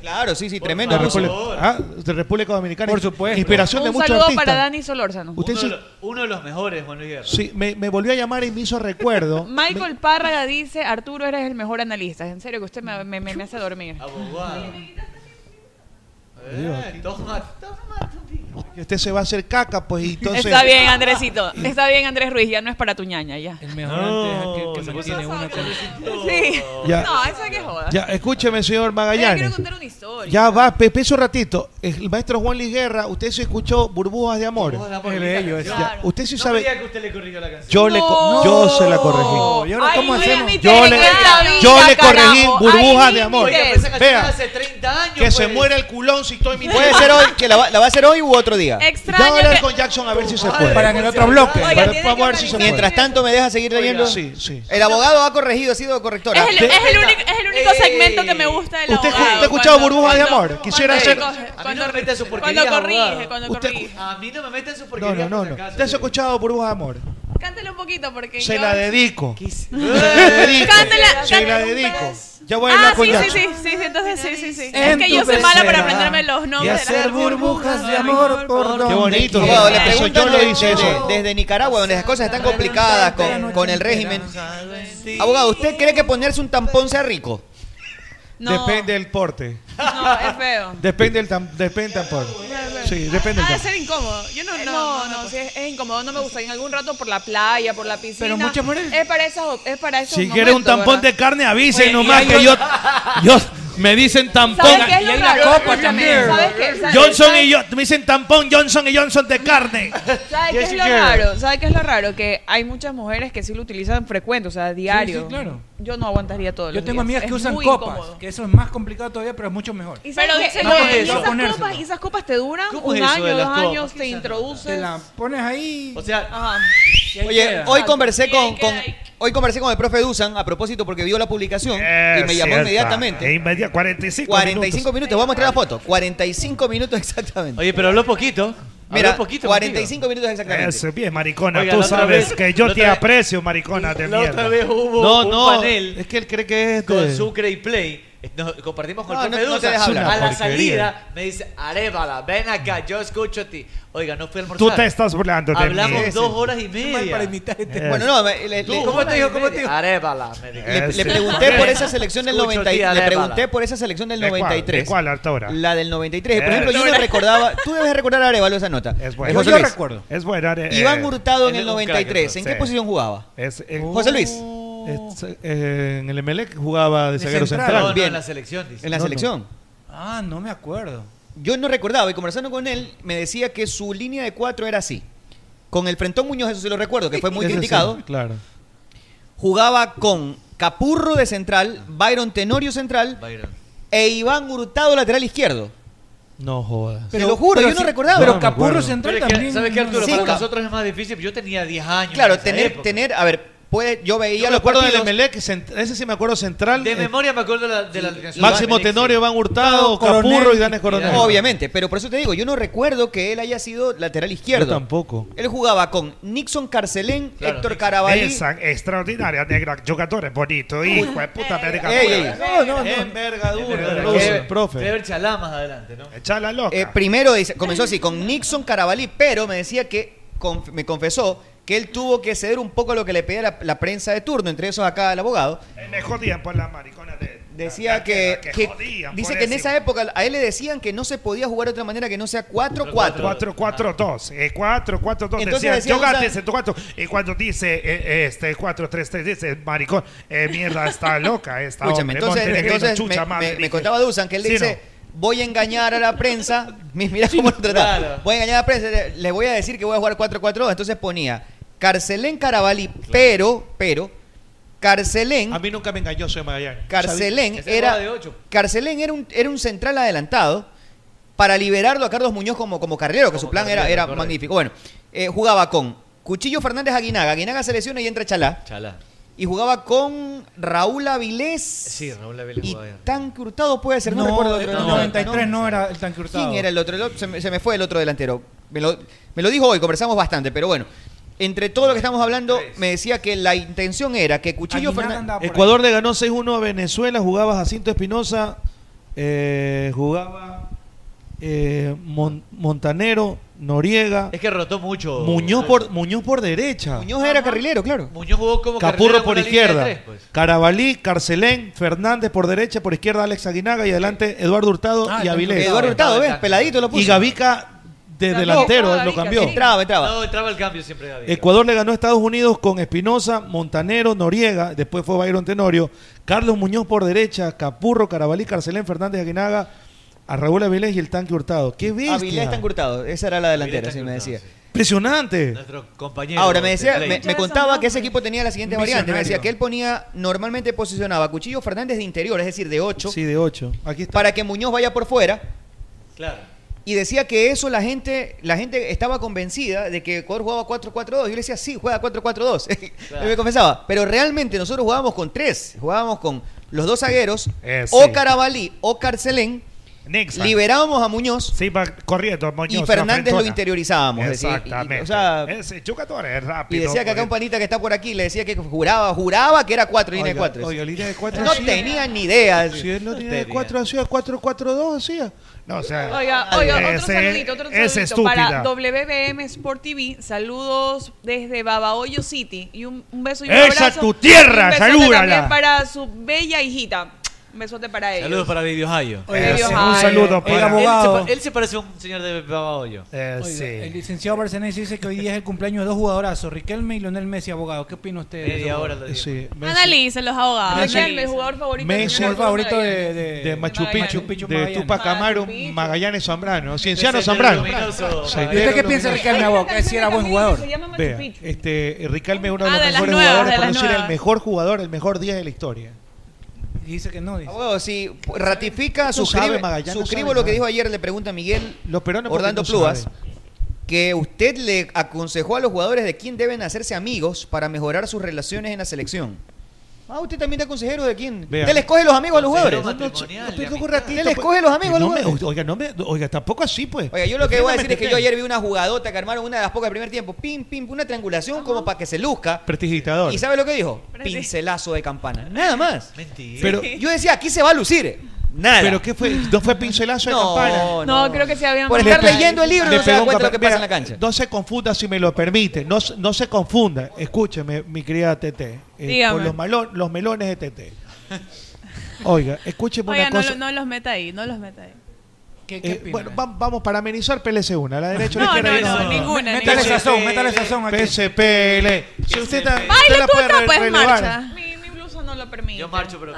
Speaker 9: Claro, sí, sí, tremendo.
Speaker 5: De República, ah, de República Dominicana. Por supuesto. Inspiración de
Speaker 12: Un
Speaker 5: muchos
Speaker 12: saludo
Speaker 5: artistas.
Speaker 12: para Dani Solórzano.
Speaker 5: Usted
Speaker 10: Uno de,
Speaker 5: sí-
Speaker 10: los, uno de los mejores, Juan Luis Guerra.
Speaker 5: Sí, me, me volvió a llamar y me hizo recuerdo.
Speaker 12: Michael Párraga dice, Arturo, eres el mejor analista. En serio, que usted me, me- me- me hace dormir.
Speaker 5: Eh, que usted se va a hacer caca, pues y entonces.
Speaker 12: Está bien, Andresito. Está bien, Andrés Ruiz. Ya no es para tu ñaña, ya. El
Speaker 11: mejor
Speaker 5: No,
Speaker 11: que- que mantiene una con-
Speaker 12: Sí.
Speaker 5: Ya.
Speaker 12: No, eso es que joda.
Speaker 5: Ya, escúcheme, señor
Speaker 12: Mira, quiero
Speaker 5: Magallanes.
Speaker 12: contar una historia.
Speaker 5: Ya va, Pepe, un ratito. El maestro Juan Luis Guerra, usted se escuchó Burbujas de Amor.
Speaker 10: Es bello ese.
Speaker 5: Ya,
Speaker 10: Claro.
Speaker 5: Usted sí
Speaker 10: No
Speaker 5: sabe.
Speaker 10: me diga que usted le corrigió la canción.
Speaker 5: Yo, le co- yo se la corregí. Yo le, yo le corregí Burbujas de Amor.
Speaker 9: Oiga, pero esa canción
Speaker 5: Vea,
Speaker 9: es
Speaker 10: hace 30 años. pues.
Speaker 5: que se muera el culón si estoy mintiendo.
Speaker 9: Puede ser hoy, que la va, la va a hacer hoy u otro día.
Speaker 5: Ya voy a hablar con Jackson a ver si se puede.
Speaker 9: Para en el otro bloque. Oiga,
Speaker 5: Para-
Speaker 9: tiene
Speaker 5: vamos a ver si se puede.
Speaker 9: Mientras tanto, ¿me deja seguir leyendo?
Speaker 5: Sí, sí.
Speaker 9: El abogado ha corregido, ha sido correctora.
Speaker 12: Es el, es el único, es el único segmento que me gusta de la
Speaker 9: ¿Usted escu-
Speaker 12: abogado.
Speaker 9: usted ha escuchado
Speaker 12: cuando-
Speaker 9: Burbuja de
Speaker 12: cuando-
Speaker 9: Amor? Quisiera
Speaker 12: cuando
Speaker 9: hacer-
Speaker 12: corrige,
Speaker 10: A mí no me meta en su
Speaker 12: Cuando,
Speaker 10: porquería,
Speaker 12: corrige,
Speaker 10: abogado.
Speaker 12: cuando
Speaker 5: Usted-
Speaker 12: corrige.
Speaker 10: A mí no me meten su
Speaker 5: No,
Speaker 10: porquería.
Speaker 5: no, no. no. ¿Usted se ha escuchado Burbujas de Amor?
Speaker 12: Cántale un poquito porque
Speaker 5: Se
Speaker 12: yo-
Speaker 5: la dedico. Se la
Speaker 12: Eh,
Speaker 5: dedico.
Speaker 12: cántela,
Speaker 5: Se la
Speaker 12: cántela un
Speaker 5: dedico.
Speaker 12: pedazo.
Speaker 5: Ya voy a
Speaker 12: Ah,
Speaker 5: hablar con
Speaker 12: sí, sí,
Speaker 5: Jackson.
Speaker 12: sí, sí, sí, entonces sí, sí, sí. Es
Speaker 11: En
Speaker 12: que
Speaker 11: tu
Speaker 12: yo soy mala para
Speaker 11: pecera
Speaker 12: aprenderme los
Speaker 11: Y
Speaker 12: nombres. de
Speaker 11: hacer
Speaker 12: las-
Speaker 11: burbujas de amor por donde
Speaker 9: Qué bonito.
Speaker 11: quiera.
Speaker 9: Abogado, le
Speaker 11: Eso
Speaker 9: preguntan
Speaker 11: yo lo
Speaker 9: de-
Speaker 11: hice,
Speaker 9: de-
Speaker 11: eso.
Speaker 9: desde Nicaragua, donde las cosas están complicadas con, con el régimen. Abogado, ¿usted cree que ponerse un tampón sea rico?
Speaker 12: No.
Speaker 5: Depende del porte.
Speaker 12: No, es feo.
Speaker 5: Depende del tam- depende del tampón. Sí, depende del tampón.
Speaker 12: Ah, debe ser incómodo. Yo Eh, no, no, pues. no, sí, es, es incómodo, no me gusta. En algún rato por la playa, por la piscina.
Speaker 5: Pero muchas
Speaker 12: mujeres. Es para esos, es para esos
Speaker 15: Si quiere un
Speaker 12: momentos,
Speaker 15: tampón
Speaker 12: ¿verdad?
Speaker 15: de carne, avisen
Speaker 12: Oye,
Speaker 15: nomás
Speaker 12: y
Speaker 15: que
Speaker 12: hay
Speaker 15: yo,
Speaker 12: otro-
Speaker 15: yo me dicen tampón.
Speaker 12: ¿Sabes qué es lo raro? ¿Sabes qué? ¿Sabes-
Speaker 15: Johnson
Speaker 12: sabes-
Speaker 15: y yo, me dicen tampón Johnson y Johnson de carne.
Speaker 12: ¿Sabes qué es lo
Speaker 15: Jessica.
Speaker 12: raro? ¿Sabes qué es lo raro? Que hay muchas mujeres que sí lo utilizan frecuente, o sea, diario.
Speaker 11: sí, claro.
Speaker 12: Yo no aguantaría todo.
Speaker 11: Yo tengo amigas que usan
Speaker 12: muy
Speaker 11: copas,
Speaker 12: incómodo.
Speaker 11: que eso es más complicado todavía, pero es mucho mejor.
Speaker 12: Y sabes
Speaker 11: No,
Speaker 12: qué?
Speaker 11: porque
Speaker 12: No, y
Speaker 11: es
Speaker 12: esas,
Speaker 11: ponérselo.
Speaker 12: copas, y esas copas te duran
Speaker 11: ¿Cómo
Speaker 12: un
Speaker 11: es eso
Speaker 12: año,
Speaker 11: de las
Speaker 12: dos
Speaker 11: copas?
Speaker 12: años, te introduces.
Speaker 11: Te la pones ahí.
Speaker 10: O sea,
Speaker 9: Oye, hoy conversé con, con- hoy conversé con el profe Dusan a propósito porque vio la publicación y me llamó
Speaker 10: cierto.
Speaker 9: inmediatamente.
Speaker 10: Inmediatamente, 45
Speaker 9: 45 minutos. Voy a mostrar la foto. 45 minutos exactamente.
Speaker 10: Oye, pero habló poquito.
Speaker 9: Mira,
Speaker 10: habló poquito
Speaker 9: 45 minutos exactamente.
Speaker 15: Eso, bien, maricona.
Speaker 10: Oiga,
Speaker 15: tú
Speaker 10: la otra
Speaker 15: sabes
Speaker 10: vez-
Speaker 15: que yo
Speaker 10: la
Speaker 15: te
Speaker 10: otra-
Speaker 15: aprecio, maricona de
Speaker 10: La
Speaker 15: mierda.
Speaker 10: otra vez hubo
Speaker 15: No,
Speaker 10: un
Speaker 15: no,
Speaker 10: panel.
Speaker 5: Es que él cree que es este.
Speaker 10: Con
Speaker 15: de-
Speaker 10: Sucre y Play. Nos compartimos con
Speaker 9: No,
Speaker 10: el
Speaker 9: no-
Speaker 10: profe
Speaker 9: no te
Speaker 10: Dusa.
Speaker 9: deja hablar.
Speaker 10: A la
Speaker 15: Porquería.
Speaker 10: salida me dice, Arevalo, ven acá, yo escucho a ti. Oiga, no fui a almorzar.
Speaker 15: Tú te estás burlando de mí.
Speaker 10: Hablamos
Speaker 15: Ese.
Speaker 10: dos horas y media.
Speaker 15: para
Speaker 11: imitar
Speaker 15: este-
Speaker 9: Bueno, no, me- le-
Speaker 10: Tú,
Speaker 9: le-
Speaker 10: ¿Cómo te dijo? ¿Cómo te dijo? Arevalo. me dijo.
Speaker 9: Le, le
Speaker 10: Ese.
Speaker 9: pregunté por esa selección del
Speaker 10: Escucho,
Speaker 9: 93.
Speaker 10: tía,
Speaker 9: Le
Speaker 10: Arevalo.
Speaker 9: pregunté por esa selección del
Speaker 10: ¿De cuál?
Speaker 9: 93.
Speaker 10: ¿De cuál,
Speaker 9: La del 93.
Speaker 15: Eh,
Speaker 9: Por ejemplo, yo no
Speaker 10: Arturo.
Speaker 9: recordaba. Tú debes recordar a Arevalo esa nota. Es
Speaker 15: bueno.
Speaker 9: José
Speaker 15: Yo- yo
Speaker 9: Luis.
Speaker 15: recuerdo. Es bueno. eh,
Speaker 9: Iván
Speaker 15: eh,
Speaker 9: Hurtado en
Speaker 15: es
Speaker 9: el
Speaker 15: un crack,
Speaker 9: 93. ¿En
Speaker 15: sí.
Speaker 9: qué posición jugaba?
Speaker 15: Es- eh, en-
Speaker 9: Oh. José Luis.
Speaker 5: Eh, Es- eh, en el Emelec jugaba de zaguero central. dice.
Speaker 9: Bien. En la
Speaker 5: No, no.
Speaker 9: selección.
Speaker 11: Ah, no me acuerdo.
Speaker 9: Yo no recordaba y conversando con él me decía que su línea de cuatro era así. Con el Frentón Muñoz, eso sí lo recuerdo, que fue muy
Speaker 5: Ese sí,
Speaker 9: criticado.
Speaker 5: claro.
Speaker 9: Jugaba con Capurro de central, Byron Tenorio central e Iván Hurtado lateral izquierdo.
Speaker 5: No jodas.
Speaker 9: Te lo juro, yo no
Speaker 11: sí-
Speaker 9: recordaba.
Speaker 11: Pero
Speaker 9: No, me
Speaker 11: Capurro
Speaker 9: acuerdo.
Speaker 11: Central
Speaker 10: Pero es que,
Speaker 11: también.
Speaker 10: ¿Sabes qué, Arturo?
Speaker 9: Sí,
Speaker 10: para
Speaker 9: ca-
Speaker 10: nosotros es más difícil. Yo tenía 10 años.
Speaker 9: Claro,
Speaker 10: en esa
Speaker 9: tener,
Speaker 10: época.
Speaker 9: tener, a ver, puede, yo veía
Speaker 5: Yo me
Speaker 9: los
Speaker 5: acuerdo del
Speaker 9: partidos-
Speaker 5: Emelec, cent- ese sí me acuerdo central.
Speaker 10: De
Speaker 5: eh,
Speaker 10: memoria me acuerdo de la, de la alineación.
Speaker 5: Máximo
Speaker 10: Iván Alexis.
Speaker 5: Tenorio, Iván Este Hurtado, Capurro y Danes Coronel.
Speaker 9: Obviamente, pero por eso te digo, yo no recuerdo que él haya sido lateral izquierdo.
Speaker 5: Yo tampoco.
Speaker 9: Él jugaba con Nixon Carcelén,
Speaker 15: Claro,
Speaker 9: Héctor
Speaker 15: Nixon.
Speaker 9: Carabalí.
Speaker 15: Esa extraordinaria negra jugadores bonito, hijo de puta América.
Speaker 9: eh, Ey,
Speaker 15: pura.
Speaker 9: ey.
Speaker 10: No, no, no.
Speaker 15: Envergadura.
Speaker 10: Profe.
Speaker 5: profe.
Speaker 10: Trevor Chalamas adelante, ¿no?
Speaker 15: Echala loca.
Speaker 9: Eh, primero dice, comenzó así con Nixon Carabalí, pero me decía que conf- me confesó que él tuvo que ceder un poco a lo que le pedía la, la prensa de turno, entre esos acá el abogado.
Speaker 15: Me jodían por la maricona de.
Speaker 9: Decía que,
Speaker 15: que
Speaker 9: que-
Speaker 15: jodían,
Speaker 9: dice que en
Speaker 15: pobrecito.
Speaker 9: esa época a él le decían que no se podía jugar de otra manera que no sea 4-4.
Speaker 15: 4-4-2. eh, 4-4-2.
Speaker 9: Entonces ah,
Speaker 15: Decía,
Speaker 9: decía,
Speaker 15: yo gato,
Speaker 9: o sea-
Speaker 15: ese tu gato. Y cuando dice eh, este 4-3-3, dice maricón, eh, mierda, está loca esta.
Speaker 9: Escúchame,
Speaker 15: hombre,
Speaker 9: entonces,
Speaker 15: montenegrino,
Speaker 9: entonces
Speaker 15: chucha
Speaker 9: me,
Speaker 15: madre,
Speaker 9: me- me
Speaker 15: dije.
Speaker 9: contaba Dusan que él
Speaker 15: Sí,
Speaker 9: dice, voy a engañar a la prensa, mi- mira cómo lo trataba,
Speaker 10: claro.
Speaker 9: voy a engañar a la prensa, le- le voy a decir que voy a jugar 4-4-2, entonces ponía Carcelén Carabalí, pero, pero, Carcelén...
Speaker 5: A mí nunca me engañó, soy Magallanes.
Speaker 9: Carcelén
Speaker 5: Ese
Speaker 9: era,
Speaker 5: juega de ocho.
Speaker 9: Carcelén era un, era un central adelantado para liberarlo a Carlos Muñoz como, como carrilero, que su plan era,
Speaker 10: carrilero,
Speaker 9: era
Speaker 10: correcto.
Speaker 9: magnífico. Bueno, eh, jugaba con Cuchillo Fernández Aguinaga. Aguinaga se lesiona y entra Chalá.
Speaker 10: Chalá.
Speaker 9: Y jugaba con Raúl Avilés.
Speaker 10: Sí, Raúl Abel jugaba bien.
Speaker 9: Tan Hurtado puede ser, no,
Speaker 11: No,
Speaker 9: recuerdo el otro.
Speaker 11: el
Speaker 9: delantero.
Speaker 11: 93 no era el tanque hurtado.
Speaker 9: ¿Quién era el otro? El otro- se, me, se me fue el otro delantero. Me lo, me lo dijo hoy, conversamos bastante, pero bueno. Entre todo lo que estamos hablando, me decía que la intención era que Cuchillo Fernández.
Speaker 5: Ecuador le ganó 6-1 a Venezuela, jugaba Jacinto Espinosa, eh, jugaba eh, Mon- Montanero, Noriega,
Speaker 10: Es que rotó mucho.
Speaker 5: Muñoz por, Muñoz por derecha,
Speaker 9: Muñoz era carrilero, claro.
Speaker 10: Muñoz jugó como
Speaker 5: Capurro por
Speaker 10: carrilero con la línea de
Speaker 5: izquierda,
Speaker 10: tres, pues.
Speaker 5: Carabalí, Carcelén, Fernández por derecha, por izquierda Alex Aguinaga y adelante Eduardo Hurtado
Speaker 10: Ah,
Speaker 5: y Avilés.
Speaker 9: Eduardo Hurtado, ¿ves? Peladito lo puso.
Speaker 5: Y Gavica de
Speaker 9: Cambió.
Speaker 5: delantero,
Speaker 9: Gavica,
Speaker 5: lo cambió.
Speaker 9: sí. Entraba, entraba.
Speaker 10: No, entraba el cambio siempre David.
Speaker 5: Ecuador le ganó a Estados Unidos con Espinosa, Montanero, Noriega, después fue Byron Tenorio, Carlos Muñoz por derecha, Capurro, Carabalí, Carcelén, Fernández, Aguinaga, a Raúl Avilés y el tanque Hurtado. ¡Qué bestia!
Speaker 9: Avilés está encurtado. Esa era la delantera, sí, me decía.
Speaker 5: Impresionante.
Speaker 10: Compañero.
Speaker 9: Ahora, me decía,
Speaker 10: de
Speaker 9: me, me
Speaker 10: Play.
Speaker 9: contaba que ese equipo tenía la siguiente variante. Me
Speaker 5: Visionario.
Speaker 9: decía que él ponía, normalmente posicionaba a Cuchillo Fernández de interior, es decir, de 8,
Speaker 5: Sí, de 8.
Speaker 9: para que Muñoz vaya por fuera.
Speaker 10: Claro.
Speaker 9: Y decía que eso la gente, la gente estaba convencida de que Ecuador jugaba 4-4-2. Yo le decía, sí, juega 4-4-2.
Speaker 10: Claro.
Speaker 9: Yo me confesaba. Pero realmente nosotros jugábamos con tres. Jugábamos con los dos zagueros,
Speaker 18: Eh, sí.
Speaker 9: o Carabalí o Carcelén.
Speaker 18: Nexa.
Speaker 9: Liberábamos a Muñoz.
Speaker 18: Sí, va corriendo a Muñoz.
Speaker 9: y Fernández lo
Speaker 18: interior.
Speaker 9: interiorizábamos. es decir, y-
Speaker 18: Exactamente.
Speaker 9: o sea,
Speaker 18: Ese Chuca Torres,
Speaker 9: y
Speaker 18: rápido.
Speaker 9: decía que
Speaker 8: eh.
Speaker 9: acá un panita que está por aquí le decía que juraba, juraba que era 4, línea de 4.
Speaker 5: Oiga, línea de 4.
Speaker 9: No tenía ni idea.
Speaker 5: Si él no tenía de 4 hacía 4-4-2, hacía. No, o sea.
Speaker 12: Oiga, oiga, otro saludito, otro saludito para WBM Sport TV. Saludos desde Babahoyo City. Y un, un beso y un
Speaker 18: Esa
Speaker 12: abrazo.
Speaker 18: es tu tierra,
Speaker 12: Y un besote
Speaker 18: salúdala.
Speaker 12: también para su bella hijita. Un besote para ellos.
Speaker 10: Saludos para Baby Ohio.
Speaker 5: Eh,
Speaker 12: Oye, Baby Ohio. Eh,
Speaker 11: saludo
Speaker 18: pues.
Speaker 11: para-
Speaker 10: él,
Speaker 11: abogado.
Speaker 10: se pa- él se parece a un señor de Babahoyo.
Speaker 5: Eh,
Speaker 11: Oiga, El licenciado Barcenés dice que hoy día es el cumpleaños de dos jugadorazos, Riquelme y Lionel Messi, abogado. ¿Qué opina usted? de
Speaker 10: Media
Speaker 11: esos
Speaker 10: hora
Speaker 11: jugadores?
Speaker 13: Analicen los abogados.
Speaker 5: Messi.
Speaker 12: Riquelme, el jugador favorito. de
Speaker 5: Messi,
Speaker 12: Junior
Speaker 5: el favorito
Speaker 12: Magallanes.
Speaker 5: de, de, Machu Picchu, de
Speaker 11: Magallanes.
Speaker 5: Tupac Amaro, Magallanes Zambrano, Cienciano Zambrano.
Speaker 11: ¿Y usted qué piensa, Riquelme, abogado? Que si era buen jugador.
Speaker 5: Vea, este, Riquelme es uno de
Speaker 11: Ah,
Speaker 5: los
Speaker 11: de las
Speaker 5: mejores
Speaker 11: nuevas,
Speaker 5: jugadores,
Speaker 11: de
Speaker 5: por no
Speaker 11: las
Speaker 5: decir el
Speaker 11: nuevas.
Speaker 5: mejor jugador, el mejor 10 de la historia.
Speaker 11: Dice que no, dice.
Speaker 9: Abogado, si Ah, ratifica,
Speaker 5: No
Speaker 9: suscribe,
Speaker 5: sabe, Magallanes, no
Speaker 9: suscribo
Speaker 5: sabe
Speaker 9: lo que
Speaker 5: nada.
Speaker 9: dijo ayer, le pregunta Miguel
Speaker 5: Los peruanos porque
Speaker 9: Orlando
Speaker 5: no
Speaker 9: Plúas,
Speaker 5: saben.
Speaker 9: que usted le aconsejó a los jugadores de quién deben hacerse amigos para mejorar sus relaciones en la selección. Ah, usted también está consejero de quién.
Speaker 5: Vea.
Speaker 9: Usted le escoge los amigos a los jugadores.
Speaker 5: No, no, no, pero un ratito, pues.
Speaker 9: Usted le escoge los amigos a los
Speaker 5: No me-
Speaker 9: jugadores.
Speaker 5: Oiga, no me- oiga, tampoco así, pues.
Speaker 9: Oiga, yo lo que voy a decir es que yo ayer vi
Speaker 5: un
Speaker 9: una jugadota que armaron una de las pocas del primer tiempo. Pim, pim, una triangulación como para que se luzca.
Speaker 5: prestigitador.
Speaker 9: ¿Y sabe lo que dijo? Pincelazo de campana. Nada más.
Speaker 10: Mentira.
Speaker 5: Pero-
Speaker 9: yo decía, aquí se va a lucir. Nada.
Speaker 5: Pero qué fue, no fue pincelazo de
Speaker 9: No,
Speaker 5: campana.
Speaker 9: no, No, creo
Speaker 12: que se habían
Speaker 9: Por estar leyendo el libro
Speaker 5: Pues Le
Speaker 9: no se da
Speaker 5: pegó un
Speaker 9: cuenta lo que
Speaker 5: campa-
Speaker 9: pasa en la
Speaker 5: Mira,
Speaker 9: cancha.
Speaker 5: No se confunda, si me lo permite. No, se- no se confunda. Escúcheme, mi querida Tete. eh,
Speaker 13: Dígame.
Speaker 5: con los, malon- los melones de Tete. Oiga, escúcheme
Speaker 13: Oiga,
Speaker 5: una
Speaker 13: no,
Speaker 5: cosa.
Speaker 13: lo- no los meta ahí, no los meta ahí.
Speaker 5: Eh, bueno, va- vamos para amenizar, pélese una. A La derecha o
Speaker 13: No,
Speaker 5: la izquierda.
Speaker 13: no,
Speaker 5: diga
Speaker 13: no,
Speaker 5: una.
Speaker 13: ninguna,
Speaker 5: Métale
Speaker 13: ninguna.
Speaker 5: sazón,
Speaker 13: PSPL.
Speaker 5: métale sazón aquí. PSPL. Si usted está. usted
Speaker 12: Baila
Speaker 5: la
Speaker 12: tú
Speaker 5: puede
Speaker 12: acá,
Speaker 5: re-
Speaker 12: pues
Speaker 5: relevar.
Speaker 12: marcha. Mi, mi blusa no lo permite. Ah, Yo marcho,
Speaker 10: pero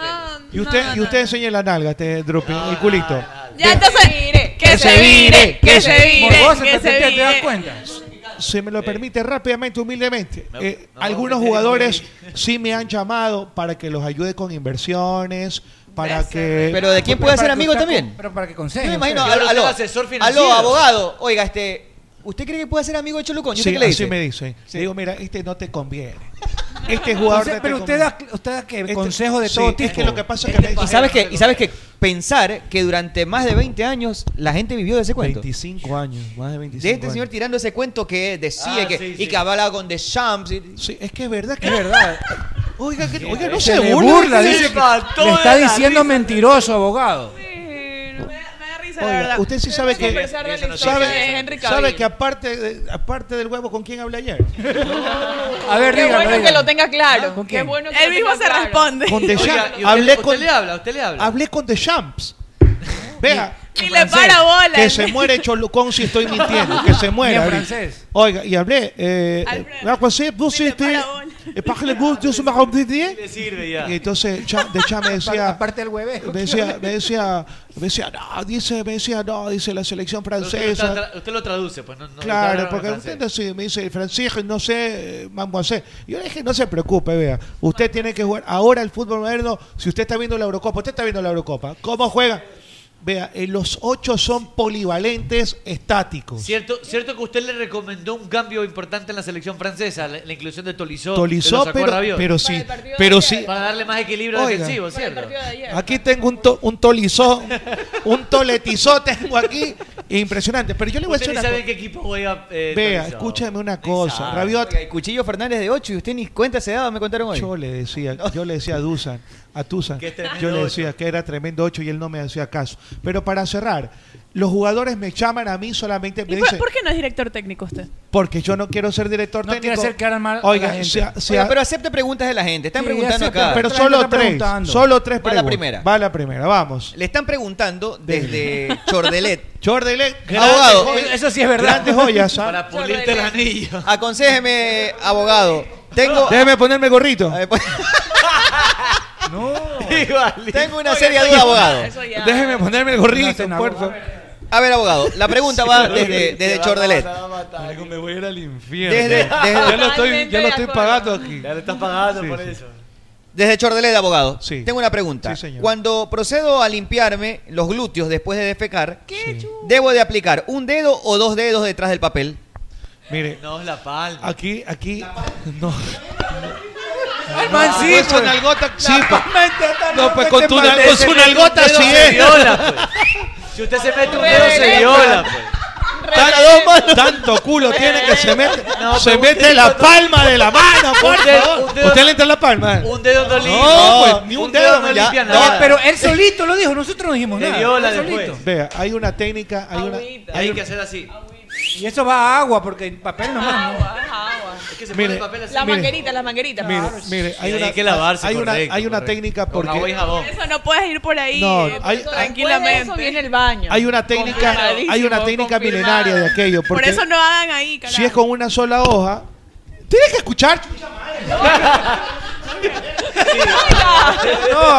Speaker 5: Y usted, y usted enseña la nalga, este drooping, el culito.
Speaker 12: Ya entonces. Mire,
Speaker 13: que se vire, que se vire,
Speaker 5: Morbosa,
Speaker 13: que se
Speaker 5: ¿te- te- te das
Speaker 13: vire.
Speaker 5: cuenta? Si me lo permite rápidamente, humildemente, eh, algunos jugadores sí me han llamado para que los ayude con inversiones, para que...
Speaker 9: Pero ¿de quién puede ser amigo también?
Speaker 11: Pero para que
Speaker 9: Yo
Speaker 11: conseje.
Speaker 9: me imagino,
Speaker 11: usted.
Speaker 9: aló, aló, aló, abogado. Oiga, este, ¿usted cree que puede ser amigo de Cholucón? ¿Y
Speaker 5: Sí,
Speaker 9: usted qué le
Speaker 5: así
Speaker 9: dice?
Speaker 5: me dicen. Le digo, mira, este no te conviene. Este jugador...
Speaker 9: Entonces,
Speaker 5: no te
Speaker 9: pero usted
Speaker 5: conviene.
Speaker 11: Usted da que
Speaker 5: Este-
Speaker 11: consejo de
Speaker 5: sí,
Speaker 11: todo
Speaker 5: es
Speaker 11: tipo.
Speaker 5: que lo que pasa es que me
Speaker 9: Y sabes que, y sabes que pensar que durante más de 20 años la gente vivió de ese cuento.
Speaker 5: 25 años, más de 25
Speaker 9: De este
Speaker 5: años.
Speaker 9: señor tirando ese cuento que decía
Speaker 5: Ah,
Speaker 9: que,
Speaker 5: sí,
Speaker 9: y que hablaba con The Champs.
Speaker 5: Sí, es que es verdad, que es verdad. Oiga, que, oiga, no
Speaker 11: Se
Speaker 5: se
Speaker 11: le
Speaker 5: burla.
Speaker 11: burla,
Speaker 5: ¿qué
Speaker 11: dice
Speaker 5: le
Speaker 11: que
Speaker 5: faltó
Speaker 11: le
Speaker 5: de
Speaker 11: está
Speaker 5: la
Speaker 11: diciendo mentiroso, abogado.
Speaker 5: Oiga,
Speaker 12: verdad.
Speaker 5: usted sí
Speaker 12: Debemos
Speaker 5: sabe que
Speaker 12: empezar de la historia de
Speaker 5: sabe,
Speaker 12: Henry Cavill.
Speaker 5: sabe que aparte de, aparte del huevo con quién hablé ayer.
Speaker 12: A ver, Qué dígalo, bueno que dígalo. lo tenga claro. ¿Con Qué quién? bueno que
Speaker 13: Él
Speaker 12: lo
Speaker 13: mismo
Speaker 12: tenga
Speaker 13: se
Speaker 12: claro.
Speaker 13: responde.
Speaker 5: Con The Champs. Hablé con Hablé con The Champs. Vea.
Speaker 13: Ni
Speaker 5: en
Speaker 13: le
Speaker 5: francés,
Speaker 13: para bola.
Speaker 5: Que se muere Cholucón si estoy mintiendo. Que se
Speaker 11: Ni en
Speaker 5: muera. ahorita.
Speaker 11: francés.
Speaker 5: Oiga, y hablé. Eh, la cosa es, vos este, eh, parle vos, yo soy más competitivo.
Speaker 10: Le sirve ya.
Speaker 5: Y entonces Cha- de Cha me decía.
Speaker 11: Aparte del hueveo.
Speaker 5: Me decía, me decía, me decía, no, dice, me decía, no, dice la selección
Speaker 10: Usted lo,
Speaker 5: francesa.
Speaker 10: tra- usted lo traduce, pues no. no
Speaker 5: Claro,
Speaker 10: no,
Speaker 5: porque
Speaker 10: no, no,
Speaker 5: usted así, me dice, Francisco, no sé, eh, mademoiselle. Yo le dije, no se preocupe, vea. Usted tiene que jugar ahora el fútbol moderno. Si usted está viendo la Eurocopa, usted está viendo la Eurocopa. ¿Cómo juega? Vea, eh, los ocho son polivalentes estáticos.
Speaker 10: Cierto, cierto que usted le recomendó un cambio importante en la selección francesa, la, la inclusión de Tolizó.
Speaker 5: Tolizó,
Speaker 10: que lo sacó
Speaker 5: pero,
Speaker 10: Rabiot.
Speaker 5: pero sí, pero sí.
Speaker 10: Para darle más equilibrio
Speaker 5: Oiga.
Speaker 10: defensivo, ¿cierto?
Speaker 5: Aquí tengo un, to- un tolizó, un toletizo tengo aquí Impresionante. Pero yo le voy a decir
Speaker 10: Ustedes
Speaker 5: una
Speaker 10: saben
Speaker 5: cosa.
Speaker 10: qué equipo voy a... eh,
Speaker 5: Vea,
Speaker 10: actualizar.
Speaker 5: escúchame una cosa.
Speaker 10: sabe.
Speaker 5: Rabiot.
Speaker 9: Oiga, y Cuchillo Fernández de 8 y usted ni cuenta se daba, me contaron hoy.
Speaker 5: Yo le decía, yo le decía a Dusan, a Tusan,
Speaker 9: Qué tremendo
Speaker 5: yo le
Speaker 9: ocho.
Speaker 5: decía que era tremendo 8 y él no me hacía caso. Pero para cerrar, los jugadores me llaman a mí solamente, me
Speaker 13: ¿Y por,
Speaker 5: dicen,
Speaker 13: por qué no es director técnico usted?
Speaker 5: porque yo no quiero ser director técnico.
Speaker 11: quiere hacer quedar mal a
Speaker 5: Oiga,
Speaker 11: la gente.
Speaker 5: sea- sea-
Speaker 9: Oiga, pero acepte preguntas de la gente. Están
Speaker 5: Sí,
Speaker 9: preguntando
Speaker 5: acepta,
Speaker 9: acá.
Speaker 5: Pero solo tres, solo tres
Speaker 9: Va la
Speaker 5: preguntas.
Speaker 9: primera.
Speaker 5: Va la primera, vamos.
Speaker 9: Le están preguntando desde Chordelet.
Speaker 5: Chordelet, Eh,
Speaker 9: abogado.
Speaker 5: grandes joyas.
Speaker 9: eso sí es verdad.
Speaker 5: Grandes joyas, ¿ah? Para
Speaker 10: pulirte el anillo.
Speaker 9: Aconsejeme, abogado. Tengo. Eh, pues,
Speaker 5: Déjeme ponerme gorrito.
Speaker 9: Tengo una seria duda, abogado.
Speaker 5: Déjeme ponerme el gorrito, por favor.
Speaker 9: A ver, abogado, la pregunta va desde, desde Chordelet.
Speaker 5: Marico, me voy a ir al infierno.
Speaker 9: Desde- desde-
Speaker 5: ya lo estoy,
Speaker 9: Totalmente
Speaker 5: ya
Speaker 9: de
Speaker 5: lo estoy
Speaker 9: acuerdo.
Speaker 5: pagando aquí.
Speaker 10: Ya le estás pagando
Speaker 5: Sí,
Speaker 10: por
Speaker 5: sí.
Speaker 10: eso.
Speaker 9: Desde Chordelet, abogado. Tengo una pregunta.
Speaker 5: Sí, señor.
Speaker 9: Cuando procedo a limpiarme los glúteos después de defecar, ¿debo de aplicar un dedo o dos dedos detrás del papel?
Speaker 5: Mire,
Speaker 10: No, es la palma.
Speaker 5: aquí, aquí, no.
Speaker 10: Ay,
Speaker 5: man, sí,
Speaker 10: pues,
Speaker 5: pues. Sí, pues. No, pues con tu,
Speaker 10: Usted
Speaker 5: con
Speaker 10: se
Speaker 5: su
Speaker 10: mete un
Speaker 5: nalgota
Speaker 10: dedo,
Speaker 5: sí
Speaker 10: se
Speaker 5: es.
Speaker 10: viola, pues. Si usted se mete un dedo, se
Speaker 5: Reverendo.
Speaker 10: viola. pues.
Speaker 5: Tanto, tanto culo tiene que se mete,
Speaker 10: No,
Speaker 5: se
Speaker 10: pero
Speaker 5: mete
Speaker 10: usted-
Speaker 5: la palma de la mano, por
Speaker 10: Un dedo-
Speaker 5: favor.
Speaker 10: un dedo-
Speaker 5: ¿Usted le entra la palma?
Speaker 10: Un dedo no limpia.
Speaker 5: No, pues, ni un dedo
Speaker 10: no
Speaker 5: me la-
Speaker 10: limpia
Speaker 5: no,
Speaker 10: nada.
Speaker 11: Pero él solito lo dijo, nosotros no dijimos
Speaker 10: Te
Speaker 11: nada.
Speaker 10: viola
Speaker 11: él
Speaker 10: después.
Speaker 11: solito.
Speaker 5: Vea, hay una técnica, hay una...
Speaker 10: Hay que hacer así.
Speaker 11: Y eso va a agua, porque el papel nomás. ¿no?
Speaker 12: Agua, agua. Es que
Speaker 10: se
Speaker 5: pone Mire, el papel
Speaker 12: La
Speaker 5: mire,
Speaker 12: manguerita, las mangueritas.
Speaker 5: Mire,
Speaker 12: Claro.
Speaker 5: mire, hay,
Speaker 10: Sí, hay
Speaker 5: una,
Speaker 10: que lavarse,
Speaker 5: hay una,
Speaker 10: correcto,
Speaker 5: hay una
Speaker 10: correcto.
Speaker 5: técnica
Speaker 10: Con agua y
Speaker 5: porque
Speaker 10: jabón.
Speaker 13: Eso no puedes ir por ahí
Speaker 5: No,
Speaker 13: eh,
Speaker 5: hay-
Speaker 13: tranquilamente.
Speaker 12: Después de eso viene el baño.
Speaker 5: hay una técnica, hay una técnica milenaria de aquello.
Speaker 13: Por
Speaker 5: Porque
Speaker 13: eso no hagan ahí, carajo.
Speaker 5: si es con una sola hoja, tienes que escuchar.
Speaker 11: No, abogado,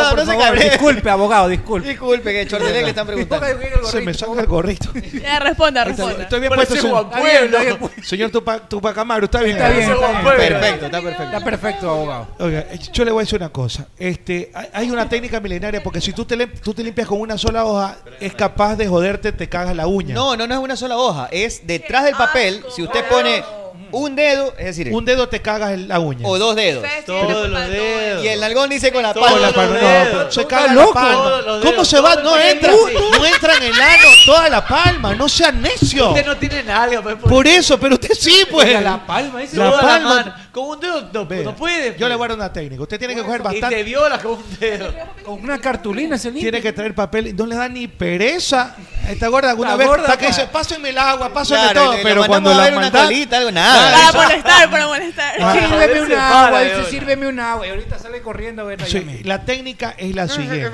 Speaker 9: Abogado,
Speaker 11: por
Speaker 9: no se
Speaker 11: favor,
Speaker 9: cabre.
Speaker 11: disculpe, abogado, disculpe.
Speaker 9: Disculpe, que Chordelet le están preguntando.
Speaker 5: Se me saca el gorrito.
Speaker 13: Ya, responda, responda.
Speaker 5: Estoy bien puesto, señor.
Speaker 11: Juan Pueblo.
Speaker 5: Está bien, Señor Tupac, Tupac Amaru, está bien.
Speaker 11: Está bien, está bien.
Speaker 9: Perfecto, está perfecto.
Speaker 11: Está perfecto, abogado.
Speaker 5: Oiga, yo le voy a decir una cosa. Este, hay- hay una técnica milenaria porque si tú te, lim- tú te limpias con una sola hoja, es capaz de joderte, te cagas la uña.
Speaker 9: No, no, no es una sola hoja. Es detrás del papel, si usted pone un dedo, es decir,
Speaker 5: Un dedo te cagas en la uña.
Speaker 9: o dos dedos.
Speaker 10: Todos los dedos.
Speaker 9: Y el nalgón dice con la
Speaker 5: Todos
Speaker 9: palma.
Speaker 5: los dedos. No, se caga la
Speaker 9: loco.
Speaker 5: palma.
Speaker 9: Todos los
Speaker 5: ¿Cómo
Speaker 9: dedos.
Speaker 5: se va? No
Speaker 9: Todos los
Speaker 5: entra,
Speaker 9: dedos, sí.
Speaker 5: no entra en el ano toda la palma. No sea necio.
Speaker 10: Usted no tiene nalga, pues.
Speaker 5: Por eso, pero usted sí, pues.
Speaker 10: Oiga, la palma, dice
Speaker 5: La
Speaker 10: toda la
Speaker 5: palma.
Speaker 10: mano. Con un dedo no, no puede.
Speaker 5: Yo le guardo una técnica. Usted tiene que coger
Speaker 10: Y te
Speaker 5: bastante.
Speaker 10: viola con un dedo.
Speaker 11: Con una cartulina se limpia.
Speaker 5: Tiene que traer papel. y No le da ni pereza. Está gorda alguna vez.
Speaker 11: gorda,
Speaker 5: está que
Speaker 11: pa.
Speaker 5: dice, pásenme el agua, pásenme
Speaker 9: Claro,
Speaker 5: todo.
Speaker 9: y le-
Speaker 5: Pero
Speaker 9: lo
Speaker 5: cuando
Speaker 9: mandamos a
Speaker 5: la
Speaker 9: ver una
Speaker 5: mandan,
Speaker 9: colita, algo, nada.
Speaker 13: Para molestar, para molestar.
Speaker 11: Sírveme un
Speaker 10: se para
Speaker 11: agua,
Speaker 10: de
Speaker 11: dice,
Speaker 10: una.
Speaker 11: sírveme un agua. Y ahorita sale corriendo a ver la
Speaker 5: Sí,
Speaker 11: llame.
Speaker 5: la técnica es la siguiente.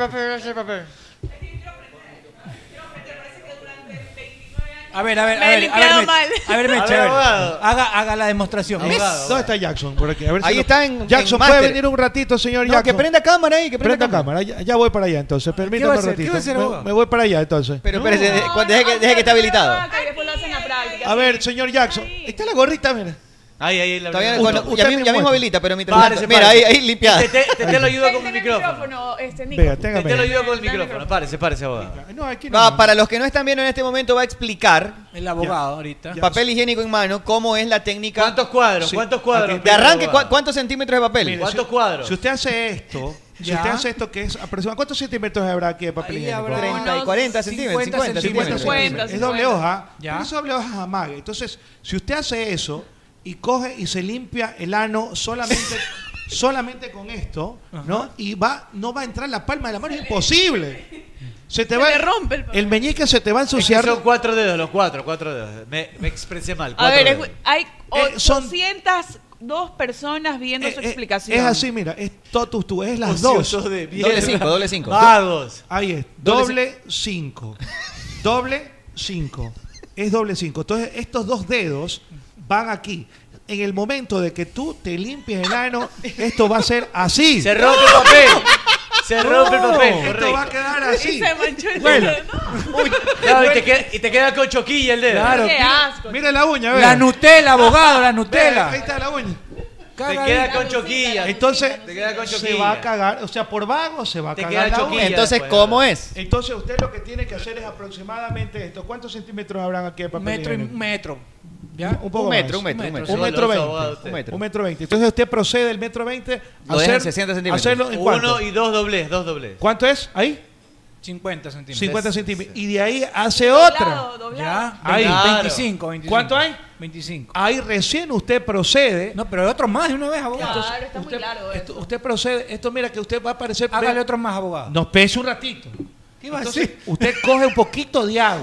Speaker 11: A ver, a ver,
Speaker 13: Me
Speaker 11: a
Speaker 13: he
Speaker 11: ver, a ver,
Speaker 13: limpiado
Speaker 11: Meche.
Speaker 13: mal.
Speaker 11: a ver,
Speaker 5: A
Speaker 11: Meche, a
Speaker 5: ver,
Speaker 11: ver.
Speaker 5: abogado.
Speaker 11: haga, haga la demostración.
Speaker 5: Miss, ¿Dónde está Jackson? Por aquí. A ver si
Speaker 9: Ahí
Speaker 5: lo-
Speaker 9: está en-
Speaker 5: Jackson,
Speaker 9: en
Speaker 5: puede
Speaker 9: Master.
Speaker 5: venir un ratito, señor
Speaker 9: No,
Speaker 5: Jackson.
Speaker 9: que prenda cámara ahí, que prenda,
Speaker 5: Prenda
Speaker 9: cámara.
Speaker 5: cámara, ya, ya voy para allá entonces,
Speaker 11: va
Speaker 5: permítame
Speaker 11: a
Speaker 5: un
Speaker 11: hacer? ¿Qué
Speaker 5: ratito.
Speaker 11: va a hacer,
Speaker 5: me,
Speaker 11: abogado?
Speaker 5: me voy para allá entonces.
Speaker 9: Pero eh, espérese, de- cu- deje, que, deje que está habilitado.
Speaker 12: Que después lo hacen a práctica.
Speaker 5: A ver, señor Jackson, ahí está la gorrita, mira.
Speaker 10: Ahí, ahí, la
Speaker 9: Todavía no-
Speaker 10: verdad.
Speaker 9: eh, bueno,
Speaker 5: usted
Speaker 9: ya,
Speaker 5: me
Speaker 9: mi- ya mismo
Speaker 5: muestra.
Speaker 9: habilita, pero mientras.
Speaker 10: Párese,
Speaker 9: mira,
Speaker 10: párese.
Speaker 9: ahí, ahí limpiada.
Speaker 10: Te, te- te lo ayuda con el micrófono.
Speaker 12: micrófono, este, Nico.
Speaker 5: Vea,
Speaker 10: Te,
Speaker 5: téngame.
Speaker 10: te lo ayudo con el micrófono. Párese, párese, abogado.
Speaker 5: No, aquí no.
Speaker 9: Va, para los que no están viendo en este momento, va a explicar,
Speaker 11: El abogado ahorita.
Speaker 9: papel higiénico en mano, cómo es la técnica.
Speaker 10: ¿Cuántos cuadros?
Speaker 5: Sí.
Speaker 10: ¿Cuántos cuadros?
Speaker 9: De arranque,
Speaker 10: abogado?
Speaker 9: ¿cu- ¿cuántos centímetros de papel?
Speaker 5: Mire,
Speaker 10: ¿Cuántos
Speaker 5: si-
Speaker 10: cuadros?
Speaker 5: Si usted hace esto, si
Speaker 11: Ya.
Speaker 5: usted hace esto que es aproximadamente ¿cuántos centímetros habrá aquí de papel
Speaker 11: Ahí
Speaker 5: higiénico?
Speaker 11: habrá
Speaker 9: 30 y
Speaker 11: unos
Speaker 9: 40 centímetros.
Speaker 11: 50
Speaker 9: 50
Speaker 11: centímetros.
Speaker 9: centímetros.
Speaker 5: Es doble hoja,
Speaker 11: Ya.
Speaker 5: pero es doble hoja amague. Entonces, si usted hace eso y coge y se limpia el ano solamente solamente con esto, ¿no? Y va no va a entrar la palma de la mano, es imposible. Se te va
Speaker 13: me rompe el papel.
Speaker 5: el meñique se te va a
Speaker 10: Es que
Speaker 5: ensuciar.
Speaker 10: son cuatro dedos, los cuatro, cuatro dedos. Me, me expresé mal.
Speaker 12: A
Speaker 10: cuatro
Speaker 12: ver,
Speaker 10: dedos.
Speaker 12: es- hay
Speaker 5: Eh, son-
Speaker 12: 802 personas viendo
Speaker 5: Eh,
Speaker 12: su
Speaker 5: eh,
Speaker 12: explicación.
Speaker 5: es así, mira, es totus tú, es las
Speaker 10: Ociosos
Speaker 5: dos.
Speaker 10: de
Speaker 9: Doble
Speaker 10: mierda.
Speaker 9: 5, doble 5.
Speaker 10: Vagos.
Speaker 5: Ahí es,
Speaker 9: Doble
Speaker 5: doble 5. Doble 5. Es doble 5. Entonces, estos dos dedos van aquí. En el momento de que tú te limpies el ano, esto va a ser así.
Speaker 10: Se rompe el papel. Se rompe el papel.
Speaker 5: Esto va a
Speaker 10: Correcto.
Speaker 5: quedar
Speaker 13: Y
Speaker 5: así.
Speaker 13: se manchó el
Speaker 5: Bueno.
Speaker 13: dedo, ¿no?
Speaker 10: Claro, y, te queda, y te queda con choquilla el dedo.
Speaker 11: Claro.
Speaker 12: Qué asco.
Speaker 5: Mira la uña, ve.
Speaker 11: La Nutella, abogado, la
Speaker 5: Ve, Ahí
Speaker 11: Nutella.
Speaker 5: está la uña.
Speaker 10: Te
Speaker 11: Caga ahí.
Speaker 10: queda con choquilla.
Speaker 5: Entonces,
Speaker 10: Te queda con
Speaker 5: se
Speaker 10: choquilla.
Speaker 5: va a cagar. O sea, por vago se va a
Speaker 10: Te
Speaker 5: cagar
Speaker 10: queda
Speaker 5: la
Speaker 10: choquilla.
Speaker 5: uña.
Speaker 9: Entonces,
Speaker 10: Bueno.
Speaker 9: ¿cómo es?
Speaker 5: Entonces, usted lo que tiene que hacer es aproximadamente esto. ¿Cuántos centímetros habrán aquí de papel?
Speaker 11: Metro y
Speaker 5: higiénico?
Speaker 11: metro. ¿Ya?
Speaker 5: Un poco
Speaker 9: Un metro,
Speaker 5: más.
Speaker 9: un metro, un metro.
Speaker 5: Un metro
Speaker 10: Solo los
Speaker 5: veinte.
Speaker 10: abogados,
Speaker 9: Un
Speaker 10: usted.
Speaker 9: metro.
Speaker 5: Un metro veinte. Entonces usted procede el metro veinte a
Speaker 9: Lo deja en
Speaker 5: hacer,
Speaker 9: 60 centímetros.
Speaker 5: hacerlo en cuánto.
Speaker 10: Uno y dos doblez, dos doblez.
Speaker 5: ¿Cuánto es? Ahí.
Speaker 11: 50 centímetros.
Speaker 5: 50 centímetros. Y de ahí hace otra.
Speaker 11: Ya,
Speaker 5: Ah, Ahí.
Speaker 11: 25, 25.
Speaker 5: ¿Cuánto hay?
Speaker 11: 25.
Speaker 5: Ahí recién usted procede.
Speaker 11: No, pero otro más de una vez, abogado.
Speaker 5: Claro, está muy largo. usted procede. Esto, mira, que usted va a parecer.
Speaker 11: Hágale otro más, abogado.
Speaker 5: Nos pese un ratito.
Speaker 11: ¿Qué iba a
Speaker 5: Entonces,
Speaker 11: decir?
Speaker 5: Usted coge un poquito de agua.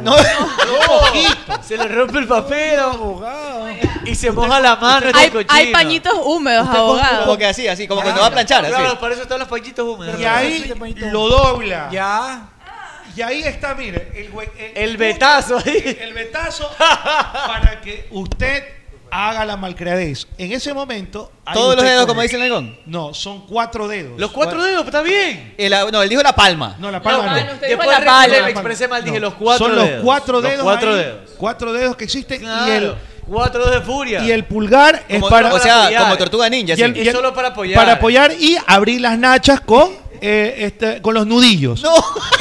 Speaker 10: Se le rompe el papel, abogado. Y se moja la mano.
Speaker 13: Hay,
Speaker 10: este cochino.
Speaker 13: hay pañitos húmedos, abogado.
Speaker 9: Como que así, así, como cuando va a planchar, así.
Speaker 10: Claro, para eso están los pañitos húmedos.
Speaker 5: Y ahí lo dobla.
Speaker 11: Ya.
Speaker 5: Y ahí está, mire, el, hue- el,
Speaker 10: El vetazo ahí.
Speaker 5: El, el vetazo para que usted haga la malcriadez. En ese momento. ahí
Speaker 9: Todos los
Speaker 5: usted
Speaker 9: dedos,
Speaker 5: come.
Speaker 9: como dice el negón.
Speaker 5: No, son cuatro dedos.
Speaker 9: Los
Speaker 5: cuatro
Speaker 10: dedos, está bien.
Speaker 9: El, no, él dijo Eh, la palma.
Speaker 5: No, la palma no.
Speaker 10: Después la palma, me expresé mal, dije los cuatro
Speaker 5: Son
Speaker 10: dedos.
Speaker 5: los cuatro
Speaker 10: Los
Speaker 5: dedos.
Speaker 10: cuatro
Speaker 5: ahí,
Speaker 10: dedos.
Speaker 5: Cuatro dedos que existen. Y
Speaker 10: Claro,
Speaker 5: el,
Speaker 10: Cuatro dedos de furia.
Speaker 5: y el pulgar es
Speaker 10: Como-
Speaker 5: para.
Speaker 10: o sea, Para como tortuga ninja,
Speaker 5: Y el-
Speaker 10: sí.
Speaker 5: y el-
Speaker 10: Es solo para apoyar.
Speaker 5: Para apoyar y abrir las nachas con, eh, este, con los nudillos.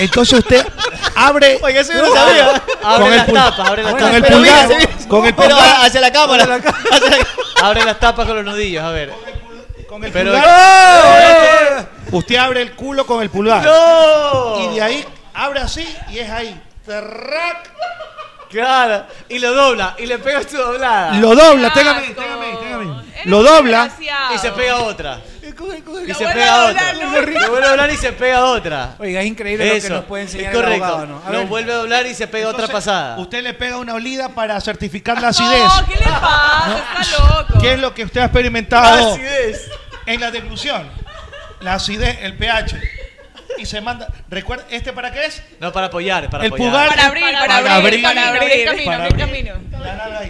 Speaker 5: Entonces usted abre.
Speaker 9: Oiga, eso yo no sabía.
Speaker 10: Abre
Speaker 5: con el
Speaker 10: las
Speaker 5: pul-
Speaker 10: tapas, abre las
Speaker 5: con
Speaker 10: tapas.
Speaker 5: el
Speaker 10: Pero
Speaker 5: pulgar,
Speaker 10: mira, se-
Speaker 5: con el
Speaker 10: Pero
Speaker 5: pulgar.
Speaker 10: hacia la cámara.
Speaker 5: Con el
Speaker 10: Abre las tapas con los nudillos, a ver. Con el
Speaker 5: pulgar. Usted abre el culo con el pulgar.
Speaker 10: ¡No!
Speaker 5: Y de ahí abre así y es ahí. Terrac.
Speaker 10: Claro, y lo dobla, y le pega su doblada.
Speaker 5: Lo dobla, téngame, téngame, téngame. Lo dobla.
Speaker 10: Y se pega otra. Y se
Speaker 11: vuelve
Speaker 10: pega
Speaker 11: a
Speaker 10: otra.
Speaker 11: doblar, ¿no?
Speaker 10: Lo vuelve a doblar y se pega otra.
Speaker 11: Oiga, es increíble lo que nos puede enseñar
Speaker 10: es
Speaker 11: el
Speaker 10: correcto.
Speaker 11: abogado, ¿no? A
Speaker 10: Lo
Speaker 11: ver.
Speaker 10: vuelve a doblar y se pega otra
Speaker 5: Entonces,
Speaker 10: pasada.
Speaker 5: Usted le pega una olida para certificar la acidez.
Speaker 12: ¿Qué le pasa? Está loco.
Speaker 5: ¿Qué es lo que usted ha experimentado
Speaker 10: acidez.
Speaker 5: en la deglución? La acidez, el pH. Y se manda. Recuerda, ¿este para qué es?
Speaker 10: No, para apoyar, para
Speaker 5: el
Speaker 10: apoyar.
Speaker 5: pulgar.
Speaker 12: Para abrir, para abrir, para abrir camino,
Speaker 5: para
Speaker 12: abrir
Speaker 5: abrir.
Speaker 12: camino.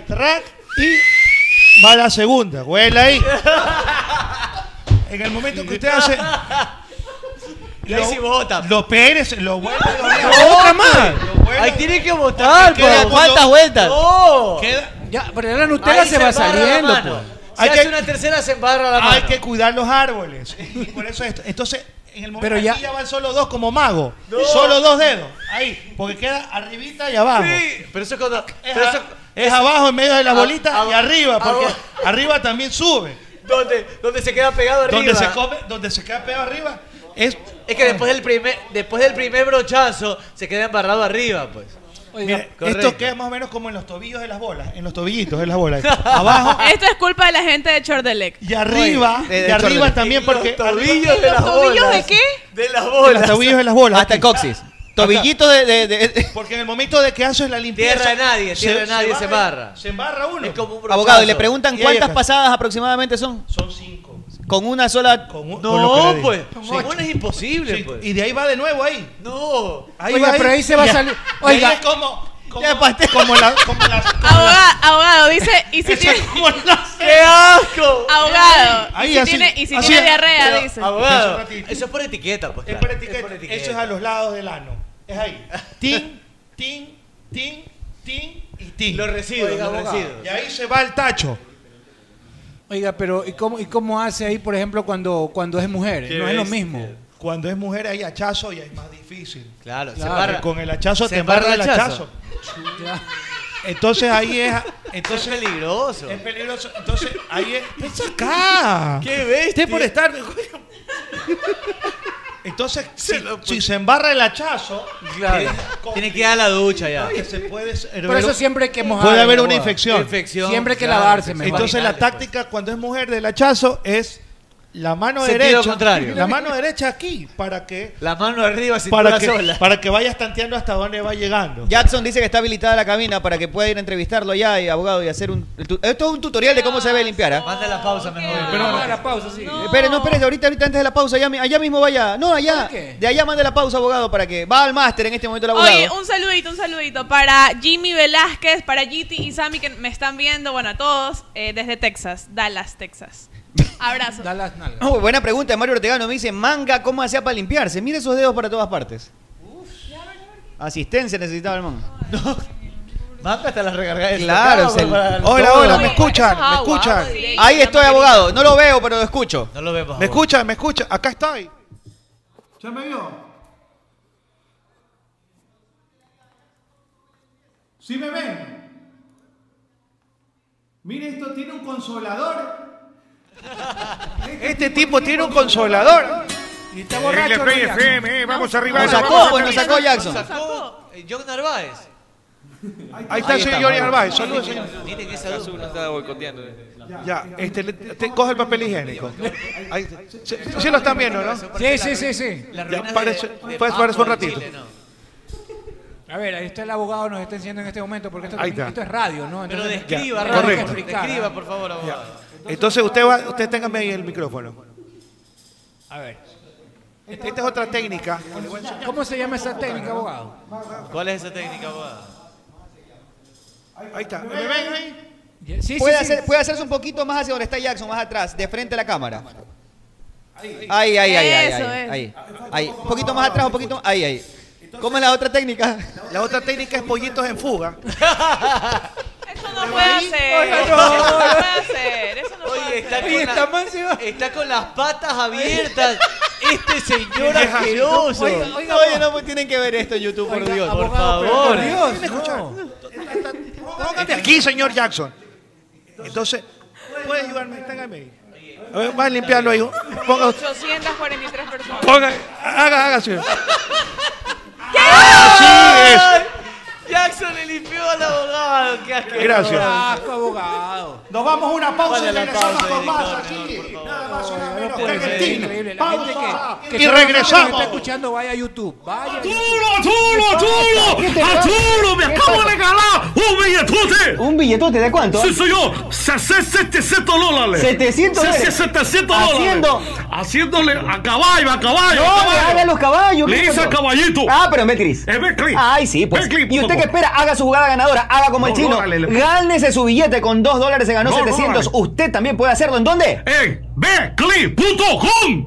Speaker 5: Trac, y va la segunda. Huele ahí. En el momento que usted hace.
Speaker 10: Y ahí sí bota.
Speaker 5: Lo pérez, lo vuelve, lo vuelve.
Speaker 10: ¡Otra más! Ahí tiene que botar,
Speaker 5: Queda
Speaker 10: po.
Speaker 5: con
Speaker 10: ¿Cuántas
Speaker 5: lo-
Speaker 10: vueltas?
Speaker 5: ¡No! Queda-
Speaker 11: Ya, pero la Nutella
Speaker 10: Ahí
Speaker 11: se va
Speaker 10: embarra la
Speaker 11: saliendo,
Speaker 10: mano.
Speaker 11: pues.
Speaker 10: Si
Speaker 5: Hay
Speaker 10: hace
Speaker 5: que-
Speaker 10: una tercera, se embarra la mano.
Speaker 5: Hay que cuidar los árboles. Y por eso esto. Entonces, en el momento
Speaker 11: Pero ya-
Speaker 5: aquí ya van solo dos como mago.
Speaker 10: No.
Speaker 5: Solo dos dedos. Ahí. Porque queda arribita y abajo.
Speaker 10: Sí, pero eso es cuando...
Speaker 5: Es,
Speaker 10: pero
Speaker 5: a-
Speaker 10: eso-
Speaker 5: es
Speaker 10: eso-
Speaker 5: abajo en medio de la
Speaker 10: a-
Speaker 5: bolita y
Speaker 10: a-
Speaker 5: arriba. Porque
Speaker 10: abajo.
Speaker 5: arriba también sube.
Speaker 10: Donde, donde se queda pegado arriba.
Speaker 5: Donde se come, donde se queda pegado arriba. Es,
Speaker 10: Es que después del primer, después del primer brochazo se queda embarrado arriba, pues.
Speaker 5: Mire,
Speaker 10: correcto.
Speaker 5: esto queda más o menos como en los tobillos de las bolas. En los tobillitos de las bolas. Abajo
Speaker 13: Esto es culpa de la gente de Chordelec.
Speaker 5: y arriba.
Speaker 9: de- de
Speaker 5: y arriba
Speaker 9: chorro.
Speaker 5: también porque.
Speaker 10: tobillos de
Speaker 13: ¿Los
Speaker 10: las
Speaker 13: tobillos de
Speaker 10: bolas.
Speaker 13: qué?
Speaker 10: De las
Speaker 5: De los
Speaker 10: bolas.
Speaker 5: tobillos de las bolas.
Speaker 9: Hasta el
Speaker 5: aquí.
Speaker 9: coxis. Tobillito de, de- de-
Speaker 5: Porque en el momento de que haces la limpieza.
Speaker 10: Tierra de nadie, tierra de nadie, se embarra.
Speaker 5: Se embarra uno.
Speaker 10: Es como un brochazo.
Speaker 9: Abogado, y le preguntan
Speaker 5: Y ahí
Speaker 9: cuántas
Speaker 5: acá.
Speaker 9: pasadas aproximadamente son.
Speaker 5: Son cinco.
Speaker 9: Con una sola.
Speaker 5: Con un- con lo que
Speaker 10: No,
Speaker 5: le
Speaker 10: pues.
Speaker 5: digo.
Speaker 10: Como
Speaker 5: Sí.
Speaker 10: una es imposible,
Speaker 5: Sí,
Speaker 10: pues.
Speaker 5: Y de ahí va de nuevo ahí.
Speaker 10: No.
Speaker 5: Ahí
Speaker 11: Oiga,
Speaker 5: va
Speaker 11: pero ahí se va a
Speaker 5: Ya.
Speaker 11: salir.
Speaker 5: Y ahí
Speaker 11: Oiga, pues,
Speaker 5: es como, como,
Speaker 9: Ya, pastel.
Speaker 5: como la, como la-
Speaker 13: Abogado, abogado, dice, y si tiene,
Speaker 5: como la-
Speaker 10: ¡Qué asco!
Speaker 13: abogado,
Speaker 5: Ahí,
Speaker 13: y si
Speaker 5: así,
Speaker 13: tiene, y si
Speaker 5: así
Speaker 13: tiene
Speaker 5: es.
Speaker 13: diarrea,
Speaker 10: Pero,
Speaker 13: dice.
Speaker 5: Eso
Speaker 10: abogado,
Speaker 5: es ratito.
Speaker 10: eso es por etiqueta, pues.
Speaker 5: es
Speaker 10: claro.
Speaker 5: por etiqueta. Eso es a los lados del ano. Es ahí. Tin, tin, tin, tin y tin.
Speaker 10: Los residuos,
Speaker 5: Oiga,
Speaker 10: los
Speaker 5: abogado.
Speaker 10: residuos.
Speaker 5: Y ahí se va el tacho.
Speaker 11: oiga, pero ¿y cómo, ¿y cómo hace ahí, por ejemplo, cuando, cuando es mujer?
Speaker 10: Qué
Speaker 11: No es lo
Speaker 10: bestia.
Speaker 11: mismo.
Speaker 5: Cuando es mujer hay hachazo y es más difícil.
Speaker 10: Claro, se
Speaker 11: Claro,
Speaker 10: embarra.
Speaker 5: Con el hachazo
Speaker 10: Se
Speaker 5: te embarra el
Speaker 10: embarra el
Speaker 5: hachazo. Entonces ahí es,
Speaker 10: Eso
Speaker 5: entonces
Speaker 10: es peligroso.
Speaker 5: es peligroso. Entonces ahí es. ¡Pensa acá!
Speaker 10: ¡Qué bestia!
Speaker 5: Usted por estar. Entonces, si, si se embarra el hachazo,
Speaker 10: Claro. Tiene que ir a la ducha ya.
Speaker 5: que se puede.
Speaker 11: Por eso siempre hay que mojar.
Speaker 5: Puede haber una
Speaker 11: abogado.
Speaker 5: infección.
Speaker 10: Infección.
Speaker 11: Siempre hay que
Speaker 10: claro,
Speaker 11: lavarse, me
Speaker 5: Entonces,
Speaker 10: vaginales,
Speaker 5: la táctica cuando es mujer del hachazo es la mano
Speaker 10: Sentido
Speaker 5: derecha.
Speaker 10: contrario.
Speaker 5: La mano derecha aquí, para que.
Speaker 10: La mano arriba, sin
Speaker 5: Para que,
Speaker 10: sola.
Speaker 5: para que vayas tanteando hasta dónde va llegando.
Speaker 9: Jackson dice que está habilitada la cabina para que pueda ir a entrevistarlo ya y abogado y hacer un. el tu- Esto es un tutorial de cómo se debe limpiar. ¿ah?
Speaker 10: Manda la pausa, mejor.
Speaker 11: Vamos a la pausa, sí.
Speaker 9: Espere, no, espere, ahorita, ahorita antes de la pausa, allá, mi- allá mismo vaya. No, allá.
Speaker 11: ¿Por qué?
Speaker 9: De allá mande la pausa, abogado, para que. Va al máster en este momento el abogado.
Speaker 13: Oye, un saludito, un saludito para Jimmy Velázquez, para Giti y Sammy que me están viendo, bueno, a todos, eh, desde Texas, Dallas, Texas. Abrazo.
Speaker 11: Da las nalgas.
Speaker 9: Oh, buena pregunta de Mario Ortegano. Me dice, manga, ¿cómo hacía para limpiarse? Mira esos dedos para todas partes. Asistencia necesitaba el man.
Speaker 10: Manga hasta las recargadas.
Speaker 9: Claro, se-
Speaker 5: Hola, hola, me
Speaker 13: Oye,
Speaker 5: escuchan,
Speaker 13: eso es
Speaker 5: me
Speaker 13: agua,
Speaker 5: escuchan.
Speaker 13: agua directa,
Speaker 9: Ahí
Speaker 13: la
Speaker 9: estoy,
Speaker 13: manguerita.
Speaker 9: abogado. No lo veo, pero lo escucho.
Speaker 10: No lo vemos.
Speaker 5: Me escuchan, me escuchan. Acá estoy. ¿Ya me vio? ¿Sí me ven? Mire, esto tiene un consolador. Este tipo tiene un consolador.
Speaker 11: Y
Speaker 24: está borracho, LP, ¿no, Jackson? FM, eh, vamos arriba,
Speaker 25: Nos sacó,
Speaker 24: vamos
Speaker 25: pues nos
Speaker 24: arriba.
Speaker 25: sacó Jackson.
Speaker 10: Nos sacó eh, John Narváez.
Speaker 5: Ahí está el señor Johnny Narváez. Saludos, señor.
Speaker 10: Miren esa duda.
Speaker 26: no está boicoteando.
Speaker 5: Ya, este, le- te- coge el papel higiénico. Ahí, sí, sí lo están viendo, ¿no?
Speaker 11: Sí, sí, sí, sí.
Speaker 5: Ya, parece, puedes pararse un ratito.
Speaker 11: A ver, ahí está el abogado, nos está enseñando en este momento, porque esto,
Speaker 5: Ahí está.
Speaker 11: esto es radio, ¿no?
Speaker 10: Pero
Speaker 11: Entonces-
Speaker 10: describa,
Speaker 11: Ya,
Speaker 10: Rafa,
Speaker 11: correcto.
Speaker 10: describa, por favor, abogado.
Speaker 5: Entonces usted va, usted téngame ahí el micrófono.
Speaker 11: A ver.
Speaker 5: Esta es otra técnica.
Speaker 11: ¿Cómo se llama esa técnica, abogado?
Speaker 10: ¿Cuál es esa técnica, abogado?
Speaker 5: Ahí está.
Speaker 11: sí,
Speaker 25: puede,
Speaker 11: sí, sí.
Speaker 25: hacer- puede hacerse un poquito más hacia donde está Jackson, más atrás, de frente a la cámara. Ahí, ahí, ahí, ahí,
Speaker 11: Eso
Speaker 25: ahí,
Speaker 11: es.
Speaker 25: ahí, ahí. Un poquito más atrás, un poquito ahí, ahí. ¿Cómo es la otra técnica?
Speaker 5: La otra técnica es pollitos en fuga.
Speaker 12: No puede hacer.
Speaker 10: Oye,
Speaker 12: Eso
Speaker 10: no,
Speaker 12: no
Speaker 10: no.
Speaker 12: puede hacer. Eso no
Speaker 10: Oye,
Speaker 12: puede
Speaker 10: está
Speaker 12: hacer.
Speaker 10: con, la- está con las patas abiertas. Este señor
Speaker 25: Oiga,
Speaker 10: asqueroso.
Speaker 25: Oiga, oiga, oye, no pues, tienen que ver esto en YouTube, por Dios.
Speaker 10: por favor. eh.
Speaker 5: Póngate aquí, señor Jackson. Entonces, ¿Puede ayudarme? Téngame ahí. a ver, va a limpiarlo ahí. Ponga,
Speaker 12: 843 personas.
Speaker 5: ponga, haga, haga, señor.
Speaker 10: Así es. Jackson le limpió al abogado. Qué asqueroso.
Speaker 5: Gracias.
Speaker 11: Asco, abogado.
Speaker 5: Nos vamos a una pausa y
Speaker 10: Vale la
Speaker 5: regresamos
Speaker 10: pausa,
Speaker 5: con más
Speaker 10: director,
Speaker 5: aquí.
Speaker 10: Nada
Speaker 5: más, nada menos
Speaker 11: No
Speaker 5: que
Speaker 11: puede ser,
Speaker 5: Argentina.
Speaker 11: increíble. La gente
Speaker 5: Pausa.
Speaker 11: Ah, que, que
Speaker 5: Y
Speaker 11: solamente nos
Speaker 5: regresamos.
Speaker 11: está escuchando, vaya a YouTube. Vaya. a
Speaker 3: ¡Arturo,
Speaker 11: ¿Qué
Speaker 3: Arturo!
Speaker 11: te pasa?
Speaker 3: ¡Arturo! ¡Me
Speaker 11: ¿Qué
Speaker 3: acabo
Speaker 11: pasa?
Speaker 3: de regalar un billetote!
Speaker 9: ¿Un billetote de cuánto?
Speaker 3: Sí, señor. Se- se- 700 dólares.
Speaker 9: 700
Speaker 3: Se- se-
Speaker 9: dólares.
Speaker 3: 700 dólares.
Speaker 9: Haciendo-
Speaker 3: Haciéndole a caballo, a caballo.
Speaker 9: No,
Speaker 3: a caballo.
Speaker 9: haga los caballos.
Speaker 3: Le
Speaker 9: ¿qué
Speaker 3: hice
Speaker 9: pasó?
Speaker 3: a caballito.
Speaker 9: Ah, pero en Betcris.
Speaker 3: En Betcris.
Speaker 9: Ay, sí, pues.
Speaker 3: Betcris,
Speaker 9: y usted
Speaker 3: por
Speaker 9: que
Speaker 3: favor.
Speaker 9: espera, haga su jugada ganadora, haga como el
Speaker 3: No,
Speaker 9: chino.
Speaker 3: dólares, le-
Speaker 9: Gánese su billete con 2 dólares, se ganó
Speaker 3: No,
Speaker 9: 700.
Speaker 3: dólares.
Speaker 9: Usted también puede hacerlo. ¿En dónde?
Speaker 3: En Betcris.com.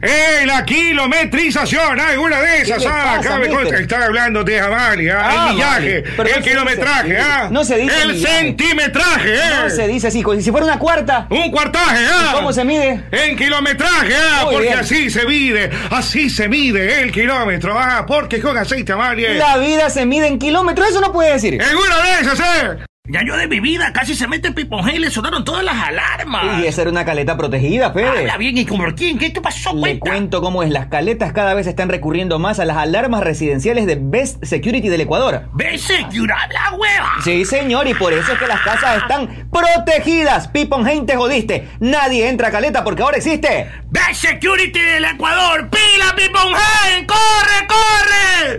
Speaker 3: ¡Ey, la kilometrización! ¡Hay una de esas!
Speaker 9: le
Speaker 3: ¡Ah!
Speaker 9: pasa,
Speaker 3: Acá me
Speaker 9: mister?
Speaker 3: consta- están hablando de Jamali, ¿ah?
Speaker 9: Ah,
Speaker 3: el millaje,
Speaker 9: vale. Pero
Speaker 3: el
Speaker 9: no se
Speaker 3: kilometraje,
Speaker 9: dice así.
Speaker 3: ¿ah?
Speaker 9: No se dice
Speaker 3: El
Speaker 9: millaje.
Speaker 3: centimetraje, ¿eh?
Speaker 9: No se dice así, como si fuera una cuarta.
Speaker 3: Un cuartaje, ¿ah?
Speaker 9: ¿Cómo se mide?
Speaker 3: En kilometraje, ah,
Speaker 9: Muy
Speaker 3: porque
Speaker 9: bien.
Speaker 3: así se mide, así se mide el kilómetro, ah, porque con aceite, Amalie.
Speaker 9: La vida se mide en kilómetros, eso no puede decir.
Speaker 3: ¡En una de esas, eh!
Speaker 26: Ya yo de mi vida casi se mete Pipongel y le sonaron todas las alarmas.
Speaker 9: Y esa era una caleta protegida, Fede.
Speaker 26: Habla bien, ¿y como quién? ¿Qué te pasó,
Speaker 9: Le cuento cómo es, las caletas cada vez están recurriendo más a las alarmas residenciales de Best Security del Ecuador.
Speaker 26: ¡Vese, curar la hueva!
Speaker 9: Sí, señor, y por eso es que las casas están protegidas. Pipon, gente, jodiste. Nadie entra a caleta porque ahora existe.
Speaker 26: ¡Best Security del Ecuador! ¡Pila, Pipongel! ¡Corre, corre!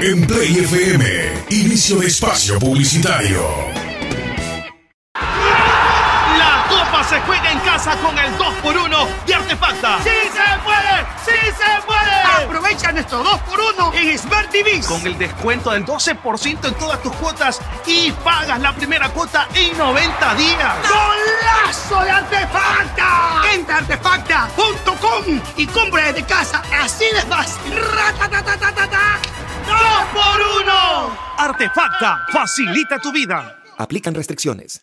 Speaker 13: En Play FM, inicio de espacio publicitario.
Speaker 4: La copa se juega en casa con el 2x1 de Artefacta. ¡Sí se puede! ¡Sí se puede! Aprovecha nuestro 2x1 en Smart TV. Con el descuento del 12% en todas tus cuotas y pagas la primera cuota en 90 días. ¡Golazo de Artefacta! Entra a artefacta.com y compra desde casa. Así de fácil. ¡Ratatatatata! ¡2x1!
Speaker 27: Artefacta facilita tu vida.
Speaker 28: Aplican restricciones.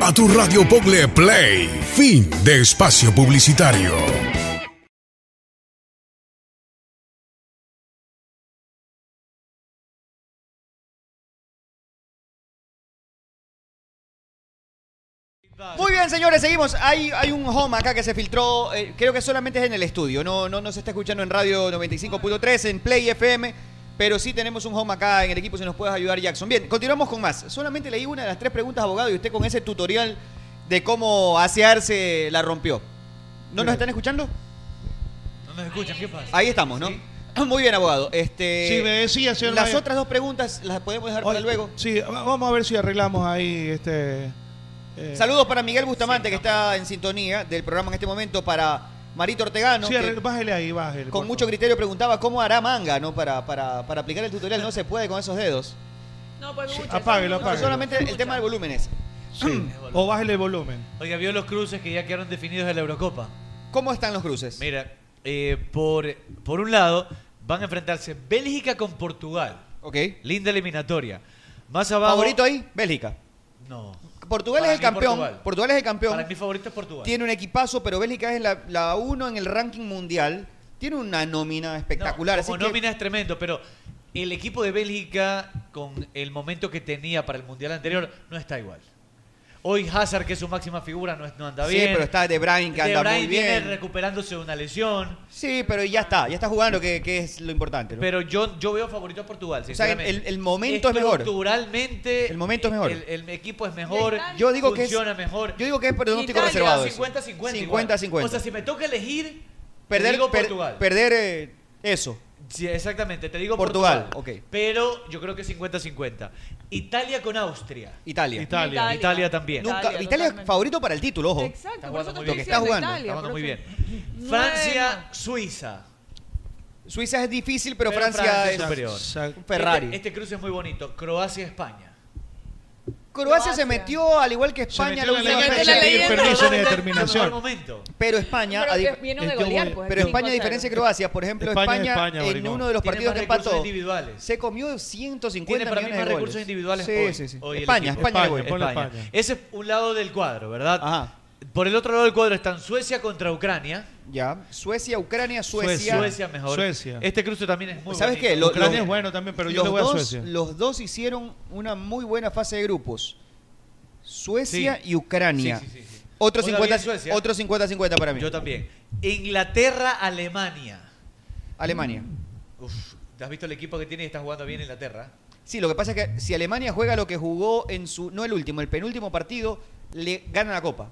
Speaker 13: A tu radio Pogle Play. Fin de espacio publicitario.
Speaker 9: Muy bien, señores, seguimos. Hay, hay un home acá que se filtró, eh, creo que solamente es en el estudio, no, no, no se está escuchando en Radio 95.3, en Play FM, pero sí tenemos un home acá en el equipo, si nos puedes ayudar, Jackson. Bien, continuamos con más. Solamente leí una de las tres preguntas, abogado, y usted con ese tutorial de cómo asearse la rompió. ¿No nos están escuchando?
Speaker 10: No nos escuchan, ¿qué pasa?
Speaker 9: Ahí estamos, ¿no? Muy bien, abogado. Este,
Speaker 5: Sí, me decía, señor
Speaker 9: Las
Speaker 5: Mayer.
Speaker 9: otras dos preguntas las podemos dejar para
Speaker 5: Oye,
Speaker 9: luego.
Speaker 5: Sí, va- vamos a ver si arreglamos ahí este. eh,
Speaker 9: Saludos para Miguel Bustamante, que está en sintonía del programa en este momento, para Marito Ortegano.
Speaker 5: Sí,
Speaker 9: que
Speaker 5: arregl- bájele ahí, bájele.
Speaker 9: con mucho criterio preguntaba cómo hará manga, ¿no? Para, para, para aplicar el tutorial, no se puede con esos dedos.
Speaker 12: No, pues mucho.
Speaker 5: apáguelo,
Speaker 9: No,
Speaker 5: apáguelo.
Speaker 9: solamente el tema de volúmenes.
Speaker 5: O bájele el volumen.
Speaker 10: Oiga, vio los cruces que ya quedaron definidos de la Eurocopa.
Speaker 9: ¿Cómo están los cruces?
Speaker 10: Mira, eh, por, por un lado van a enfrentarse Bélgica con Portugal.
Speaker 9: Ok.
Speaker 10: Linda eliminatoria. Más abajo.
Speaker 9: ¿Favorito ahí? Bélgica.
Speaker 10: No.
Speaker 9: Portugal
Speaker 10: Para
Speaker 9: es el
Speaker 10: mí,
Speaker 9: campeón. Portugal.
Speaker 10: Portugal.
Speaker 9: es el campeón.
Speaker 10: Para mí favorito es Portugal.
Speaker 9: Tiene un equipazo, pero Bélgica es la- la 1 en el ranking mundial. Tiene una nómina espectacular.
Speaker 10: Como
Speaker 9: así que-
Speaker 10: nómina es tremendo, pero el equipo de Bélgica, con el momento que tenía para el Mundial anterior, no está igual. Hoy Hazard, que es su máxima figura, no, es- no anda
Speaker 9: Sí,
Speaker 10: bien.
Speaker 9: pero está De Bruyne, que anda muy
Speaker 10: viene
Speaker 9: bien.
Speaker 10: recuperándose de una lesión.
Speaker 9: Sí, pero ya está, ya está jugando, que, que es lo importante. ¿no?
Speaker 10: Pero yo, yo veo favorito a Portugal,
Speaker 9: o sea,
Speaker 10: sinceramente.
Speaker 9: el, el momento es mejor.
Speaker 10: Estructuralmente,
Speaker 9: El momento es mejor.
Speaker 10: El, el equipo es mejor.
Speaker 9: Yo digo que es-
Speaker 10: funciona mejor.
Speaker 9: Yo digo que es pronóstico
Speaker 10: Italia,
Speaker 9: reservado. eso.
Speaker 10: 50-50. igual.
Speaker 9: 50-50.
Speaker 10: O sea, si me toca elegir,
Speaker 9: perder,
Speaker 10: te digo
Speaker 9: per-
Speaker 10: Portugal.
Speaker 9: perder eh, eso.
Speaker 10: Sí, exactamente, te digo
Speaker 9: Portugal,
Speaker 10: Portugal.
Speaker 9: ok.
Speaker 10: Pero yo creo que 50-50. Italia con Austria.
Speaker 9: Italia.
Speaker 10: Italia. Italia, también.
Speaker 9: Nunca- Italia, es favorito para el título, ojo.
Speaker 10: Está
Speaker 12: Exacto, por
Speaker 10: jugando
Speaker 12: eso te
Speaker 10: muy
Speaker 9: lo
Speaker 12: estoy
Speaker 10: bien.
Speaker 9: que está
Speaker 12: diciendo
Speaker 9: jugando.
Speaker 12: Italia.
Speaker 10: Está jugando
Speaker 12: por
Speaker 10: muy
Speaker 12: eso-
Speaker 10: bien.
Speaker 12: Bueno.
Speaker 10: Francia, Suiza.
Speaker 9: Suiza es difícil, pero,
Speaker 10: Pero
Speaker 9: Francia,
Speaker 10: Francia
Speaker 9: es
Speaker 10: es superior.
Speaker 9: un Ferrari.
Speaker 10: Este, este cruce es muy bonito. Croacia, España.
Speaker 9: Croacia se metió al igual que España.
Speaker 10: metió
Speaker 9: la
Speaker 10: en la
Speaker 9: última
Speaker 10: leyenda,
Speaker 9: fecha.
Speaker 10: en la Pedir leyenda. permiso ni
Speaker 9: Pero-
Speaker 10: determinación. Al momento.
Speaker 9: Pero España,
Speaker 12: Pero
Speaker 9: a
Speaker 12: que
Speaker 9: dif-
Speaker 12: vino de golear, pues,
Speaker 9: pero
Speaker 12: el
Speaker 9: España a
Speaker 12: 5-0.
Speaker 9: diferencia de Croacia, por ejemplo,
Speaker 10: España,
Speaker 9: España,
Speaker 10: España,
Speaker 9: en
Speaker 10: maricón.
Speaker 9: uno de los
Speaker 10: Tiene
Speaker 9: partidos que
Speaker 10: más recursos
Speaker 9: empató
Speaker 10: individuales.
Speaker 9: se comió 150
Speaker 10: Tiene para mí
Speaker 9: millones
Speaker 10: más
Speaker 9: de goles.
Speaker 10: recursos individuales
Speaker 9: Sí,
Speaker 10: hoy.
Speaker 9: sí, sí.
Speaker 10: hoy el
Speaker 9: España,
Speaker 10: equipo.
Speaker 9: España, le goleó.
Speaker 10: España. Ese es un lado del cuadro, ¿verdad? Por el otro lado del cuadro están Suecia contra Ucrania.
Speaker 9: Ya, Suecia, Ucrania, Suecia.
Speaker 10: Suecia mejor. Este cruce también es muy
Speaker 9: ¿Sabes
Speaker 10: bonito.
Speaker 9: qué? Lo-
Speaker 5: Ucrania
Speaker 9: lo-
Speaker 5: es bueno también, pero yo
Speaker 9: los
Speaker 5: le voy a
Speaker 9: dos-
Speaker 5: Suecia.
Speaker 9: Los dos hicieron una muy buena fase de grupos. Suecia y Ucrania.
Speaker 10: Sí, sí, sí, sí.
Speaker 9: Otro
Speaker 10: Hola,
Speaker 9: 50
Speaker 10: bien, Suecia.
Speaker 9: otro 50-50 para mí.
Speaker 10: Yo también. Inglaterra, Alemania.
Speaker 9: Alemania.
Speaker 10: Uf, ¿te has visto el equipo que tiene y está jugando bien Inglaterra?
Speaker 9: Sí, lo que pasa es que si Alemania juega lo que jugó en su no el último, el penúltimo partido, le gana la copa.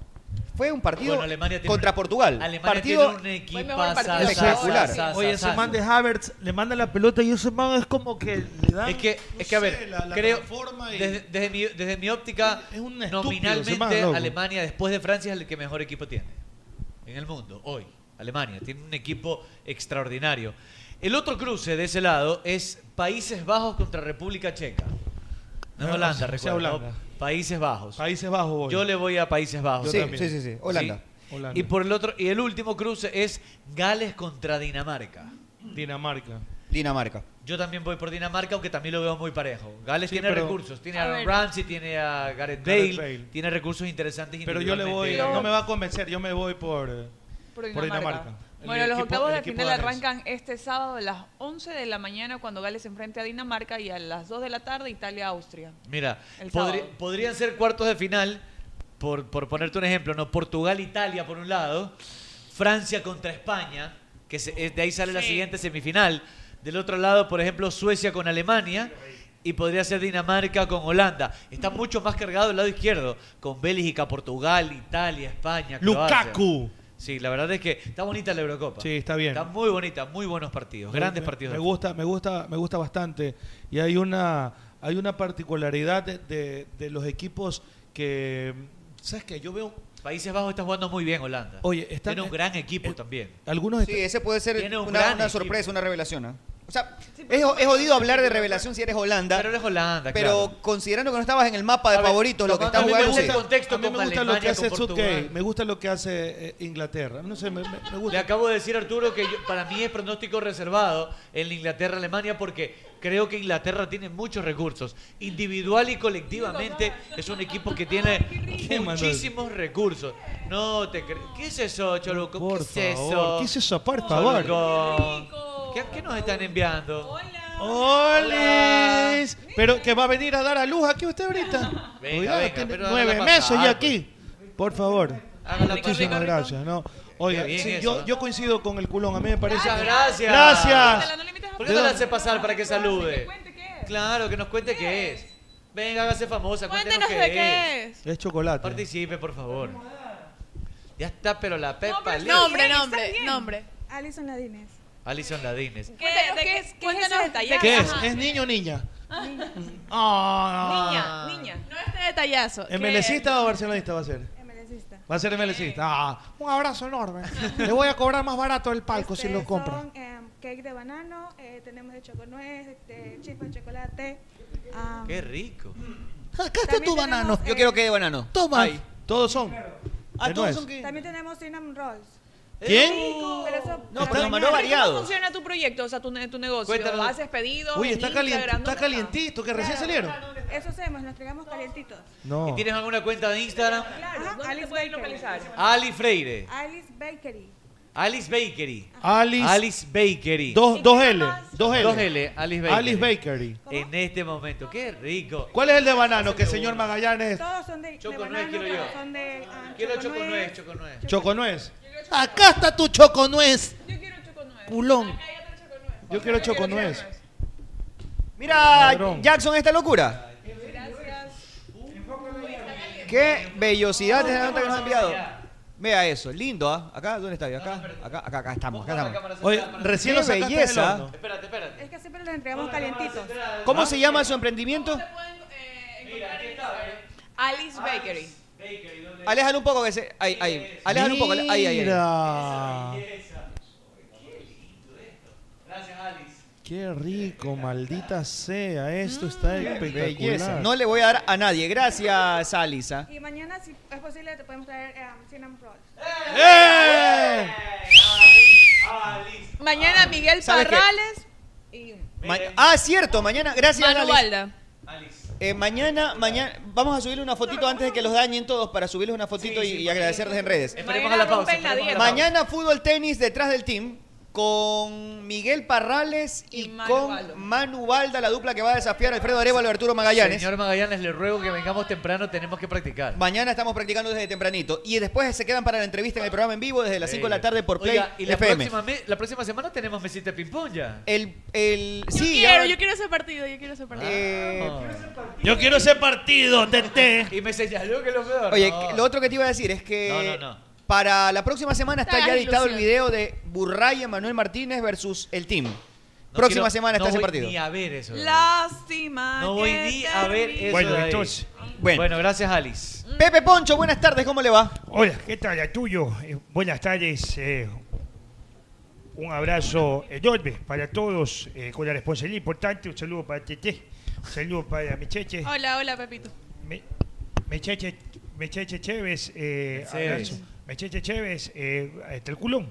Speaker 9: Fue un partido
Speaker 10: Bueno, Alemania tiene
Speaker 9: contra
Speaker 10: un-
Speaker 9: Portugal.
Speaker 10: Alemania
Speaker 9: partido
Speaker 10: tiene un equipo
Speaker 9: espectacular.
Speaker 5: Oye, ese man de Havertz le manda la pelota y ese man es como que le da.
Speaker 10: Es que, es que a ver, creo, desde, desde mi, desde mi óptica,
Speaker 5: ese man,
Speaker 10: nominalmente
Speaker 5: loco.
Speaker 10: Alemania después de Francia es el que mejor equipo tiene en el mundo, hoy. Alemania tiene un equipo extraordinario. El otro cruce de ese lado es Países Bajos contra República Checa. No es
Speaker 5: No,
Speaker 10: Holanda,
Speaker 5: Ah, sí,
Speaker 10: recuerdo.
Speaker 5: Holanda.
Speaker 10: ¿no? Países Bajos.
Speaker 5: Países Bajos voy.
Speaker 10: Yo le voy a Países Bajos.
Speaker 5: Yo Sí, también. sí, sí, sí. Holanda. Holanda.
Speaker 10: Y por el otro y el último cruce es Gales contra Dinamarca.
Speaker 5: Dinamarca.
Speaker 9: Dinamarca.
Speaker 10: Yo también voy por Dinamarca, aunque también lo veo muy parejo. Gales
Speaker 5: Sí,
Speaker 10: tiene
Speaker 5: pero-
Speaker 10: recursos, tiene
Speaker 5: A
Speaker 10: a
Speaker 5: ver.
Speaker 10: Aaron Ramsey, tiene a Gareth Bale,
Speaker 5: Gareth Bale.
Speaker 10: tiene recursos interesantes.
Speaker 5: Pero yo le voy.
Speaker 10: individualmente.
Speaker 5: No me va a convencer, yo me voy por, eh,
Speaker 12: Por
Speaker 5: por
Speaker 12: Dinamarca.
Speaker 5: Dinamarca. El
Speaker 12: Bueno, los
Speaker 5: equipo-
Speaker 12: octavos
Speaker 5: el
Speaker 12: de
Speaker 5: equipo
Speaker 12: final
Speaker 5: danés.
Speaker 12: arrancan este sábado a las 11 de la mañana cuando Gales se enfrente a Dinamarca y a las 2 de la tarde Italia-Austria.
Speaker 10: Mira,
Speaker 12: El
Speaker 10: podri-
Speaker 12: sábado.
Speaker 10: podrían ser cuartos de final, por, por ponerte un ejemplo, ¿no? Portugal-Italia por un lado, Francia contra España, que se- eh, de ahí sale la siguiente semifinal. Del otro lado, por ejemplo, Suecia con Alemania y podría ser Dinamarca con Holanda. Está mucho más cargado el lado izquierdo, con Bélgica, Portugal, Italia, España, Croacia.
Speaker 5: Lukaku.
Speaker 10: Sí, la verdad es que está bonita la Eurocopa.
Speaker 5: Sí, está bien.
Speaker 10: Está muy bonita, muy buenos partidos, grandes
Speaker 5: me,
Speaker 10: partidos.
Speaker 5: Me gusta, me gusta, me gusta bastante. Y hay una, hay una particularidad de, de- de los equipos que sabes que yo veo
Speaker 10: Países Bajos está jugando muy bien Holanda.
Speaker 5: Oye, está-
Speaker 10: tiene un gran equipo también.
Speaker 5: algunos
Speaker 9: Sí, ese puede ser
Speaker 10: Tiene un
Speaker 9: una,
Speaker 10: gran
Speaker 9: una
Speaker 10: equipo.
Speaker 9: sorpresa, una revelación. ¿ah? O sea, es, es jodido hablar de revelación si eres Holanda. Pero
Speaker 10: eres Holanda,
Speaker 9: Pero considerando que no estabas en el mapa de favoritos, lo que está
Speaker 5: a mí me
Speaker 9: jugando
Speaker 5: gusta,
Speaker 9: sí.
Speaker 5: el contexto, a mí me gusta lo que
Speaker 10: Alemania,
Speaker 5: hace
Speaker 10: con
Speaker 5: Southgate,
Speaker 10: Portugal.
Speaker 5: me gusta lo que hace eh, Inglaterra. No sé, me, me- me
Speaker 10: Le
Speaker 5: gusta.
Speaker 10: acabo de decir a Arturo que yo- para mí es pronóstico reservado en Inglaterra-Alemania porque creo que Inglaterra tiene muchos recursos. Individual y colectivamente es un equipo que tiene muchísimos recursos. No te cre- ¿Qué es eso, Choluco?
Speaker 5: Por
Speaker 10: ¿Qué es
Speaker 5: favor,
Speaker 10: eso?
Speaker 5: ¿qué es eso? Por favor.
Speaker 10: Choluco? ¿Qué, qué nos están enviando?
Speaker 5: ¡Olis! Pero que va a venir a dar a luz aquí usted ahorita.
Speaker 10: Venga,
Speaker 5: Cuidado,
Speaker 10: venga,
Speaker 5: tiene
Speaker 10: pero dale
Speaker 5: nueve
Speaker 10: la Ah,
Speaker 5: meses
Speaker 10: pasada,
Speaker 5: ya aquí. Por favor. Muchísimas
Speaker 10: pues, rico, rico.
Speaker 5: gracias. ¿no? Oiga,
Speaker 10: Qué bien
Speaker 5: sí,
Speaker 10: eso,
Speaker 5: yo, yo coincido con el culón. A mí me parece.
Speaker 10: Muchas gracias.
Speaker 5: Gracias.
Speaker 10: ¿Por qué no la hace pasar para que salude? Claro, que nos cuente qué es. Venga, hágase famosa, cuéntenos
Speaker 18: Cuéntenos de
Speaker 10: qué
Speaker 18: qué
Speaker 10: es.
Speaker 5: Es chocolate.
Speaker 10: Participe, por favor. Ya está, pero la
Speaker 18: No,
Speaker 10: Pepa
Speaker 18: pero
Speaker 10: Lee.
Speaker 18: está Nombre, bien, nombre, está bien. nombre.
Speaker 12: Alison Ladines.
Speaker 10: Alison Ladines.
Speaker 12: ¿Qué, de qué, es- qué es ese detalle?
Speaker 5: ¿Qué es? ¿Es niño o niña?
Speaker 12: Ah.
Speaker 5: Ah.
Speaker 18: Niña, niña. No este detallazo. que-
Speaker 5: ¿MLCista o barcelonista va a ser?
Speaker 12: MLCista.
Speaker 5: Va a ser MLCista. Ah.
Speaker 29: Un abrazo enorme. Le voy a cobrar más barato el palco si lo compra.
Speaker 12: Son em, cake de banano, eh, tenemos de choconuez, de chispa de chocolate. ah,
Speaker 10: Qué rico.
Speaker 5: Acá está tu banano.
Speaker 12: eh,
Speaker 5: Yo quiero que de banano. Toma. Todos son.
Speaker 10: Ah,
Speaker 5: De
Speaker 10: todos
Speaker 5: nuez.
Speaker 10: son que-
Speaker 12: También tenemos cinnamon rolls.
Speaker 5: ¿Quién?
Speaker 12: Pero eso-
Speaker 5: No,
Speaker 30: Pero,
Speaker 5: pero mandó
Speaker 30: ¿cómo
Speaker 5: variado.
Speaker 30: funciona tu proyecto, o sea, tu, ne- tu negocio?
Speaker 5: Cuéntanos.
Speaker 30: ¿Haces pedidos?
Speaker 5: Uy,
Speaker 30: en
Speaker 5: está
Speaker 30: Instagram?
Speaker 5: caliente, está
Speaker 30: ¿Dónde
Speaker 5: calientito, que recién salieron.
Speaker 12: Eso hacemos, nos traigamos calientitos.
Speaker 5: No.
Speaker 10: ¿Y tienes alguna cuenta de Instagram?
Speaker 12: Claro, ¿dónde Alice pueden localizar?
Speaker 10: Ali Freire.
Speaker 12: Alice Bakery.
Speaker 10: Alice Bakery.
Speaker 5: Ah, Alice.
Speaker 10: Alice Bakery.
Speaker 5: Dos, dos L. Dos L.
Speaker 10: Dos L, Alice Bakery.
Speaker 5: Alice Bakery.
Speaker 10: En este momento. Qué rico.
Speaker 5: ¿Cuál es el de banano que señor Magallanes?
Speaker 12: Todos son de, de banano,
Speaker 10: quiero yo.
Speaker 12: todos son de ah,
Speaker 10: Quiero
Speaker 12: choconuez.
Speaker 10: choconuez, choconuez.
Speaker 5: Choconuez.
Speaker 2: Acá está tu choconuez.
Speaker 5: Culón. Yo quiero choconuez.
Speaker 9: Mira, Jackson, esta locura. Qué bellosidad es la nota que nos ha enviado. Vea eso, lindo, ¿ah? Acá, ¿dónde está? Acá, acá, acá, acá estamos, acá estamos.
Speaker 5: Oye, recién lo
Speaker 9: Qué
Speaker 5: sacaste del
Speaker 9: belleza.
Speaker 5: horno.
Speaker 12: Es que siempre los entregamos calientitos.
Speaker 9: ¿Cómo se llama su emprendimiento?
Speaker 30: Alice Bakery.
Speaker 9: Aléjalo un poco que se... Ahí, ahí. Aléjalo un poco. ale- Ahí, ahí, ahí.
Speaker 5: Mira.
Speaker 10: Gracias, Alice.
Speaker 5: Qué rico, maldita sea. Esto está
Speaker 12: Mm.
Speaker 9: Belleza.
Speaker 5: espectacular.
Speaker 9: No le voy a dar a nadie. Gracias, Alisa.
Speaker 12: Y mañana, si es posible, te podemos traer em, cinnamon rolls.
Speaker 9: ¡Eh!
Speaker 30: Mañana Miguel
Speaker 9: ¿Sabes qué?
Speaker 30: Parrales. Y...
Speaker 9: Ma- ah, cierto, mañana. Gracias,
Speaker 30: Manu
Speaker 9: Alice.
Speaker 30: Valda.
Speaker 9: Eh, mañana, mañana, vamos a subirle una fotito antes de que los dañen todos para subirles una fotito y, y agradecerles en redes.
Speaker 10: Esperemos a la pausa,
Speaker 30: rompen la
Speaker 10: esperemos a la pausa.
Speaker 9: Mañana fútbol tenis detrás del team con Miguel Parrales y, con Manu Valda, la dupla que va a desafiar a Alfredo Arevalo y Arturo Magallanes.
Speaker 10: Señor Magallanes, le ruego que vengamos temprano, tenemos que practicar.
Speaker 9: Mañana estamos practicando desde tempranito y después se quedan para la entrevista en el programa en vivo desde las 5 de la tarde por Play
Speaker 10: Oiga, y la
Speaker 9: FM.
Speaker 10: próxima, me- la próxima semana tenemos mesita de ping-pong ya.
Speaker 9: El, el,
Speaker 18: Yo
Speaker 9: sí,
Speaker 18: quiero,
Speaker 9: ya-
Speaker 18: yo quiero ese partido, yo quiero ese partido.
Speaker 31: Yo quiero ese partido, Tete.
Speaker 10: Y me señaló que lo peor.
Speaker 9: Oye,
Speaker 10: No.
Speaker 9: que- lo otro que te iba a decir es que
Speaker 10: No, no, no.
Speaker 9: para la próxima semana está
Speaker 10: Está
Speaker 9: ya
Speaker 10: la
Speaker 9: editado el
Speaker 10: ilusión.
Speaker 9: video de Burray y Manuel Martínez versus el team.
Speaker 10: No
Speaker 9: próxima
Speaker 10: quiero-
Speaker 9: semana está
Speaker 10: no
Speaker 9: ese
Speaker 10: voy
Speaker 9: partido.
Speaker 10: Ni a ver eso.
Speaker 30: Lástima.
Speaker 10: No voy
Speaker 30: que
Speaker 10: ni a ver
Speaker 30: termine.
Speaker 10: eso.
Speaker 9: Bueno,
Speaker 10: de ahí.
Speaker 9: entonces-
Speaker 10: Bueno. gracias, Alice.
Speaker 9: Pepe Poncho, buenas tardes, ¿cómo le va?
Speaker 8: Hola, ¿qué tal? A tuyo. Eh, buenas tardes. eh, un abrazo enorme para todos eh, con la responsabilidad importante. Un saludo para Tete. Un saludo para Mecheche.
Speaker 18: Hola, hola, Pepito.
Speaker 8: Me- Mecheche, Mecheche Chévez. eh, Chévez. abrazo. Mecheche Chévez, eh, este, el culón.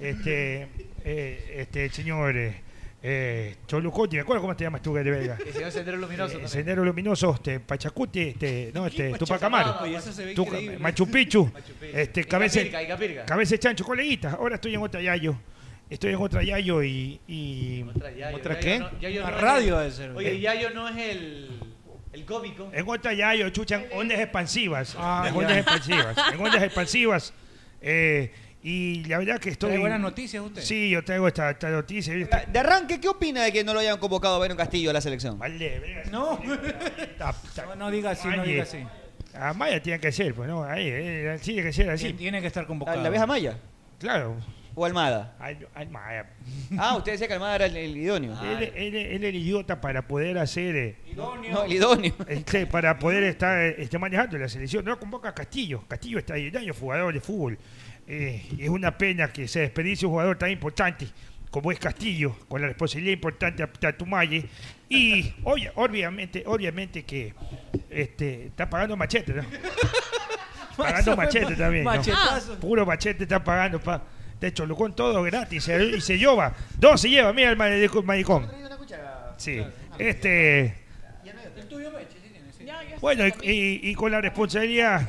Speaker 8: Este, eh, este el señor eh, eh, Cholucotti, ¿me acuerdo cómo te llamas tú, que de verga?
Speaker 10: El señor Sendero Luminoso.
Speaker 8: Eh,
Speaker 10: también.
Speaker 8: Sendero Luminoso, este, Pachacuti, este, no, este, Tupacamaru.
Speaker 10: Oye, eso se ve
Speaker 8: Tuca-
Speaker 10: increíble.
Speaker 8: Machu Picchu, este, cabeza,
Speaker 10: Capirca, y Capirca.
Speaker 8: cabeza de chancho, coleguita. Ahora estoy en otra yayo. Estoy en otra yayo y. y ¿Otra, Eh,
Speaker 10: Yayo, Yayo no- Yayo
Speaker 8: Una
Speaker 10: no es
Speaker 8: radio
Speaker 10: el-
Speaker 8: de ser.
Speaker 10: Oye, Yayo no es el, el cómico.
Speaker 8: En otra yayo, chuchan ondas expansivas.
Speaker 2: Ah,
Speaker 8: en ya. ondas expansivas. En ondas expansivas. Eh, y la verdad que estoy.
Speaker 9: ¿Trae buenas noticias usted?
Speaker 8: Sí, yo traigo esta, esta noticia. esta-
Speaker 9: De arranque, ¿qué opina de que no lo hayan convocado a Byron Castillo a la selección?
Speaker 8: No.
Speaker 2: No diga así, no
Speaker 8: Oye,
Speaker 2: diga así.
Speaker 8: A Ah, Maya tiene que ser, pues no, ahí, eh, tiene que ser así.
Speaker 2: Tiene que estar
Speaker 8: Ah,
Speaker 2: convocado.
Speaker 9: Ah, ¿La ves a Maya?
Speaker 8: Claro.
Speaker 9: ¿O Almada?
Speaker 8: Almada.
Speaker 9: Ah, usted decía que Almada era el, el idóneo.
Speaker 8: Él, él- él era idiota para poder hacer. eh,
Speaker 9: No, el idóneo.
Speaker 8: este, para poder estar este, manejando la selección. No convoca a Castillo. Castillo está ahí, año jugador de fútbol. Eh, es una pena que se desperdicie un jugador tan importante como es Castillo, con la responsabilidad importante a Tatumaye. Y obvia- obviamente, obviamente que este, está pagando machete, ¿no?
Speaker 2: Eso fue
Speaker 8: pagando machete
Speaker 2: ma-
Speaker 8: también. ¿no?
Speaker 2: machetazo.
Speaker 8: Puro machete está pagando. Pa. De hecho, lo con todo gratis se- y se lleva. Dos se lleva, mira el maleco- manicón. Sí. Este. Bueno, y, y- y con la responsabilidad.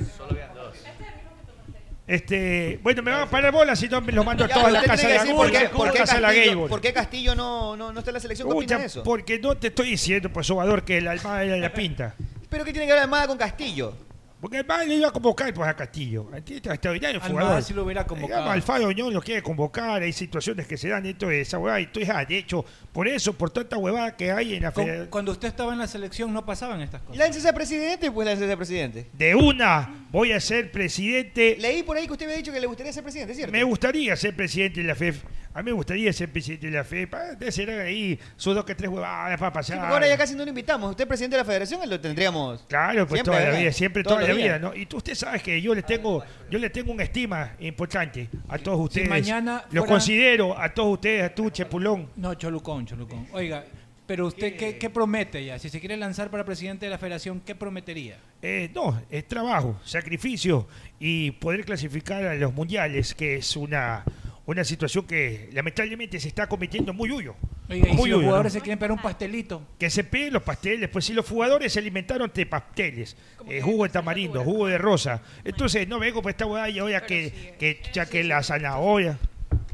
Speaker 8: Este, bueno, me van a parar bolas si no me los mando a
Speaker 9: Ya,
Speaker 8: todos a la
Speaker 9: usted
Speaker 8: casa
Speaker 9: tiene
Speaker 8: de
Speaker 9: que
Speaker 8: la
Speaker 9: decir por qué-
Speaker 8: Google,
Speaker 9: por
Speaker 8: a
Speaker 9: qué
Speaker 8: la casa de la
Speaker 9: Castillo-
Speaker 8: Gable.
Speaker 9: ¿Por qué Castillo no, no, no está en la selección? ¿Qué opina
Speaker 8: Pucha,
Speaker 9: de eso?
Speaker 8: Porque no te estoy diciendo, pues, Obador, que el alma de la pinta.
Speaker 9: ¿Pero qué tiene que ver Almada con Castillo?
Speaker 8: Porque el Bayern le iba a convocar pues, a Castillo. Entiende, Extraordinario
Speaker 11: Al
Speaker 8: jugador.
Speaker 11: Bayern sí lo hubiera
Speaker 9: Ah.
Speaker 11: convocado.
Speaker 8: Digamos, Alfaro Oñón Ah, lo quiere convocar. Hay situaciones que se dan dentro de esa huevada. Y tú ya, de hecho, por eso, por tanta huevada que hay en la
Speaker 11: Con-
Speaker 8: federación.
Speaker 11: cuando usted estaba en la selección no pasaban estas cosas.
Speaker 9: Láncese a presidente, pues láncese a presidente.
Speaker 8: De una, voy a ser presidente.
Speaker 9: Leí por ahí que usted había dicho que le gustaría ser presidente, ¿cierto?
Speaker 8: Me gustaría ser presidente de la FEF. A mí me gustaría ser presidente de la E FEF. Para hacer Ah, ahí sus dos que tres huevadas para pasar.
Speaker 9: Porque Ahora ya casi no lo invitamos. Usted es presidente de la federación, lo tendríamos.
Speaker 8: Claro, pues
Speaker 9: Siempre, eh,
Speaker 8: toda la
Speaker 9: ¿verdad?
Speaker 8: vida, siempre
Speaker 9: Todos
Speaker 8: toda la
Speaker 9: los
Speaker 8: vida,
Speaker 9: días.
Speaker 8: ¿no? Y tú usted sabes que yo le tengo, yo le tengo una estima importante a todos ustedes.
Speaker 11: mañana
Speaker 8: Los
Speaker 11: fuera-
Speaker 8: considero a todos ustedes, a tú, Chepulón.
Speaker 11: No, Cholucón, Cholucón. Oiga, pero usted qué, qué promete ya? Si se quiere lanzar para presidente de la federación, ¿qué prometería?
Speaker 8: Eh, no, es trabajo, sacrificio y poder clasificar a los mundiales, que es una, una situación que lamentablemente se está cometiendo muy huyo.
Speaker 11: Oiga, y si
Speaker 8: muy
Speaker 11: los
Speaker 8: huyo, ¿no?
Speaker 11: jugadores se quieren pegar un pastelito.
Speaker 8: Que se peguen los pasteles, pues si los jugadores se alimentaron de pasteles, eh, jugo de tamarindo, jugo de rosa, entonces no vengo para esta hueá y ahora
Speaker 13: eh,
Speaker 8: que, que ya que la zanahoria.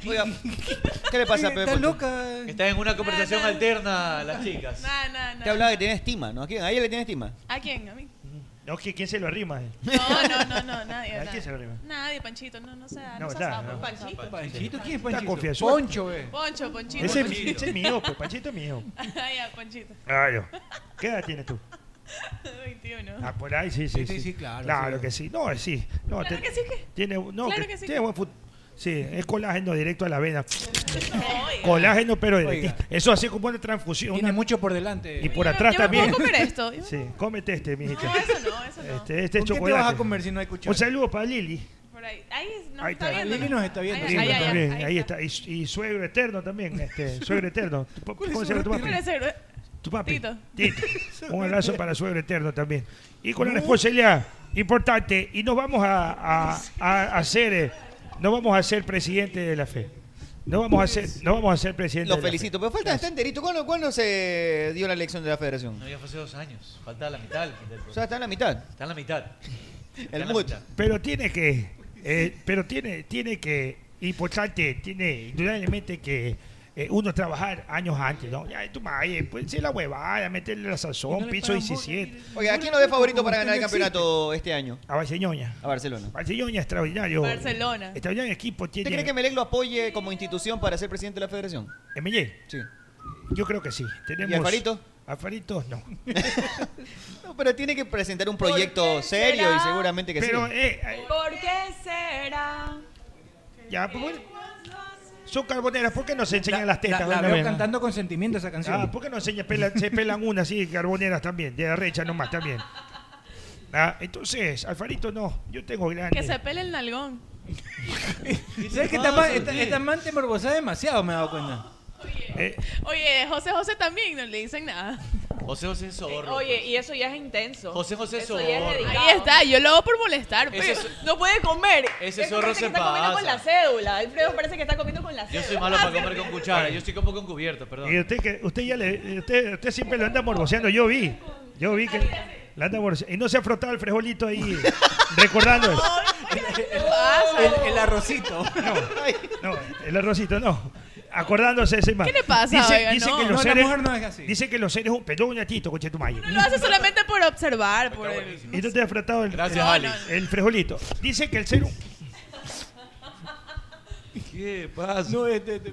Speaker 9: Oiga, ¿qué le pasa, Pepe?
Speaker 10: Está
Speaker 11: loca.
Speaker 10: Está en una conversación alterna las chicas.
Speaker 13: Nada, nada,
Speaker 9: Te hablaba que tiene estima, ¿no? ¿A quién? A ella le tiene estima.
Speaker 13: ¿A quién? ¿A mí?
Speaker 8: No, que quién se lo arrima. eh?
Speaker 13: No, no, no, no, nadie.
Speaker 8: ¿A
Speaker 13: nadie.
Speaker 8: quién se lo arrima?
Speaker 13: Nadie, Panchito. No, no sea,
Speaker 8: No,
Speaker 13: Ah, no, sea
Speaker 8: ya,
Speaker 13: sapo.
Speaker 8: no.
Speaker 13: Panchito.
Speaker 11: Panchito, ¿quién es
Speaker 8: Está
Speaker 11: Panchito?
Speaker 8: confianzudo.
Speaker 11: Poncho, eh.
Speaker 13: Poncho, Ponchito.
Speaker 8: Ese es mi- ese es mi hijo, pues, Panchito es mi hijo.
Speaker 13: Ah, ya, Panchito.
Speaker 8: Claro. ¿Qué edad tienes tú?
Speaker 13: 21.
Speaker 8: Ah, por ahí sí, sí.
Speaker 13: Sí, sí, sí,
Speaker 8: claro.
Speaker 13: claro,
Speaker 8: Claro
Speaker 13: sí.
Speaker 8: que sí. No, eh, sí. No,
Speaker 13: Claro
Speaker 8: te-
Speaker 13: que sí que.
Speaker 8: Tiene, un- no,
Speaker 13: Claro
Speaker 8: que
Speaker 13: que sí.
Speaker 8: tiene buen fut- Sí, es colágeno directo a la vena.
Speaker 13: Oiga.
Speaker 8: colágeno, pero
Speaker 11: Oiga.
Speaker 8: directito. Eso hace como una transfusión.
Speaker 11: Tiene
Speaker 8: una-
Speaker 11: mucho por delante.
Speaker 8: Y por atrás también.
Speaker 13: puedo comer esto?
Speaker 8: Sí, cómete este, mijita.
Speaker 13: eso no, eso no.
Speaker 8: Este, este
Speaker 11: ¿Con qué te
Speaker 8: chocolate.
Speaker 11: vas a comer si no hay cuchara?
Speaker 8: Un saludo para Lili.
Speaker 13: Por ahí. Ahí nos
Speaker 8: Ahí
Speaker 13: está,
Speaker 8: está.
Speaker 13: viendo.
Speaker 8: Lili
Speaker 13: ¿no?
Speaker 8: nos está viendo.
Speaker 13: Ahí, ahí, ahí,
Speaker 8: también,
Speaker 13: ahí.
Speaker 8: ahí está. Y, y suegro eterno también. Este, suegro eterno. ¿Cómo se llama tu papi?
Speaker 13: ¿Cuál es el-
Speaker 8: Tu papi.
Speaker 13: Tito.
Speaker 8: Tito. Un abrazo para suegro eterno también. Y con la responsabilidad importante, y nos vamos a, a- a- a ser, eh, no vamos a ser presidente de la fe. No vamos a ser, no vamos a ser presidente
Speaker 9: Lo
Speaker 8: de la fe.
Speaker 9: felicito, pero falta está enterito. ¿Cuándo, cuándo se dio la elección de la federación?
Speaker 10: No, ya fue hace dos años. Falta la mitad. del-
Speaker 9: O sea, está en la mitad.
Speaker 10: Está en la mitad. Está
Speaker 9: El
Speaker 10: en la
Speaker 9: mut.
Speaker 10: mitad.
Speaker 8: Pero tiene que, eh, pero tiene, tiene que, importante, tiene indudablemente que eh, uno trabajar años antes, ¿no? Ya, tu madre, pues ser la huevada, meterle la sazón, piso 17.
Speaker 9: Oiga, ¿a quién lo ve favorito para ganar el campeonato este año?
Speaker 8: A Barceñoña.
Speaker 9: A Barcelona.
Speaker 8: Barceñoña extraordinario.
Speaker 13: Barcelona.
Speaker 8: Extraordinario equipo tiene.
Speaker 9: ¿Usted cree que Melec lo apoye como institución para ser presidente de la federación?
Speaker 8: Emelé?
Speaker 9: Sí.
Speaker 8: Yo creo que sí. Tenemos
Speaker 9: ¿Y Alfarito?
Speaker 8: Alfarito no.
Speaker 9: No, pero tiene que presentar un proyecto serio
Speaker 13: será?
Speaker 9: y seguramente que
Speaker 8: Pero,
Speaker 9: sí.
Speaker 8: eh,
Speaker 13: ¿Por qué será?
Speaker 8: Ya, pues bueno. Son carboneras, ¿por qué no se enseñan las tetas?
Speaker 11: La,
Speaker 8: de
Speaker 11: la
Speaker 8: una
Speaker 11: veo
Speaker 8: vez?
Speaker 11: cantando con sentimiento esa canción.
Speaker 8: Ah, ¿por qué no se pelan, se pelan una así, carboneras también? De arrecha nomás también. Ah, entonces, Alfarito no, yo tengo grande.
Speaker 13: Que se pele el nalgón.
Speaker 11: ¿Sabes que esta,
Speaker 13: Ah,
Speaker 11: ma- esta, esta man te morbosea demasiado, me he dado cuenta.
Speaker 8: Eh,
Speaker 13: Oye, José José también no le dicen nada.
Speaker 10: José José es zorro. pues.
Speaker 12: Oye, y eso ya es intenso.
Speaker 10: José José
Speaker 12: Eso ya es
Speaker 10: Zorro.
Speaker 12: dedicado.
Speaker 13: Ahí está, yo lo hago por molestar, pues.
Speaker 10: Ese
Speaker 13: pero
Speaker 10: es-
Speaker 12: No puede comer.
Speaker 10: Ese
Speaker 12: Él
Speaker 10: zorro
Speaker 12: parece
Speaker 10: se
Speaker 12: que está comiendo
Speaker 10: pasa.
Speaker 12: con la Ah, cédula. Alfredo parece que está comiendo con la
Speaker 10: Yo
Speaker 12: cédula.
Speaker 10: soy malo para comer con cuchara. Yo estoy como con cubierto, perdón.
Speaker 8: y usted, que, usted ya le, usted, usted siempre lo anda morboseando, yo vi, yo vi que la anda morboseando. Y no se ha frotado el frejolito ahí, recordando eso.
Speaker 11: El, el arrocito.
Speaker 8: No, el arrocito no. Acordándose de esa imagen.
Speaker 13: ¿Qué le pasa,
Speaker 8: Dice,
Speaker 13: oiga?
Speaker 8: dice
Speaker 13: No.
Speaker 8: que los
Speaker 13: No, la
Speaker 8: seres,
Speaker 13: mujer
Speaker 11: no es así.
Speaker 8: Dice que los seres un pelón y tito, coche tu madre.
Speaker 13: Lo hace solamente por observar, por el...
Speaker 8: Y no te has frotado el,
Speaker 10: Gracias,
Speaker 8: el-
Speaker 10: Alex.
Speaker 8: el frejolito. Dice que el ser
Speaker 10: ¿Qué pasa?
Speaker 11: No, este, este,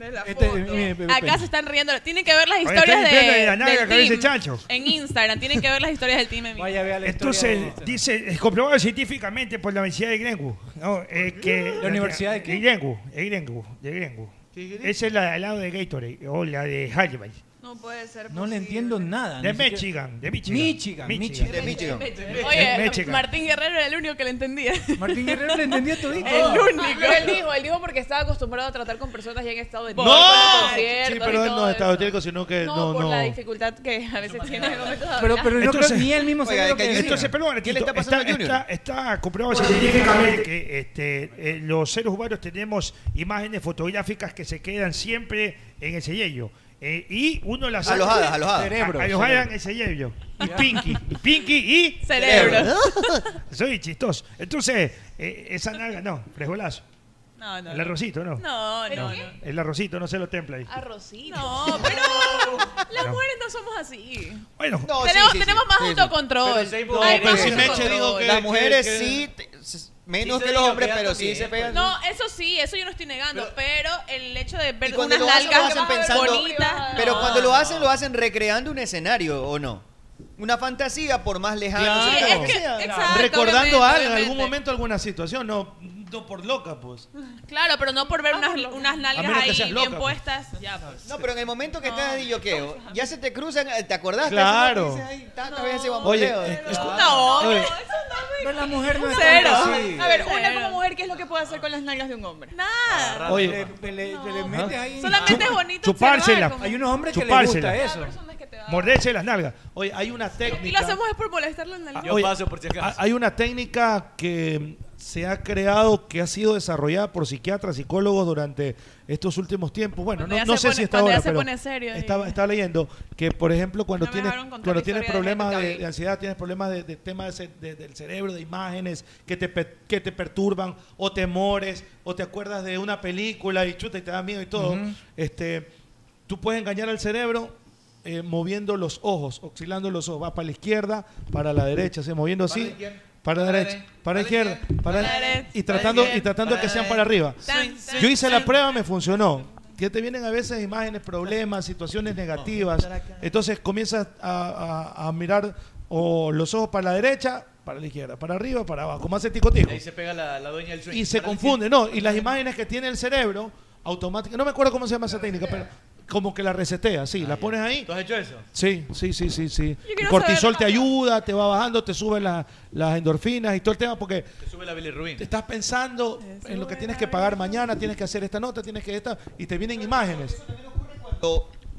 Speaker 11: mira.
Speaker 13: Este,
Speaker 8: eh,
Speaker 11: mire, Pepe
Speaker 13: Acá
Speaker 11: Peña.
Speaker 13: se están riendo. Tienen que ver las
Speaker 8: Oye,
Speaker 13: historias
Speaker 8: está limpiando
Speaker 13: de,
Speaker 8: la nalga,
Speaker 13: del
Speaker 8: cabeza de
Speaker 13: team.
Speaker 8: chancho.
Speaker 13: En Instagram, tienen que ver las historias del team. amigo.
Speaker 8: Entonces, dice, es comprobado científicamente por la Universidad de Greenwood. ¿no? Eh, que,
Speaker 11: ¿La Universidad de qué?
Speaker 8: Greenwood, de Greenwood, de Greenwood. Esa es la del lado de Gatorade, o la de Halliwell.
Speaker 13: No puede ser.
Speaker 11: No le entiendo nada.
Speaker 8: De
Speaker 11: ni siquiera-
Speaker 8: Michigan, de Michigan.
Speaker 11: Michigan, Michigan.
Speaker 8: De Michigan. De
Speaker 13: Oye,
Speaker 8: Michigan.
Speaker 13: Martín Guerrero era el único que le entendía.
Speaker 11: Martín Guerrero le entendía todito.
Speaker 13: El único.
Speaker 12: Pero él dijo, él dijo porque estaba acostumbrado a tratar con personas ya en estado de
Speaker 5: ¡No! Sí, pero él no es estado etílico, sino que
Speaker 12: no,
Speaker 5: Eh, no,
Speaker 12: por
Speaker 5: no.
Speaker 12: la dificultad que a veces tiene en el momento de hablar.
Speaker 8: Entonces, perdón,
Speaker 5: ¿Qué le
Speaker 8: Tito,
Speaker 5: está pasando
Speaker 8: está,
Speaker 5: al Junior?
Speaker 8: está- está comprobado científicamente que este, eh, los seres humanos tenemos imágenes fotográficas que se quedan siempre en el sello. Eh, y uno las
Speaker 9: Alojadas, alojadas. Cerebro,
Speaker 8: A- Alojadas en
Speaker 9: cerebro.
Speaker 8: el sello. Y Pinky, y Pinky y
Speaker 13: Cerebro.
Speaker 8: Soy chistoso. Entonces, eh, esa nalga, no, fresolazo.
Speaker 13: No, no.
Speaker 8: El arrocito, ¿no?
Speaker 13: No, no, no.
Speaker 8: El arrocito, no se lo templa ahí.
Speaker 13: Arrocito. No, pero las
Speaker 8: No.
Speaker 13: mujeres no somos así.
Speaker 8: Bueno,
Speaker 13: tenemos, tenemos más autocontrol. Hay más autocontrol.
Speaker 9: Las mujeres
Speaker 10: que-
Speaker 9: sí, te- s- menos
Speaker 10: se
Speaker 9: que los
Speaker 10: dejan
Speaker 9: hombres,
Speaker 10: pegar
Speaker 9: pero sí
Speaker 10: también,
Speaker 9: se
Speaker 10: pues.
Speaker 9: pegan.
Speaker 13: No, eso sí, eso yo no estoy negando, pero, el hecho de ver
Speaker 9: cuando
Speaker 13: unas
Speaker 9: lo hacen, lo
Speaker 13: nalgas
Speaker 9: hacen pensando-
Speaker 13: bonitas.
Speaker 9: Pero
Speaker 13: no.
Speaker 9: cuando lo hacen, lo hacen recreando un escenario, ¿o no? Una fantasía, por más lejana.
Speaker 5: Claro.
Speaker 9: sea,
Speaker 5: Sí, es que-
Speaker 9: sea.
Speaker 5: exacto,
Speaker 9: recordando
Speaker 5: obviamente,
Speaker 9: algo.
Speaker 5: En algún momento, alguna situación, no, no por loca, pues.
Speaker 13: Claro, pero no por ver
Speaker 9: Ah,
Speaker 13: unas, unas
Speaker 5: A
Speaker 13: nalgas
Speaker 5: menos que
Speaker 13: ahí
Speaker 5: seas loca,
Speaker 13: bien
Speaker 5: pues.
Speaker 13: puestas. Ya, pues.
Speaker 9: No, pero en el momento que estás de yoqueo, ya se te cruzan, ¿te acordaste?
Speaker 5: Claro.
Speaker 9: Dices, "Ay, tantas veces iba a
Speaker 5: Oye, eh,
Speaker 9: bombeo".
Speaker 5: es- es-
Speaker 13: No,
Speaker 5: oye,
Speaker 13: Pero la mujer
Speaker 5: no es
Speaker 12: Cero.
Speaker 5: tanto así.
Speaker 12: A ver, una como mujer, ¿qué es lo que puede hacer con las nalgas de un hombre?
Speaker 13: Nada.
Speaker 5: Oye.
Speaker 13: Solamente es bonito
Speaker 8: Chupársela.
Speaker 13: observar, como- Ah, Hay unos
Speaker 5: hombres
Speaker 13: que les
Speaker 8: Chupársela.
Speaker 13: gusta eso.
Speaker 8: Morderse las nalgas.
Speaker 5: Oye, hay una
Speaker 13: Y lo
Speaker 5: técnica.
Speaker 13: hacemos es por molestarlo en la nalga.
Speaker 5: Ah, Oye, ha- Hay una técnica que se ha creado, que ha sido desarrollada por psiquiatras, psicólogos durante estos últimos tiempos. Bueno,
Speaker 13: Cuando
Speaker 5: no,
Speaker 13: ya
Speaker 5: no
Speaker 13: se
Speaker 5: sé
Speaker 13: pone-
Speaker 5: si está
Speaker 13: cuando ya
Speaker 5: ahora,
Speaker 13: se
Speaker 5: pero
Speaker 13: pone serio y-
Speaker 5: estaba, estaba leyendo que, por ejemplo, cuando tienes,
Speaker 13: dejaron contar
Speaker 5: cuando
Speaker 13: la
Speaker 5: tienes
Speaker 13: historia de
Speaker 5: problemas
Speaker 13: Henry
Speaker 5: de,
Speaker 13: Cavill.
Speaker 5: de ansiedad, tienes problemas de, de temas de- de- del cerebro, de imágenes que te, pe- que te perturban, o temores, o te acuerdas de una película y chuta y te da miedo y todo,
Speaker 8: Ujú.
Speaker 5: este, tú puedes engañar al cerebro eh, moviendo los ojos, oscilando los ojos. Va para la izquierda, para la derecha, se moviendo
Speaker 8: Para la
Speaker 5: así.
Speaker 8: izquierda,
Speaker 5: Para la derecha, para la izquierda, para
Speaker 8: para la
Speaker 5: la-
Speaker 8: derecha,
Speaker 5: y
Speaker 8: para la
Speaker 5: tratando y
Speaker 8: izquierda,
Speaker 5: tratando de que sean para arriba. Yo hice la prueba, me funcionó. Que te vienen a veces imágenes, problemas, situaciones negativas. Entonces comienzas a, a- a mirar o los ojos para la derecha, para la izquierda, para arriba, para abajo, como hace tico tico
Speaker 10: Ahí se pega la, la dueña del swing.
Speaker 5: y se confunde, no, y las imágenes que tiene el cerebro automáticamente, no me acuerdo cómo se llama esa técnica, pero como que la resetea, sí, la pones ahí.
Speaker 10: ¿Tú has hecho eso?
Speaker 5: Sí, sí, sí, sí, sí. El
Speaker 10: quiero
Speaker 5: cortisol
Speaker 10: saber-
Speaker 5: te ayuda, te va bajando, te suben la- las endorfinas y todo el tema porque
Speaker 10: Te sube la bilirrubina.
Speaker 5: te estás pensando en lo que tienes que pagar mañana, tienes que hacer esta nota, tienes que esta y te vienen imágenes.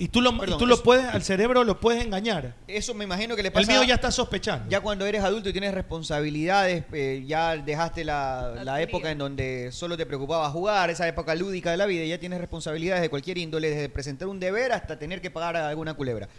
Speaker 5: Y tú lo y
Speaker 9: Perdón,
Speaker 5: tú lo
Speaker 9: eso-
Speaker 5: puedes al cerebro lo puedes engañar.
Speaker 9: Eso me imagino que le
Speaker 5: El
Speaker 9: pasa.
Speaker 5: mío ya está sospechando.
Speaker 9: Ya cuando eres adulto y tienes responsabilidades, eh, ya dejaste la, la época en donde solo te preocupaba jugar, esa época lúdica de la vida, y ya tienes responsabilidades de cualquier índole, desde presentar un deber hasta tener que pagar a alguna culebra.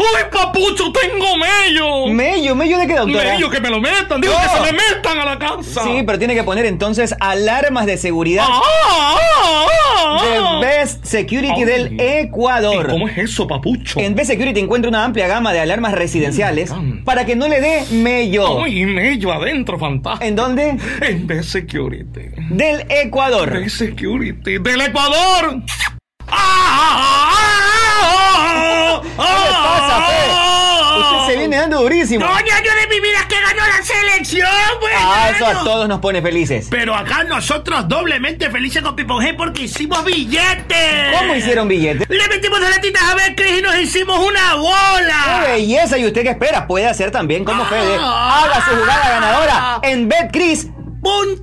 Speaker 4: ¡Ay, papucho, tengo mello!
Speaker 9: ¿Mello? ¿Mello de qué, doctora?
Speaker 4: Mello, que me lo metan. Digo, que
Speaker 9: No.
Speaker 4: se le metan a la casa.
Speaker 9: Sí, pero tiene que poner entonces alarmas de seguridad.
Speaker 4: Ah, ah, ah, ah.
Speaker 9: The Best Security
Speaker 4: Ay.
Speaker 9: del Ecuador. ¿Cómo es eso, papucho? En Best Security encuentra una amplia gama de alarmas residenciales para que no le dé mello.
Speaker 4: Ay, mello adentro, fantástico.
Speaker 9: ¿En dónde?
Speaker 4: En Best Security.
Speaker 9: Del Ecuador.
Speaker 4: Best Security. ¡Del Ecuador! ¡Ah! ¿Qué pasa,
Speaker 9: Usted se viene dando durísimo.
Speaker 4: ¡Coño, yo de mi vida que ganó la selección, güey!
Speaker 9: Ah, eso a
Speaker 4: Ganó.
Speaker 9: todos nos pone felices.
Speaker 4: Pero acá nosotros doblemente felices con Pipo G porque hicimos billetes.
Speaker 9: ¿Cómo hicieron billetes?
Speaker 4: Le metimos dos latitas a ver y nos hicimos una
Speaker 9: ¡Qué
Speaker 4: bola.
Speaker 9: belleza! ¿Y usted qué espera? Puede hacer también como Fede. Haga su jugada ganadora en BetCris.com.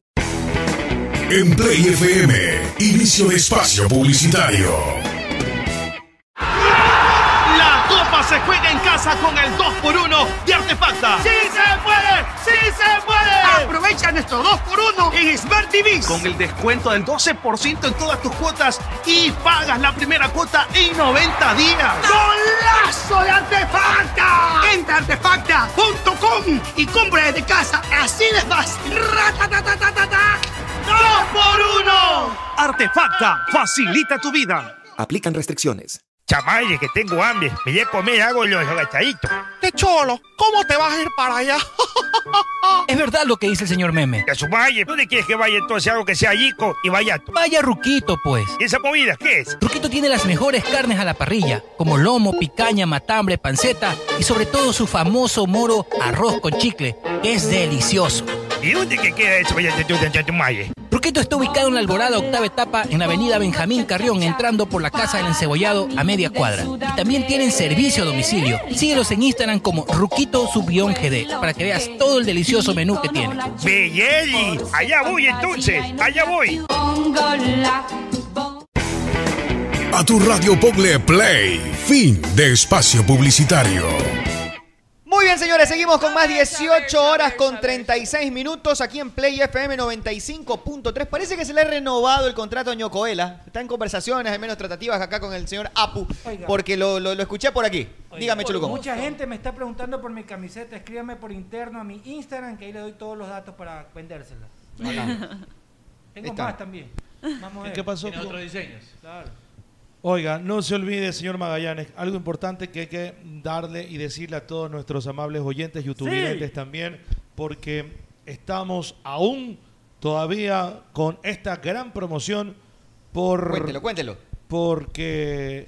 Speaker 13: En Play FM, inicio de espacio publicitario.
Speaker 3: La copa se juega en casa con el 2x1 de Artefacta.
Speaker 4: ¡Sí se puede! ¡Sí se puede! Aprovecha nuestro 2x1 en Smart TV.
Speaker 3: Con el descuento del 12% en todas tus cuotas y pagas la primera cuota en 90 días.
Speaker 4: ¡Golazo de Artefacta! Entra a artefacta.com y compra desde casa. Así de fácil. ¡Ratatatatata! ¡Dos por uno!
Speaker 3: Artefacta, facilita tu vida.
Speaker 32: Aplican restricciones.
Speaker 8: Chamaye, que tengo hambre. Me voy a comer, hago los agachaditos.
Speaker 33: Te cholo, ¿cómo te vas a ir para allá?
Speaker 23: Es verdad lo que dice el señor Meme.
Speaker 8: Que a su valle. ¿Dónde quieres que vaya entonces? Algo que sea yico y vaya.
Speaker 23: Vaya Ruquito, pues.
Speaker 8: ¿Y esa comida qué es?
Speaker 23: Ruquito tiene las mejores carnes a la parrilla, como lomo, picaña, matambre, panceta y sobre todo su famoso moro arroz con chicle, que es delicioso.
Speaker 8: ¿Y dónde que queda eso? Vaya, te- te- te- te- te- maye.
Speaker 23: Ruquito está ubicado en la Alborada Octava Etapa en la avenida Benjamín Carrión, entrando por la Casa del Encebollado a media cuadra. Y también tienen servicio a domicilio. Síguelos en Instagram como Ruquito Subión GD para que veas todo el delicioso menú que tiene.
Speaker 8: Belleli. Allá voy entonces. Allá voy.
Speaker 13: A tu radio Pogle Play, fin de espacio publicitario.
Speaker 2: Muy bien, señores, seguimos con más 18 horas con 36 minutos aquí en Play FM 95.3. Parece que se le ha renovado el contrato a Ñocoela. Está en conversaciones, al menos tratativas acá con el señor Apu,
Speaker 11: Oiga.
Speaker 2: porque lo, lo- lo escuché por aquí. Dígame,
Speaker 11: Por-
Speaker 2: Cholucón.
Speaker 11: Mucha gente me está preguntando por mi camiseta. Escríbame por interno a mi Instagram, que ahí le doy todos los datos para vendérsela.
Speaker 5: Hola.
Speaker 11: Tengo
Speaker 5: Está.
Speaker 11: más también. Vamos a ver.
Speaker 5: ¿Qué pasó? Tiene
Speaker 10: otros diseños.
Speaker 11: Claro.
Speaker 5: Oiga, no se olvide, señor Magallanes, algo importante que hay que darle y decirle a todos nuestros amables oyentes, youtubers también, porque estamos aún todavía con esta gran promoción por...
Speaker 2: Cuéntelo, cuéntelo.
Speaker 5: Porque,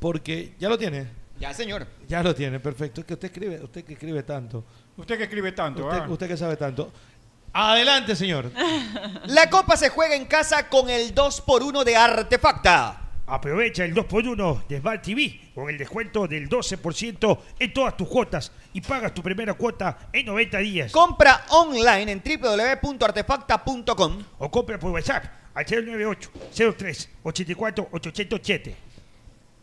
Speaker 5: porque, ¿ya lo tiene?
Speaker 2: Ya, señor.
Speaker 5: Ya lo tiene, perfecto. Es que usted escribe, usted que escribe tanto.
Speaker 2: Usted que escribe ah.
Speaker 5: Usted, usted que sabe tanto. Adelante, señor.
Speaker 2: La copa se juega en casa con el 2x1 de Artefacta.
Speaker 8: Aprovecha el 2x1 de Smart TV con el descuento del 12% en todas tus cuotas y pagas tu primera cuota en 90 días.
Speaker 2: Compra online en www.artefacta.com
Speaker 8: o compra por WhatsApp al 098-03-84-807.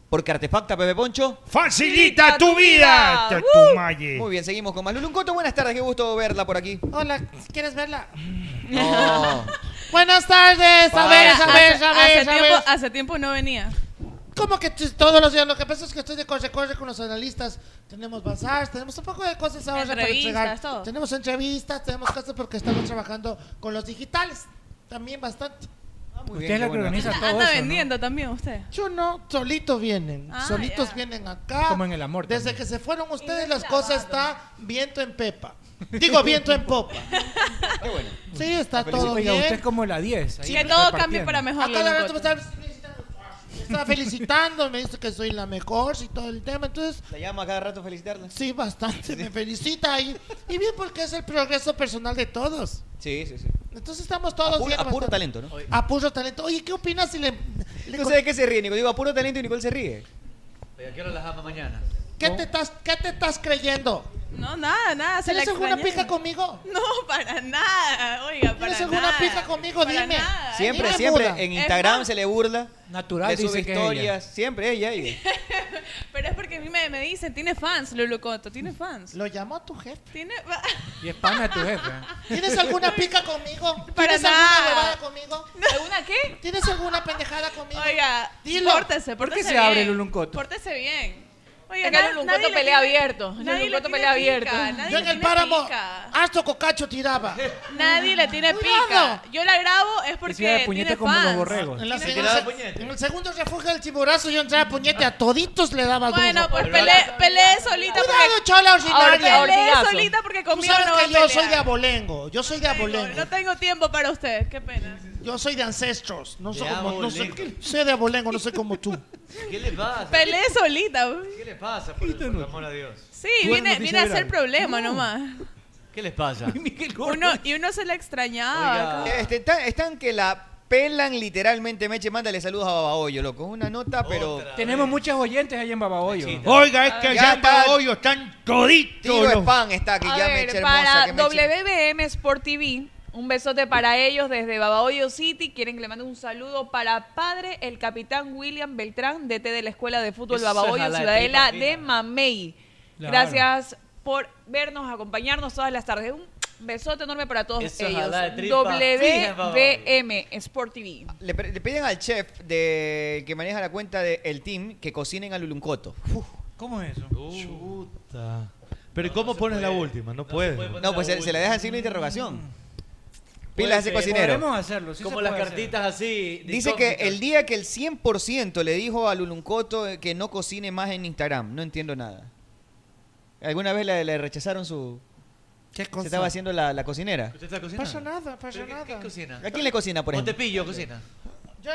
Speaker 2: Porque Artefacta, Pepe Poncho,
Speaker 8: facilita tu vida.
Speaker 9: Uh.
Speaker 8: Tatumaye.
Speaker 2: Muy bien, seguimos con más. Luluncoto, buenas tardes, qué gusto verla por aquí.
Speaker 33: Hola, ¿quieres verla?
Speaker 5: Mm.
Speaker 2: Buenas tardes. A
Speaker 13: Hola,
Speaker 2: ver, a ver,
Speaker 13: hace-
Speaker 2: a ver,
Speaker 13: hace
Speaker 2: a
Speaker 13: tiempo-
Speaker 2: ver.
Speaker 13: Hace tiempo no venía.
Speaker 2: Como que t- todos los días, lo que pasa es que estoy de corre, corre con los analistas. Tenemos bazaars, tenemos un poco de cosas ahora para
Speaker 13: Entrevistas,
Speaker 2: entregar.
Speaker 13: todo.
Speaker 2: Tenemos entrevistas, tenemos cosas porque estamos trabajando con los digitales. También bastante.
Speaker 11: Usted bien, es la qué que bueno. organiza
Speaker 13: Anda,
Speaker 11: todo
Speaker 13: anda
Speaker 11: eso, ¿no?
Speaker 13: vendiendo también usted.
Speaker 2: Yo no, solitos vienen.
Speaker 13: Ah,
Speaker 2: solitos vienen acá.
Speaker 11: Como en el amor
Speaker 2: Desde que se fueron ustedes,
Speaker 13: este
Speaker 2: las cosas está viento en pepa. Digo, viento en popa. Sí, está todo
Speaker 11: Oiga,
Speaker 2: bien.
Speaker 11: usted es como la 10. ahí
Speaker 2: Sí,
Speaker 11: repartiendo.
Speaker 2: Acá la verdad Ah, me estaba me estaba felicitando, me dice que soy la mejor y todo el tema. Entonces,
Speaker 9: ¿La llama cada rato a felicitarla?
Speaker 2: Sí, bastante. Me felicita y, y bien porque es el progreso personal de todos.
Speaker 9: Sí, sí, sí.
Speaker 2: Entonces estamos todos
Speaker 9: A puro-
Speaker 2: bien
Speaker 9: a puro
Speaker 2: bastante.
Speaker 9: talento, ¿no?
Speaker 2: A puro talento. Oye, ¿qué opinas si le... le-
Speaker 9: No sé de qué se ríe, Nico. Digo, a puro talento y Nicole se ríe.
Speaker 10: Oiga, quiero las ama mañana.
Speaker 2: ¿Qué, te estás, ¿Qué te estás creyendo?
Speaker 13: No, nada, nada. Se
Speaker 2: ¿Tienes
Speaker 13: la
Speaker 2: alguna
Speaker 13: extrañé.
Speaker 2: pija conmigo?
Speaker 13: No, para nada. Oiga, para
Speaker 2: ¿Tienes alguna
Speaker 13: nada.
Speaker 2: pija conmigo?
Speaker 13: Para
Speaker 2: Dime.
Speaker 11: Ah,
Speaker 13: nada.
Speaker 9: Siempre,
Speaker 2: Dime,
Speaker 9: siempre.
Speaker 2: muda.
Speaker 9: En
Speaker 2: Es
Speaker 9: Instagram
Speaker 13: más-
Speaker 9: se le burla.
Speaker 11: Natural,
Speaker 9: Le sube
Speaker 11: dice que es ella.
Speaker 9: historias. Siempre ella, ella.
Speaker 13: Pero es porque a mí me, me dicen, tiene fans, Lolo Coto, tiene fans.
Speaker 2: Lo llamó tu jefe.
Speaker 13: Tiene...
Speaker 11: Y es pana de tu jefe. ¿eh?
Speaker 2: ¿Tienes alguna pica conmigo?
Speaker 13: Para
Speaker 2: ¿Tienes
Speaker 13: nada.
Speaker 2: alguna huevada conmigo?
Speaker 13: ¿Alguna qué?
Speaker 2: ¿Tienes alguna pendejada conmigo?
Speaker 13: Oiga,
Speaker 2: Dilo.
Speaker 13: pórtese, pórtese
Speaker 11: ¿Por qué se
Speaker 13: bien.
Speaker 11: abre el uluncoto?
Speaker 13: Pórtese bien. Oiga,
Speaker 12: Acá
Speaker 13: na-
Speaker 12: el
Speaker 13: nadie
Speaker 12: Luncoto
Speaker 13: le
Speaker 12: pelea
Speaker 13: tiene-
Speaker 12: abierto. El
Speaker 13: Nadie le
Speaker 12: Luncoto
Speaker 13: tiene
Speaker 12: pelea abierto.
Speaker 13: pica, nadie
Speaker 2: Yo en
Speaker 13: le
Speaker 2: el
Speaker 13: tiene
Speaker 2: páramo,
Speaker 13: pica.
Speaker 2: harto cocacho tiraba.
Speaker 13: Nadie le tiene
Speaker 2: Cuidado.
Speaker 13: pica. Yo la grabo es porque
Speaker 11: Decía de puñete
Speaker 13: tiene
Speaker 11: como los
Speaker 13: fans.
Speaker 11: borregos.
Speaker 2: En, la
Speaker 11: Se
Speaker 2: segunda-
Speaker 11: tiraba
Speaker 2: en el segundo refugio del tiborazo yo entraba a puñete, a toditos le daba duro.
Speaker 13: Bueno, pues peleé, peleé solita
Speaker 2: Cuidado,
Speaker 13: porque...
Speaker 2: chola ordinaria.
Speaker 13: Ahora peleé solita porque
Speaker 2: Tú
Speaker 13: conmigo
Speaker 2: sabes
Speaker 13: no va a
Speaker 2: que yo soy
Speaker 13: pelear.
Speaker 2: de abolengo. Yo soy de abolengo.
Speaker 13: No tengo tiempo para usted, qué pena.
Speaker 2: Yo soy de ancestros. No
Speaker 13: De
Speaker 2: soy como no soy,
Speaker 13: abolengo.
Speaker 2: soy de abolengo, no soy como tú.
Speaker 10: ¿Qué le pasa?
Speaker 13: Pelé solita. uy.
Speaker 10: ¿Qué le pasa, por, por amor a Dios?
Speaker 13: Sí,
Speaker 10: Tú eres
Speaker 13: viene,
Speaker 10: noticia
Speaker 13: viene a ser
Speaker 10: viral.
Speaker 13: problema nomás.
Speaker 10: ¿Qué les pasa?
Speaker 13: Uno, y uno se la
Speaker 11: Ah,
Speaker 13: extrañaba.
Speaker 9: Eh, este, están, están que la pelan literalmente, Meche. Mándale saludos a Babahoyo, loco. Es Una nota, pero.
Speaker 11: Tenemos muchos oyentes ahí en Babahoyo.
Speaker 9: Oiga, es que allá en Babahoyo
Speaker 11: están
Speaker 9: Tiro de pan está que
Speaker 12: A
Speaker 9: ya
Speaker 12: ver,
Speaker 9: Meche hermosa.
Speaker 12: para
Speaker 9: Que Meche.
Speaker 12: WBM Sport TV, un besote para ellos desde Babahoyo City. Quieren que le mande un saludo para padre, el capitán William Beltrán, DT de la Escuela de Fútbol
Speaker 13: Eso es
Speaker 12: Babahoyo,
Speaker 13: jalá de
Speaker 12: Ciudadela
Speaker 13: tripa,
Speaker 12: de Mamey.
Speaker 13: Claro.
Speaker 12: Gracias por vernos, acompañarnos todas las tardes. Un besote enorme para todos
Speaker 9: Eso es
Speaker 12: ellos.
Speaker 9: jalá de tripa. Fija en
Speaker 12: WBM Sport TV.
Speaker 9: Le, pre- le piden al chef de, que maneja la cuenta del team que cocinen al uluncoto.
Speaker 11: ¿Cómo es eso?
Speaker 5: Chuta. Pero ¿cómo pones la última? No puedes.
Speaker 9: No, pues se, se la deja en signo de interrogación. Pilas de
Speaker 10: Puede ser.
Speaker 9: cocinero.
Speaker 10: Podemos hacerlo, sí Como se las puede hacer. cartitas así, de
Speaker 9: Dice que
Speaker 10: incógnita.
Speaker 9: el día que el 100% le dijo al uluncoto que no cocine más en Instagram. No entiendo nada. ¿Alguna vez le, le rechazaron su... Se estaba haciendo la, la cocinera.
Speaker 10: ¿Usted está cocinando?
Speaker 2: Pasa nada, pasa nada.
Speaker 10: ¿Qué cocina?
Speaker 9: ¿A quién le cocina, por ejemplo?
Speaker 10: Montepillo cocina.
Speaker 2: Yo-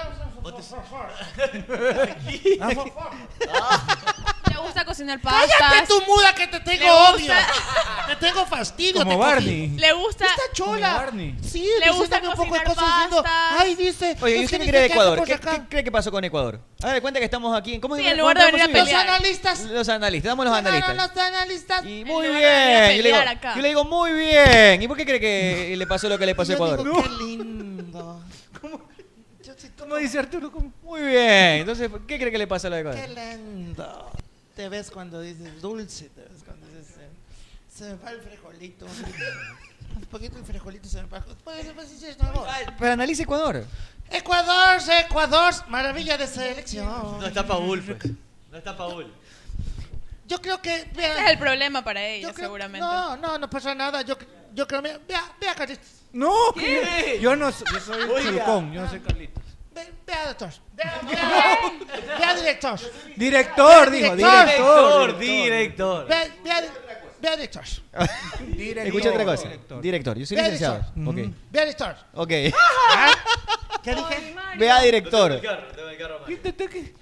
Speaker 13: Le gusta cocinar pastas.
Speaker 2: Cállate tu muda que te
Speaker 13: Le
Speaker 2: tengo
Speaker 13: gusta-
Speaker 2: odio. Te tengo fastidio.
Speaker 11: Como
Speaker 2: te
Speaker 11: Barney.
Speaker 2: cogí.
Speaker 13: Le gusta.
Speaker 2: Está chola.
Speaker 9: Barney.
Speaker 2: Sí,
Speaker 13: Le
Speaker 2: le
Speaker 13: gusta
Speaker 2: gusta un poco de
Speaker 13: cocinar
Speaker 2: cosas diciendo.
Speaker 13: pastas.
Speaker 2: Ay, dice.
Speaker 9: Oye, ¿y
Speaker 2: es
Speaker 9: usted
Speaker 2: que
Speaker 9: qué
Speaker 2: ni
Speaker 9: cree de
Speaker 2: sé hace
Speaker 9: Ecuador?
Speaker 2: por
Speaker 9: ¿Qué,
Speaker 2: acá.
Speaker 9: qué cree que pasó con Ecuador? Haga de cuenta que estamos aquí en... ¿Cómo
Speaker 2: Sí,
Speaker 9: se llama?
Speaker 2: en lugar de
Speaker 9: ¿Cómo
Speaker 2: venir a
Speaker 9: se llama?
Speaker 2: pelear. Los analistas.
Speaker 9: Los analistas. Vamos a los analistas.
Speaker 2: Los analistas. Y
Speaker 9: Muy bien. Yo le, digo, yo le digo, muy bien. ¿Y por qué cree que le pasó lo que le pasó a Ecuador?
Speaker 2: Qué lindo.
Speaker 11: ¿Cómo dice Arturo? ¿Cómo?
Speaker 9: Muy bien. Entonces, ¿qué cree que le pasó a lo de
Speaker 2: Qué
Speaker 9: Ecuador?
Speaker 2: lindo. Te ves cuando dices dulce, te ves cuando dices. eh, Se me va el frijolito. Un poquito el frijolito se me va. Pues, pues, sí, sí, no.
Speaker 9: Pero analice Ecuador.
Speaker 2: Ecuador, Ecuador, maravilla de selección.
Speaker 10: No está Paul, pues. No está Paul.
Speaker 2: Yo creo que. Vea,
Speaker 13: Ese es el problema para ella,
Speaker 2: yo creo-
Speaker 13: seguramente.
Speaker 2: No, no, no pasa nada. Yo, yo creo. Vea, vea, Carlitos.
Speaker 11: No,
Speaker 2: ¿Qué?
Speaker 11: yo no soy, yo soy
Speaker 2: Oiga.
Speaker 11: Chulucón, yo no soy Carlito.
Speaker 2: Ve- Vea, doctor. Vea, vea, vea, director.
Speaker 11: Director, digo,
Speaker 2: Director.
Speaker 11: director.
Speaker 10: Director.
Speaker 2: Vea, vea, vea, director.
Speaker 9: Escucha otra cosa.
Speaker 11: Director.
Speaker 9: Director. Yo soy
Speaker 2: Vea,
Speaker 9: licenciado. Ok.
Speaker 2: Vea, director.
Speaker 9: Ok.
Speaker 2: ¿Qué dije?
Speaker 9: Vea, director.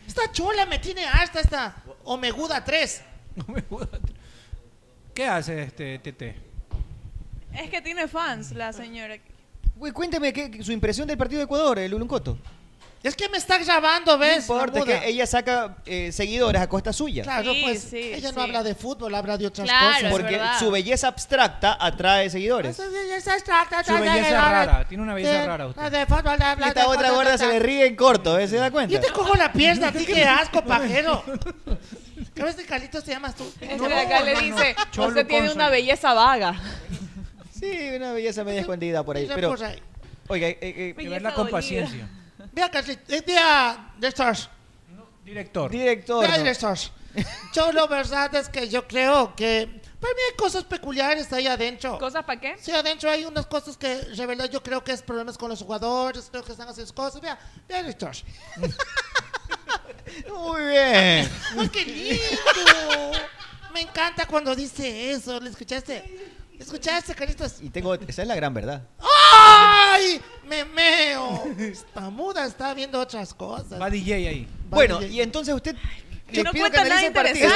Speaker 2: Esta chola me tiene hasta esta Omeguda 3.
Speaker 11: ¿Qué hace este TT?
Speaker 13: Es que tiene fans la señora.
Speaker 9: Güey, cuénteme ¿qué, su impresión del partido de Ecuador, el Uluncoto.
Speaker 2: Es que me está grabando, ¿ves?
Speaker 9: No importa, es
Speaker 2: Bermuda?
Speaker 9: que ella saca eh, seguidores a costa suya.
Speaker 2: Claro, pues ella no habla de fútbol, habla de otras cosas.
Speaker 9: Porque su belleza abstracta atrae seguidores.
Speaker 2: Su
Speaker 9: belleza rara, tiene una belleza rara usted. Y esta otra gorda se le ríe en corto, ¿eh? ¿se da cuenta?
Speaker 2: Yo te cojo la pierna, a ti qué asco, pajero. este ¿Qué ves de Carlitos te llamas tú?
Speaker 12: Este de acá le dice,
Speaker 9: Cholo
Speaker 12: usted tiene
Speaker 9: Consul.
Speaker 12: una belleza vaga.
Speaker 9: Sí, una belleza media escondida por ahí.
Speaker 2: Esa
Speaker 9: Pero,
Speaker 2: por ahí.
Speaker 9: oiga, eh, eh,
Speaker 2: Belleza Verla con dolida. paciencia. Vea, Carlitos, es día de estos.
Speaker 11: Director.
Speaker 9: Director.
Speaker 2: Vea de estos. Yo lo verdad es que yo creo que... Para mí hay cosas peculiares ahí adentro.
Speaker 12: ¿Cosas para qué?
Speaker 2: Sí, adentro hay unas cosas que, de verdad, yo creo que es problemas con los jugadores, creo que están haciendo cosas. Vea, vea, Néstor.
Speaker 9: Muy bien.
Speaker 2: ¡Ay, qué lindo! Me encanta cuando dice eso. ¿Lo escuchaste? ¿Lo escuchaste, Carlitos?
Speaker 9: Y tengo, esa es la gran verdad.
Speaker 2: ¡Ay! ¡Me meo! Está muda, está viendo otras cosas.
Speaker 11: Va DJ ahí.
Speaker 9: Bueno, y entonces usted...
Speaker 2: Yo
Speaker 9: le pido que analice el partido.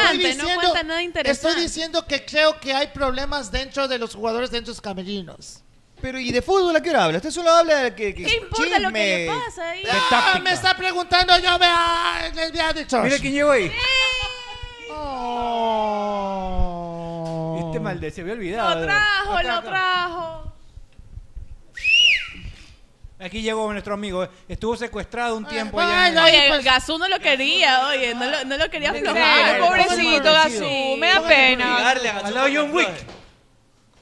Speaker 2: Estoy diciendo que creo que hay problemas dentro de los jugadores dentro de sus camerinos.
Speaker 9: Pero, ¿y de fútbol a qué hora habla? Usted solo habla de que... que
Speaker 2: ¿Qué importa lo que le
Speaker 9: chisme.
Speaker 2: pasa ahí?
Speaker 9: De
Speaker 2: Ah,
Speaker 9: táctica.
Speaker 2: me está preguntando yo, vea, les había dicho.
Speaker 11: Mira quién llegó ahí.
Speaker 9: Este mal de- se había olvidado.
Speaker 34: Lo trajo, lo trajo.
Speaker 11: Aquí llegó nuestro amigo. Estuvo secuestrado un tiempo. allá en-
Speaker 34: Bueno, oye,
Speaker 2: pues.
Speaker 34: Gazú no lo quería, oye, no lo, no lo quería
Speaker 9: Ah,
Speaker 34: aflojar.
Speaker 11: serio,
Speaker 34: Pobrecito
Speaker 11: pobrecito.
Speaker 34: Gazú, me da pena.
Speaker 10: Al lado de John Wick.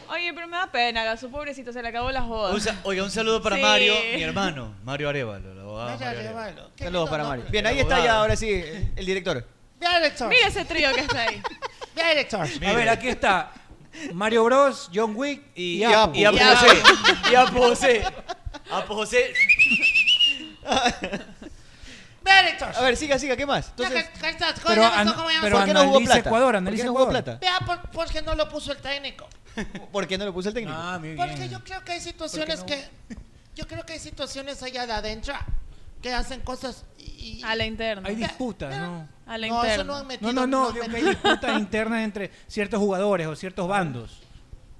Speaker 12: Oye, pero me da pena, Gazú, pobrecito, se le acabó la joda.
Speaker 10: Un sa- Oiga, un saludo para
Speaker 12: Sí.
Speaker 10: Mario, mi hermano, Mario Arevalo. el abogado Mario Arevalo.
Speaker 9: Saludos para Mario. Bien, ahí
Speaker 10: El
Speaker 9: está ya,
Speaker 10: abogado.
Speaker 9: ahora sí, el director.
Speaker 2: Vea, Néstor.
Speaker 34: Mira ese trío que está ahí.
Speaker 2: Vea, Néstor.
Speaker 11: A ver, aquí está. Mario Bros, John Wick y,
Speaker 10: Y Apu. Y Apu José. Y Apu José. Apu Ah, pues, José.
Speaker 2: Vea, Néstor.
Speaker 9: A ver, siga, siga, ¿qué más? Entonces,
Speaker 2: Ya, Carlitos, joder,
Speaker 9: Pero
Speaker 2: ya me
Speaker 9: an-
Speaker 2: tocó, me
Speaker 9: pero
Speaker 2: llamo.
Speaker 9: ¿Por qué no jugó analice plata? Ecuador, ¿Por qué analice no jugó Ecuador? plata?
Speaker 2: Vea, por, por qué no lo puso el técnico.
Speaker 9: ¿por qué no lo puso el técnico?
Speaker 2: Porque yo creo que hay situaciones que. Yo creo que hay situaciones allá de adentro que hacen cosas. Y,
Speaker 34: A la interna.
Speaker 11: Hay disputas, ¿no?
Speaker 34: A la
Speaker 2: No, eso
Speaker 34: interna.
Speaker 2: no han metido.
Speaker 11: No, no,
Speaker 2: no
Speaker 11: no.
Speaker 2: han
Speaker 11: digo que hay
Speaker 2: metido.
Speaker 11: disputas internas entre ciertos jugadores o ciertos bandos.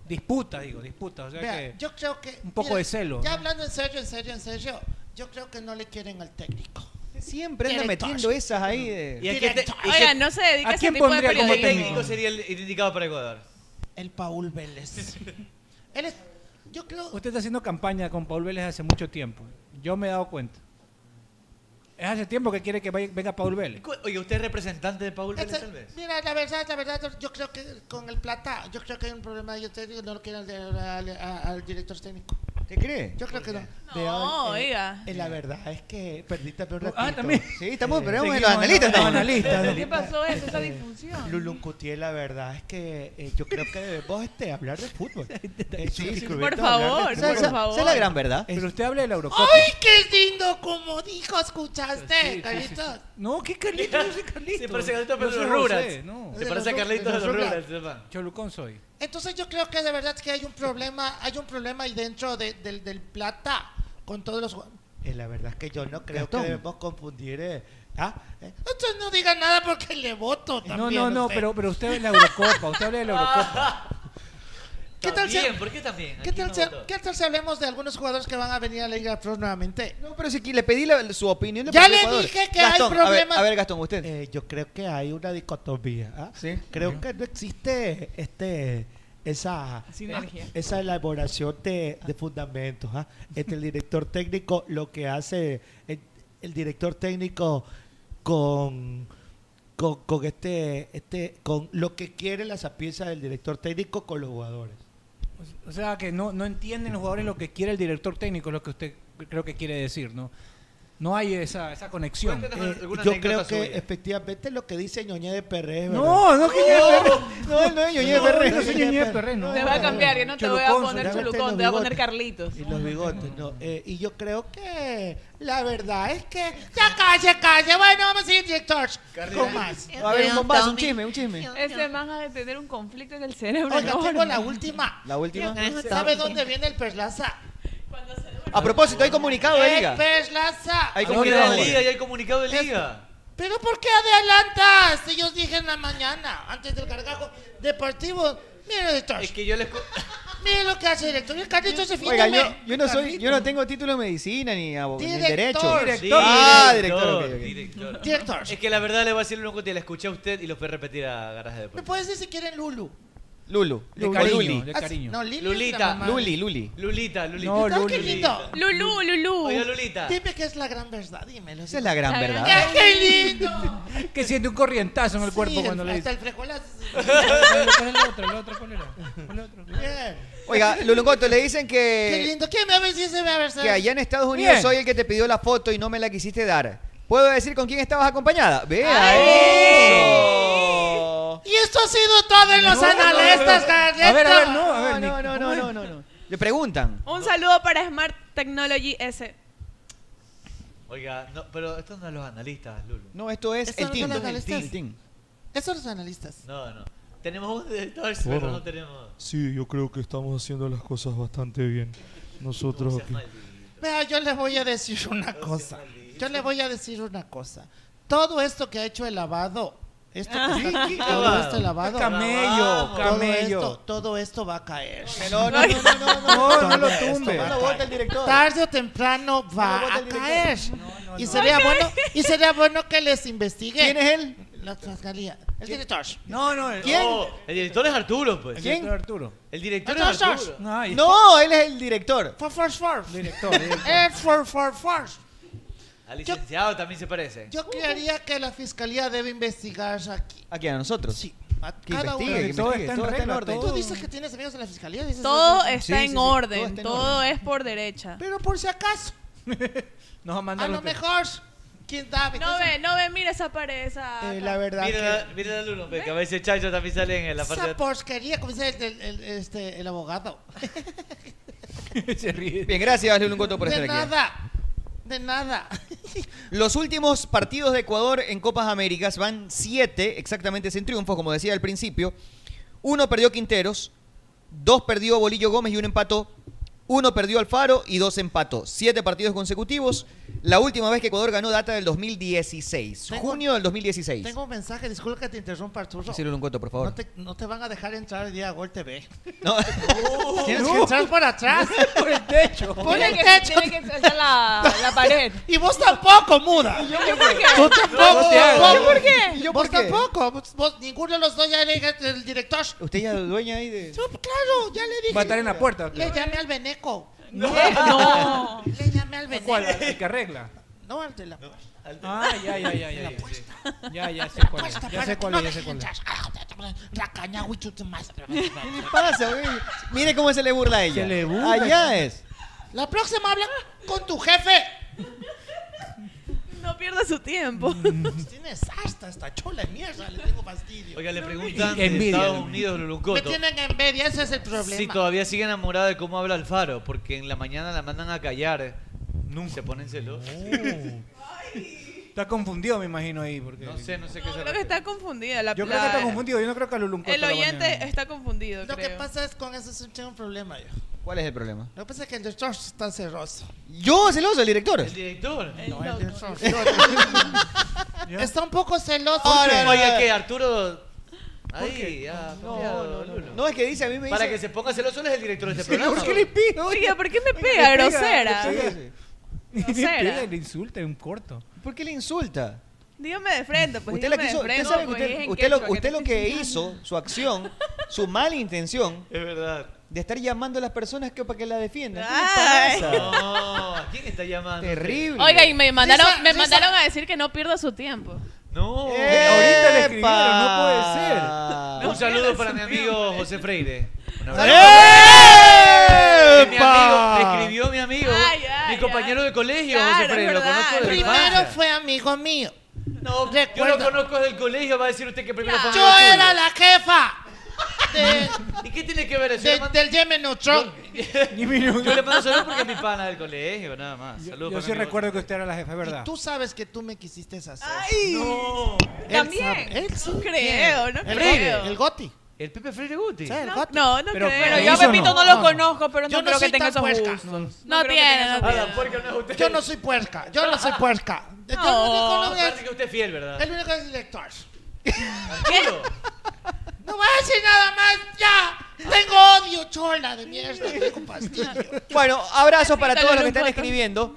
Speaker 11: Disputas, digo, disputas. O sea
Speaker 2: Vea,
Speaker 11: que
Speaker 2: yo creo que.
Speaker 11: un poco de celo,
Speaker 2: Ya
Speaker 11: ¿no?
Speaker 2: hablando en serio, en serio, en serio. Yo creo que no le quieren al técnico.
Speaker 9: Siempre anda metiendo esas ahí de...
Speaker 10: ¿Y a qué te- y
Speaker 2: Oiga,
Speaker 10: qué-
Speaker 2: no se dedica a ese tipo de
Speaker 10: pondría como
Speaker 2: periodismo.
Speaker 10: técnico sería el el indicado para Ecuador?
Speaker 2: El Paul Vélez. Él es- yo creo.
Speaker 11: Usted está haciendo campaña con Paul Vélez hace mucho tiempo. Yo me he dado cuenta. Es hace tiempo que quiere que vaya- venga Paul Vélez.
Speaker 10: Oye, usted es representante de Paul Vélez,
Speaker 2: Ese-
Speaker 10: tal vez.
Speaker 2: mira, la verdad, la verdad, yo creo que con el plata, yo creo que hay un problema. Yo te digo, no lo quieren al, al- al- al director técnico.
Speaker 9: ¿Te cree?
Speaker 2: Yo creo que no.
Speaker 34: No,
Speaker 2: eh,
Speaker 34: oiga.
Speaker 2: eh, la verdad es que perdiste por
Speaker 9: Ah,
Speaker 2: ratito.
Speaker 9: también. Sí, estamos- pero vamos a los analistas, estamos.
Speaker 34: ¿Qué pasó eso? Esa disfunción.
Speaker 5: Luluncotié, la verdad es que eh, yo creo que debemos este, hablar de fútbol. Eh, suscribirte
Speaker 34: Por
Speaker 5: a hablar de
Speaker 34: favor,
Speaker 5: fútbol.
Speaker 34: por favor.
Speaker 9: verdad.
Speaker 11: Pero usted habla de la Eurocopa.
Speaker 2: ¡Ay, qué lindo! Como dijo, escuchaste, Carlitos.
Speaker 11: No, ¿qué Carlitos? No soy Carlitos.
Speaker 10: Se parece a
Speaker 11: No
Speaker 10: Carlitos pero de
Speaker 11: soy
Speaker 10: los
Speaker 11: José,
Speaker 10: Rugrats.
Speaker 11: no.
Speaker 10: Se parece a Carlitos de los Rugrats. sepa.
Speaker 11: Cholucón soy.
Speaker 2: Entonces yo creo que de verdad que hay un problema, hay un problema ahí dentro de- del, del plata con todos los jugadores.
Speaker 5: Eh, la verdad es que yo no creo
Speaker 11: Gastón.
Speaker 5: que debemos confundir. eh, ah, eh,
Speaker 2: Entonces no digan nada porque le voto
Speaker 11: No,
Speaker 2: también.
Speaker 11: no, no,
Speaker 2: usted.
Speaker 11: pero, pero usted habla de la Eurocopa. Usted habla de la Eurocopa.
Speaker 2: ¿Qué tal si-
Speaker 10: Bien, ¿por qué también?
Speaker 2: ¿Qué
Speaker 10: Aquí
Speaker 2: tal,
Speaker 10: no
Speaker 2: si,
Speaker 10: votó.
Speaker 2: qué tal si hablemos de algunos jugadores que van a venir a la Liga Pro nuevamente?
Speaker 9: No, pero si aquí le pedí la- su opinión.
Speaker 2: Ya
Speaker 9: pedí
Speaker 2: le
Speaker 9: Ecuador.
Speaker 2: dije que hay
Speaker 9: Gastón, A ver,
Speaker 2: problemas.
Speaker 9: a ver, Gastón, usted.
Speaker 5: eh, yo creo que hay una dicotomía. ¿ah? Creo que no existe este esa
Speaker 12: Sinergia.
Speaker 5: esa elaboración de, de fundamentos. ¿ah? Este, el director técnico lo que hace el, el director técnico con con, con este este con lo que quiere la sapiencia del director técnico con los jugadores.
Speaker 11: O sea, que no, no entienden los jugadores lo que quiere el director técnico, es lo que usted creo que quiere decir, ¿no? No hay esa, esa conexión.
Speaker 5: Eh, yo creo que efectivamente lo que dice Ñoñé de Perré es
Speaker 11: No,
Speaker 5: verdad.
Speaker 11: no, que Ñoñé de Perré.
Speaker 5: No, no, es Ñoñé de
Speaker 11: No,
Speaker 5: Perré.
Speaker 11: yo no soy Ñoñé de Perré, no.
Speaker 12: Te voy a cambiar, yo no te voy a
Speaker 5: Cholucón,
Speaker 12: poner
Speaker 5: solamente
Speaker 12: Cholucón,
Speaker 5: los
Speaker 12: te voy a poner
Speaker 5: bigotes.
Speaker 12: Carlitos.
Speaker 5: Y los bigotes, no. Eh, y yo creo que
Speaker 2: eh, La verdad es que. ¡Ya calle, calle! Bueno, vamos a seguir, director. Con más.
Speaker 9: A ver, un bombazo, un chisme, un chisme.
Speaker 12: Ese man va a tener un conflicto en el cerebro.
Speaker 2: Oiga,
Speaker 12: enorme.
Speaker 2: tengo la última.
Speaker 9: La última.
Speaker 2: ¿Sabe dónde viene el Perlaza?
Speaker 9: A propósito, hay comunicado de
Speaker 2: El
Speaker 9: liga.
Speaker 2: Perlaza.
Speaker 9: Hay
Speaker 10: Hay comunicado de
Speaker 9: Ecuador.
Speaker 10: liga y hay comunicado de liga.
Speaker 2: ¿Pero por qué adelantas? Ellos dije en la mañana, antes del cargajo deportivo. Mira, director.
Speaker 10: Es que yo les.
Speaker 2: Mira lo que hace el director. El Carlitos se
Speaker 9: Oiga,
Speaker 2: fíjame.
Speaker 9: yo, yo no soy, yo no tengo título de medicina ni, abo- ni
Speaker 2: Director.
Speaker 9: derecho.
Speaker 2: Director.
Speaker 9: Ah, director. ok, ok.
Speaker 10: director.
Speaker 2: Director.
Speaker 10: Es que la verdad le voy a decir lo que la escuché a usted y lo fue a repetir a Garaje
Speaker 2: Me
Speaker 10: Deportivo.
Speaker 2: puedes decir si quieren Lulu.
Speaker 9: Lulu.
Speaker 10: De
Speaker 9: O
Speaker 10: cariño,
Speaker 9: Luli.
Speaker 10: de cariño.
Speaker 9: No,
Speaker 10: Lili es la
Speaker 9: Lulita.
Speaker 10: mamá.
Speaker 9: Luli, Luli.
Speaker 10: Lulita, Lulita.
Speaker 9: No,
Speaker 2: ¿Sabes qué lindo?
Speaker 13: Lulú, Lulú.
Speaker 10: Oye, Lulita.
Speaker 2: Dime que es la gran verdad, dímelo.
Speaker 9: Esa es la gran verdad.
Speaker 2: ¡Qué, qué lindo!
Speaker 11: Que siente un corrientazo en el cuerpo
Speaker 2: Sí,
Speaker 11: cuando le
Speaker 2: hasta
Speaker 11: dice.
Speaker 2: el frijolazo.
Speaker 11: Pon el otro, el otro, pon el otro. Pon el otro.
Speaker 9: Oiga, Lulungoto, le dicen
Speaker 2: Qué
Speaker 9: que,
Speaker 2: lindo. ¿Quién me va a ver si se me va a ver?
Speaker 9: que allá en este Estados Unidos soy el que te pidió la foto y no me la quisiste dar. ¿Puedo decir con quién estabas acompañada? Vea eso.
Speaker 2: Y esto ha sido todo en los analistas.
Speaker 9: A ver, a ver, no,
Speaker 2: a ver.
Speaker 9: No, no, no, no, no, no. Le preguntan.
Speaker 13: Un saludo para Smart Technology S.
Speaker 10: Oiga, no, pero esto no es los analistas, Lulu.
Speaker 9: No, esto es
Speaker 2: Esto
Speaker 9: el
Speaker 2: no
Speaker 9: team.
Speaker 2: son los
Speaker 9: El
Speaker 2: analistas.
Speaker 9: team, el team.
Speaker 2: Esos son los analistas.
Speaker 10: No, no. Tenemos un director, pero no tenemos.
Speaker 5: Sí, yo creo que estamos haciendo las cosas bastante bien. Nosotros aquí.
Speaker 2: Vea, yo les voy a decir una cosa. Yo les voy a decir una cosa. Todo esto que ha hecho el lavado, esto que
Speaker 10: Ah.
Speaker 11: ¿Qué-
Speaker 2: está aquí,
Speaker 11: qué
Speaker 2: todo
Speaker 11: lavado?
Speaker 2: esto lavado,
Speaker 11: Camello,
Speaker 2: todo
Speaker 11: camello.
Speaker 2: esto- todo esto va a caer.
Speaker 9: No, no, no, no, no, no, no lo tumbe. No lo
Speaker 2: vota
Speaker 9: el director.
Speaker 2: Tarde o temprano va
Speaker 9: No lo vota
Speaker 2: a
Speaker 9: el director.
Speaker 2: caer. Y
Speaker 9: no.
Speaker 2: sería
Speaker 9: Ok.
Speaker 2: bueno, y sería bueno que les investigue.
Speaker 9: ¿Quién es él?
Speaker 2: La fiscalía. El director.
Speaker 11: No, no, el-
Speaker 2: ¿Quién?
Speaker 10: Oh, el director es Arturo, pues.
Speaker 11: El ¿Quién? director Arturo.
Speaker 10: El director
Speaker 2: Arturo
Speaker 10: es Arturo.
Speaker 2: Sars.
Speaker 11: No, ahí
Speaker 9: No, él es el director.
Speaker 2: For for for.
Speaker 11: Director,
Speaker 2: Eh, for for for.
Speaker 10: Al licenciado también se parece.
Speaker 2: Yo creería que la fiscalía debe investigar aquí.
Speaker 9: ¿A quién? ¿A nosotros? Sí. Que
Speaker 2: cada uno.
Speaker 9: investigue, que
Speaker 2: Todo Ah,
Speaker 9: investigue. Todo está en orden.
Speaker 2: Tú dices que tienes amigos en la fiscalía. Dices
Speaker 13: Todo
Speaker 2: Sí, sí,
Speaker 13: está
Speaker 2: sí,
Speaker 13: en
Speaker 2: sí.
Speaker 13: orden,
Speaker 2: está en
Speaker 13: todo,
Speaker 2: orden.
Speaker 13: es por derecha.
Speaker 2: Pero por si acaso,
Speaker 11: Nos va a
Speaker 2: a
Speaker 11: mandar
Speaker 2: lo
Speaker 9: pues.
Speaker 11: otro.
Speaker 2: mejor, quién sabe.
Speaker 13: No ve, no ve, mira esa pared, esa.
Speaker 2: Eh, la verdad
Speaker 10: Mira, la- mira la Lulu, ve, que a veces Chacho también sale en la parte
Speaker 2: Esa
Speaker 10: de...
Speaker 2: porquería, como dice el, el- el- este, el abogado.
Speaker 9: Bien, gracias, Lulungoto, por estar
Speaker 2: de
Speaker 9: aquí.
Speaker 2: nada, de nada.
Speaker 9: Los últimos partidos de Ecuador en Copas Américas van siete exactamente sin triunfos, como decía al principio. Uno perdió Quinteros, dos perdió Bolillo Gómez y un empató. Uno perdió Alfaro y dos empató. Siete partidos consecutivos. La última vez que Ecuador ganó data del 2016. junio del 2016.
Speaker 2: Tengo un mensaje, disculpa que te interrumpa, Arturo.
Speaker 9: Sí, Lulungoto, por favor.
Speaker 2: No te, no te van a dejar entrar el día a Gol TV.
Speaker 9: No.
Speaker 2: Tienes que entrar por atrás.
Speaker 11: Por el techo.
Speaker 2: Por el
Speaker 13: Tiene que-
Speaker 2: techo.
Speaker 13: tiene que entrar la, la pared.
Speaker 2: Y vos tampoco, muda.
Speaker 13: ¿Yo por qué?
Speaker 2: Tú tampoco.
Speaker 13: No, ¿yo
Speaker 2: tampoco.
Speaker 13: por qué?
Speaker 2: vos tampoco. Vos, vos- ninguno de los dos ya le dije el director.
Speaker 9: Usted ya es dueña ahí de...
Speaker 2: No, claro, ya le dije.
Speaker 11: Va a estar en la puerta.
Speaker 2: Le llamé al Beneco.
Speaker 11: No.
Speaker 13: No.
Speaker 2: Le llamé al Beneco.
Speaker 11: ¿Cuál? ¿El que arregla?
Speaker 2: No, al de la puerta.
Speaker 11: Ah, ya, ya, ya, ya. Ya, ya, ya sé cuál es. Ya sé cuál es, ya sé cuál es.
Speaker 2: Ah,
Speaker 9: ¿Qué le pasa, güey? Mire cómo se le burla a ella.
Speaker 11: Se le burla.
Speaker 9: Allá es.
Speaker 2: La próxima habla con tu jefe.
Speaker 13: No pierda su tiempo.
Speaker 2: Mm. Pues Tienes hasta esta chola de mierda. Le tengo fastidio.
Speaker 10: Oiga, le preguntan de
Speaker 11: Envidia,
Speaker 10: Estados
Speaker 11: Lulu.
Speaker 10: Unidos,
Speaker 2: Me
Speaker 10: Lulungoto.
Speaker 2: tienen envidia, ese es el problema.
Speaker 10: Si todavía sigue enamorada de cómo habla Alfaro, porque en la mañana la mandan a callar. Nunca. Se ponen celosos.
Speaker 9: Uh.
Speaker 11: Está confundido, me imagino ahí. Porque
Speaker 10: No sé, no sé qué
Speaker 13: Yo
Speaker 10: se
Speaker 13: creo que está confundida. La,
Speaker 11: Yo creo que
Speaker 13: la-
Speaker 11: está confundido. Yo no creo que a Luluncoto
Speaker 13: El
Speaker 11: lo bañen.
Speaker 13: oyente está confundido.
Speaker 2: Lo que
Speaker 13: creo.
Speaker 2: pasa es con eso sí tengo un problema yo.
Speaker 9: ¿Cuál es el problema?
Speaker 2: Lo que pasa es que el director está celoso.
Speaker 9: Yo, celoso, el director.
Speaker 10: El director.
Speaker 2: No, el director. está un poco celoso.
Speaker 10: Oye, que Arturo. Ahí, ya. No,
Speaker 9: No, es que dice a mí me
Speaker 10: Para
Speaker 9: dice-
Speaker 10: que se ponga celoso, él es el director de este programa.
Speaker 11: pega?
Speaker 13: Oiga, ¿por qué me
Speaker 11: ¿Por qué
Speaker 13: pega,
Speaker 11: le pega?
Speaker 13: grosera?
Speaker 11: Le pega. Le
Speaker 13: Grosera.
Speaker 11: pega, le insulta en corto.
Speaker 9: ¿Por qué le insulta?
Speaker 13: Dígame de frente, pues.
Speaker 9: usted la
Speaker 13: dígame de
Speaker 9: quiso, usted
Speaker 13: frente,
Speaker 9: sabe que
Speaker 13: pues, es
Speaker 9: usted,
Speaker 13: en
Speaker 9: usted lo,
Speaker 13: quechua, ¿qué
Speaker 9: usted
Speaker 13: te
Speaker 9: lo
Speaker 13: estoy
Speaker 9: que
Speaker 13: diciendo?
Speaker 9: hizo, su acción, su mala intención
Speaker 10: Es verdad.
Speaker 9: de estar llamando a las personas que para que la defiendan.
Speaker 13: Ay.
Speaker 9: ¿Qué le pasa?
Speaker 10: No, ¿a quién está llamando?
Speaker 9: Terrible.
Speaker 13: Oiga, y me mandaron,
Speaker 2: Risa,
Speaker 13: me
Speaker 2: risa.
Speaker 13: mandaron a decir que no pierda su tiempo.
Speaker 10: No.
Speaker 11: Eh, Ahorita le escribieron, no puede ser.
Speaker 9: Ah.
Speaker 10: Un saludo para mi amigo José Freire. Un abrazo.
Speaker 9: ¡Epa!
Speaker 10: Que Mi amigo, me escribió mi amigo,
Speaker 13: Ay, ay,
Speaker 10: mi compañero
Speaker 13: ay.
Speaker 10: de colegio,
Speaker 13: Claro,
Speaker 10: José Freire,
Speaker 13: es
Speaker 10: lo
Speaker 13: verdad.
Speaker 10: conozco de
Speaker 2: Primero fue amigo mío.
Speaker 10: No, yo lo
Speaker 2: recuerda.
Speaker 10: conozco desde el colegio, va a decir usted que primero fue
Speaker 2: Yo
Speaker 10: amigo tuyo.
Speaker 2: era la jefa de-
Speaker 10: ¿Y qué tiene que ver eso?
Speaker 2: de-
Speaker 10: Yo le mando-
Speaker 2: del Yemen Neutron.
Speaker 10: Yo le mando saludos porque es mi pana del colegio, nada más. Saludos
Speaker 11: Yo
Speaker 10: para
Speaker 11: sí
Speaker 10: mi amigo.
Speaker 11: recuerdo que usted era la jefa, es verdad.
Speaker 2: Tú sabes que tú me quisiste hacer.
Speaker 10: No.
Speaker 2: Él
Speaker 13: También.
Speaker 2: sabe, él sí.
Speaker 13: No creo, no
Speaker 2: El
Speaker 13: creo.
Speaker 2: Goti, El Goti.
Speaker 10: El Pepe Freire Guti.
Speaker 2: Sí, el
Speaker 13: No,
Speaker 2: Goti.
Speaker 13: no, no
Speaker 11: Pero,
Speaker 13: creo.
Speaker 11: ¿pero
Speaker 13: yo a
Speaker 11: hizo o
Speaker 13: Pepito no?
Speaker 11: no?
Speaker 13: lo conozco, pero
Speaker 2: Yo
Speaker 13: no,
Speaker 2: no
Speaker 13: creo que
Speaker 2: soy tan
Speaker 13: tenga esos
Speaker 2: puerca.
Speaker 13: gustos. No,
Speaker 12: No
Speaker 13: creo que
Speaker 12: tiene,
Speaker 13: tenga esos
Speaker 12: no
Speaker 10: Ah,
Speaker 13: gustos.
Speaker 10: la puerca no es usted.
Speaker 2: Yo no soy puerca. Yo no soy puerca. Yo
Speaker 13: No.
Speaker 2: no reconozco-
Speaker 10: Parece que usted es fiel, ¿verdad?
Speaker 2: El único es el director.
Speaker 10: Arturo.
Speaker 2: No voy a decir nada más. Ya. Tengo odio, chola de mierda. Tengo fastidio.
Speaker 9: Bueno, abrazos para
Speaker 13: Dale
Speaker 9: todos los
Speaker 13: un
Speaker 9: que están
Speaker 13: voto.
Speaker 9: escribiendo.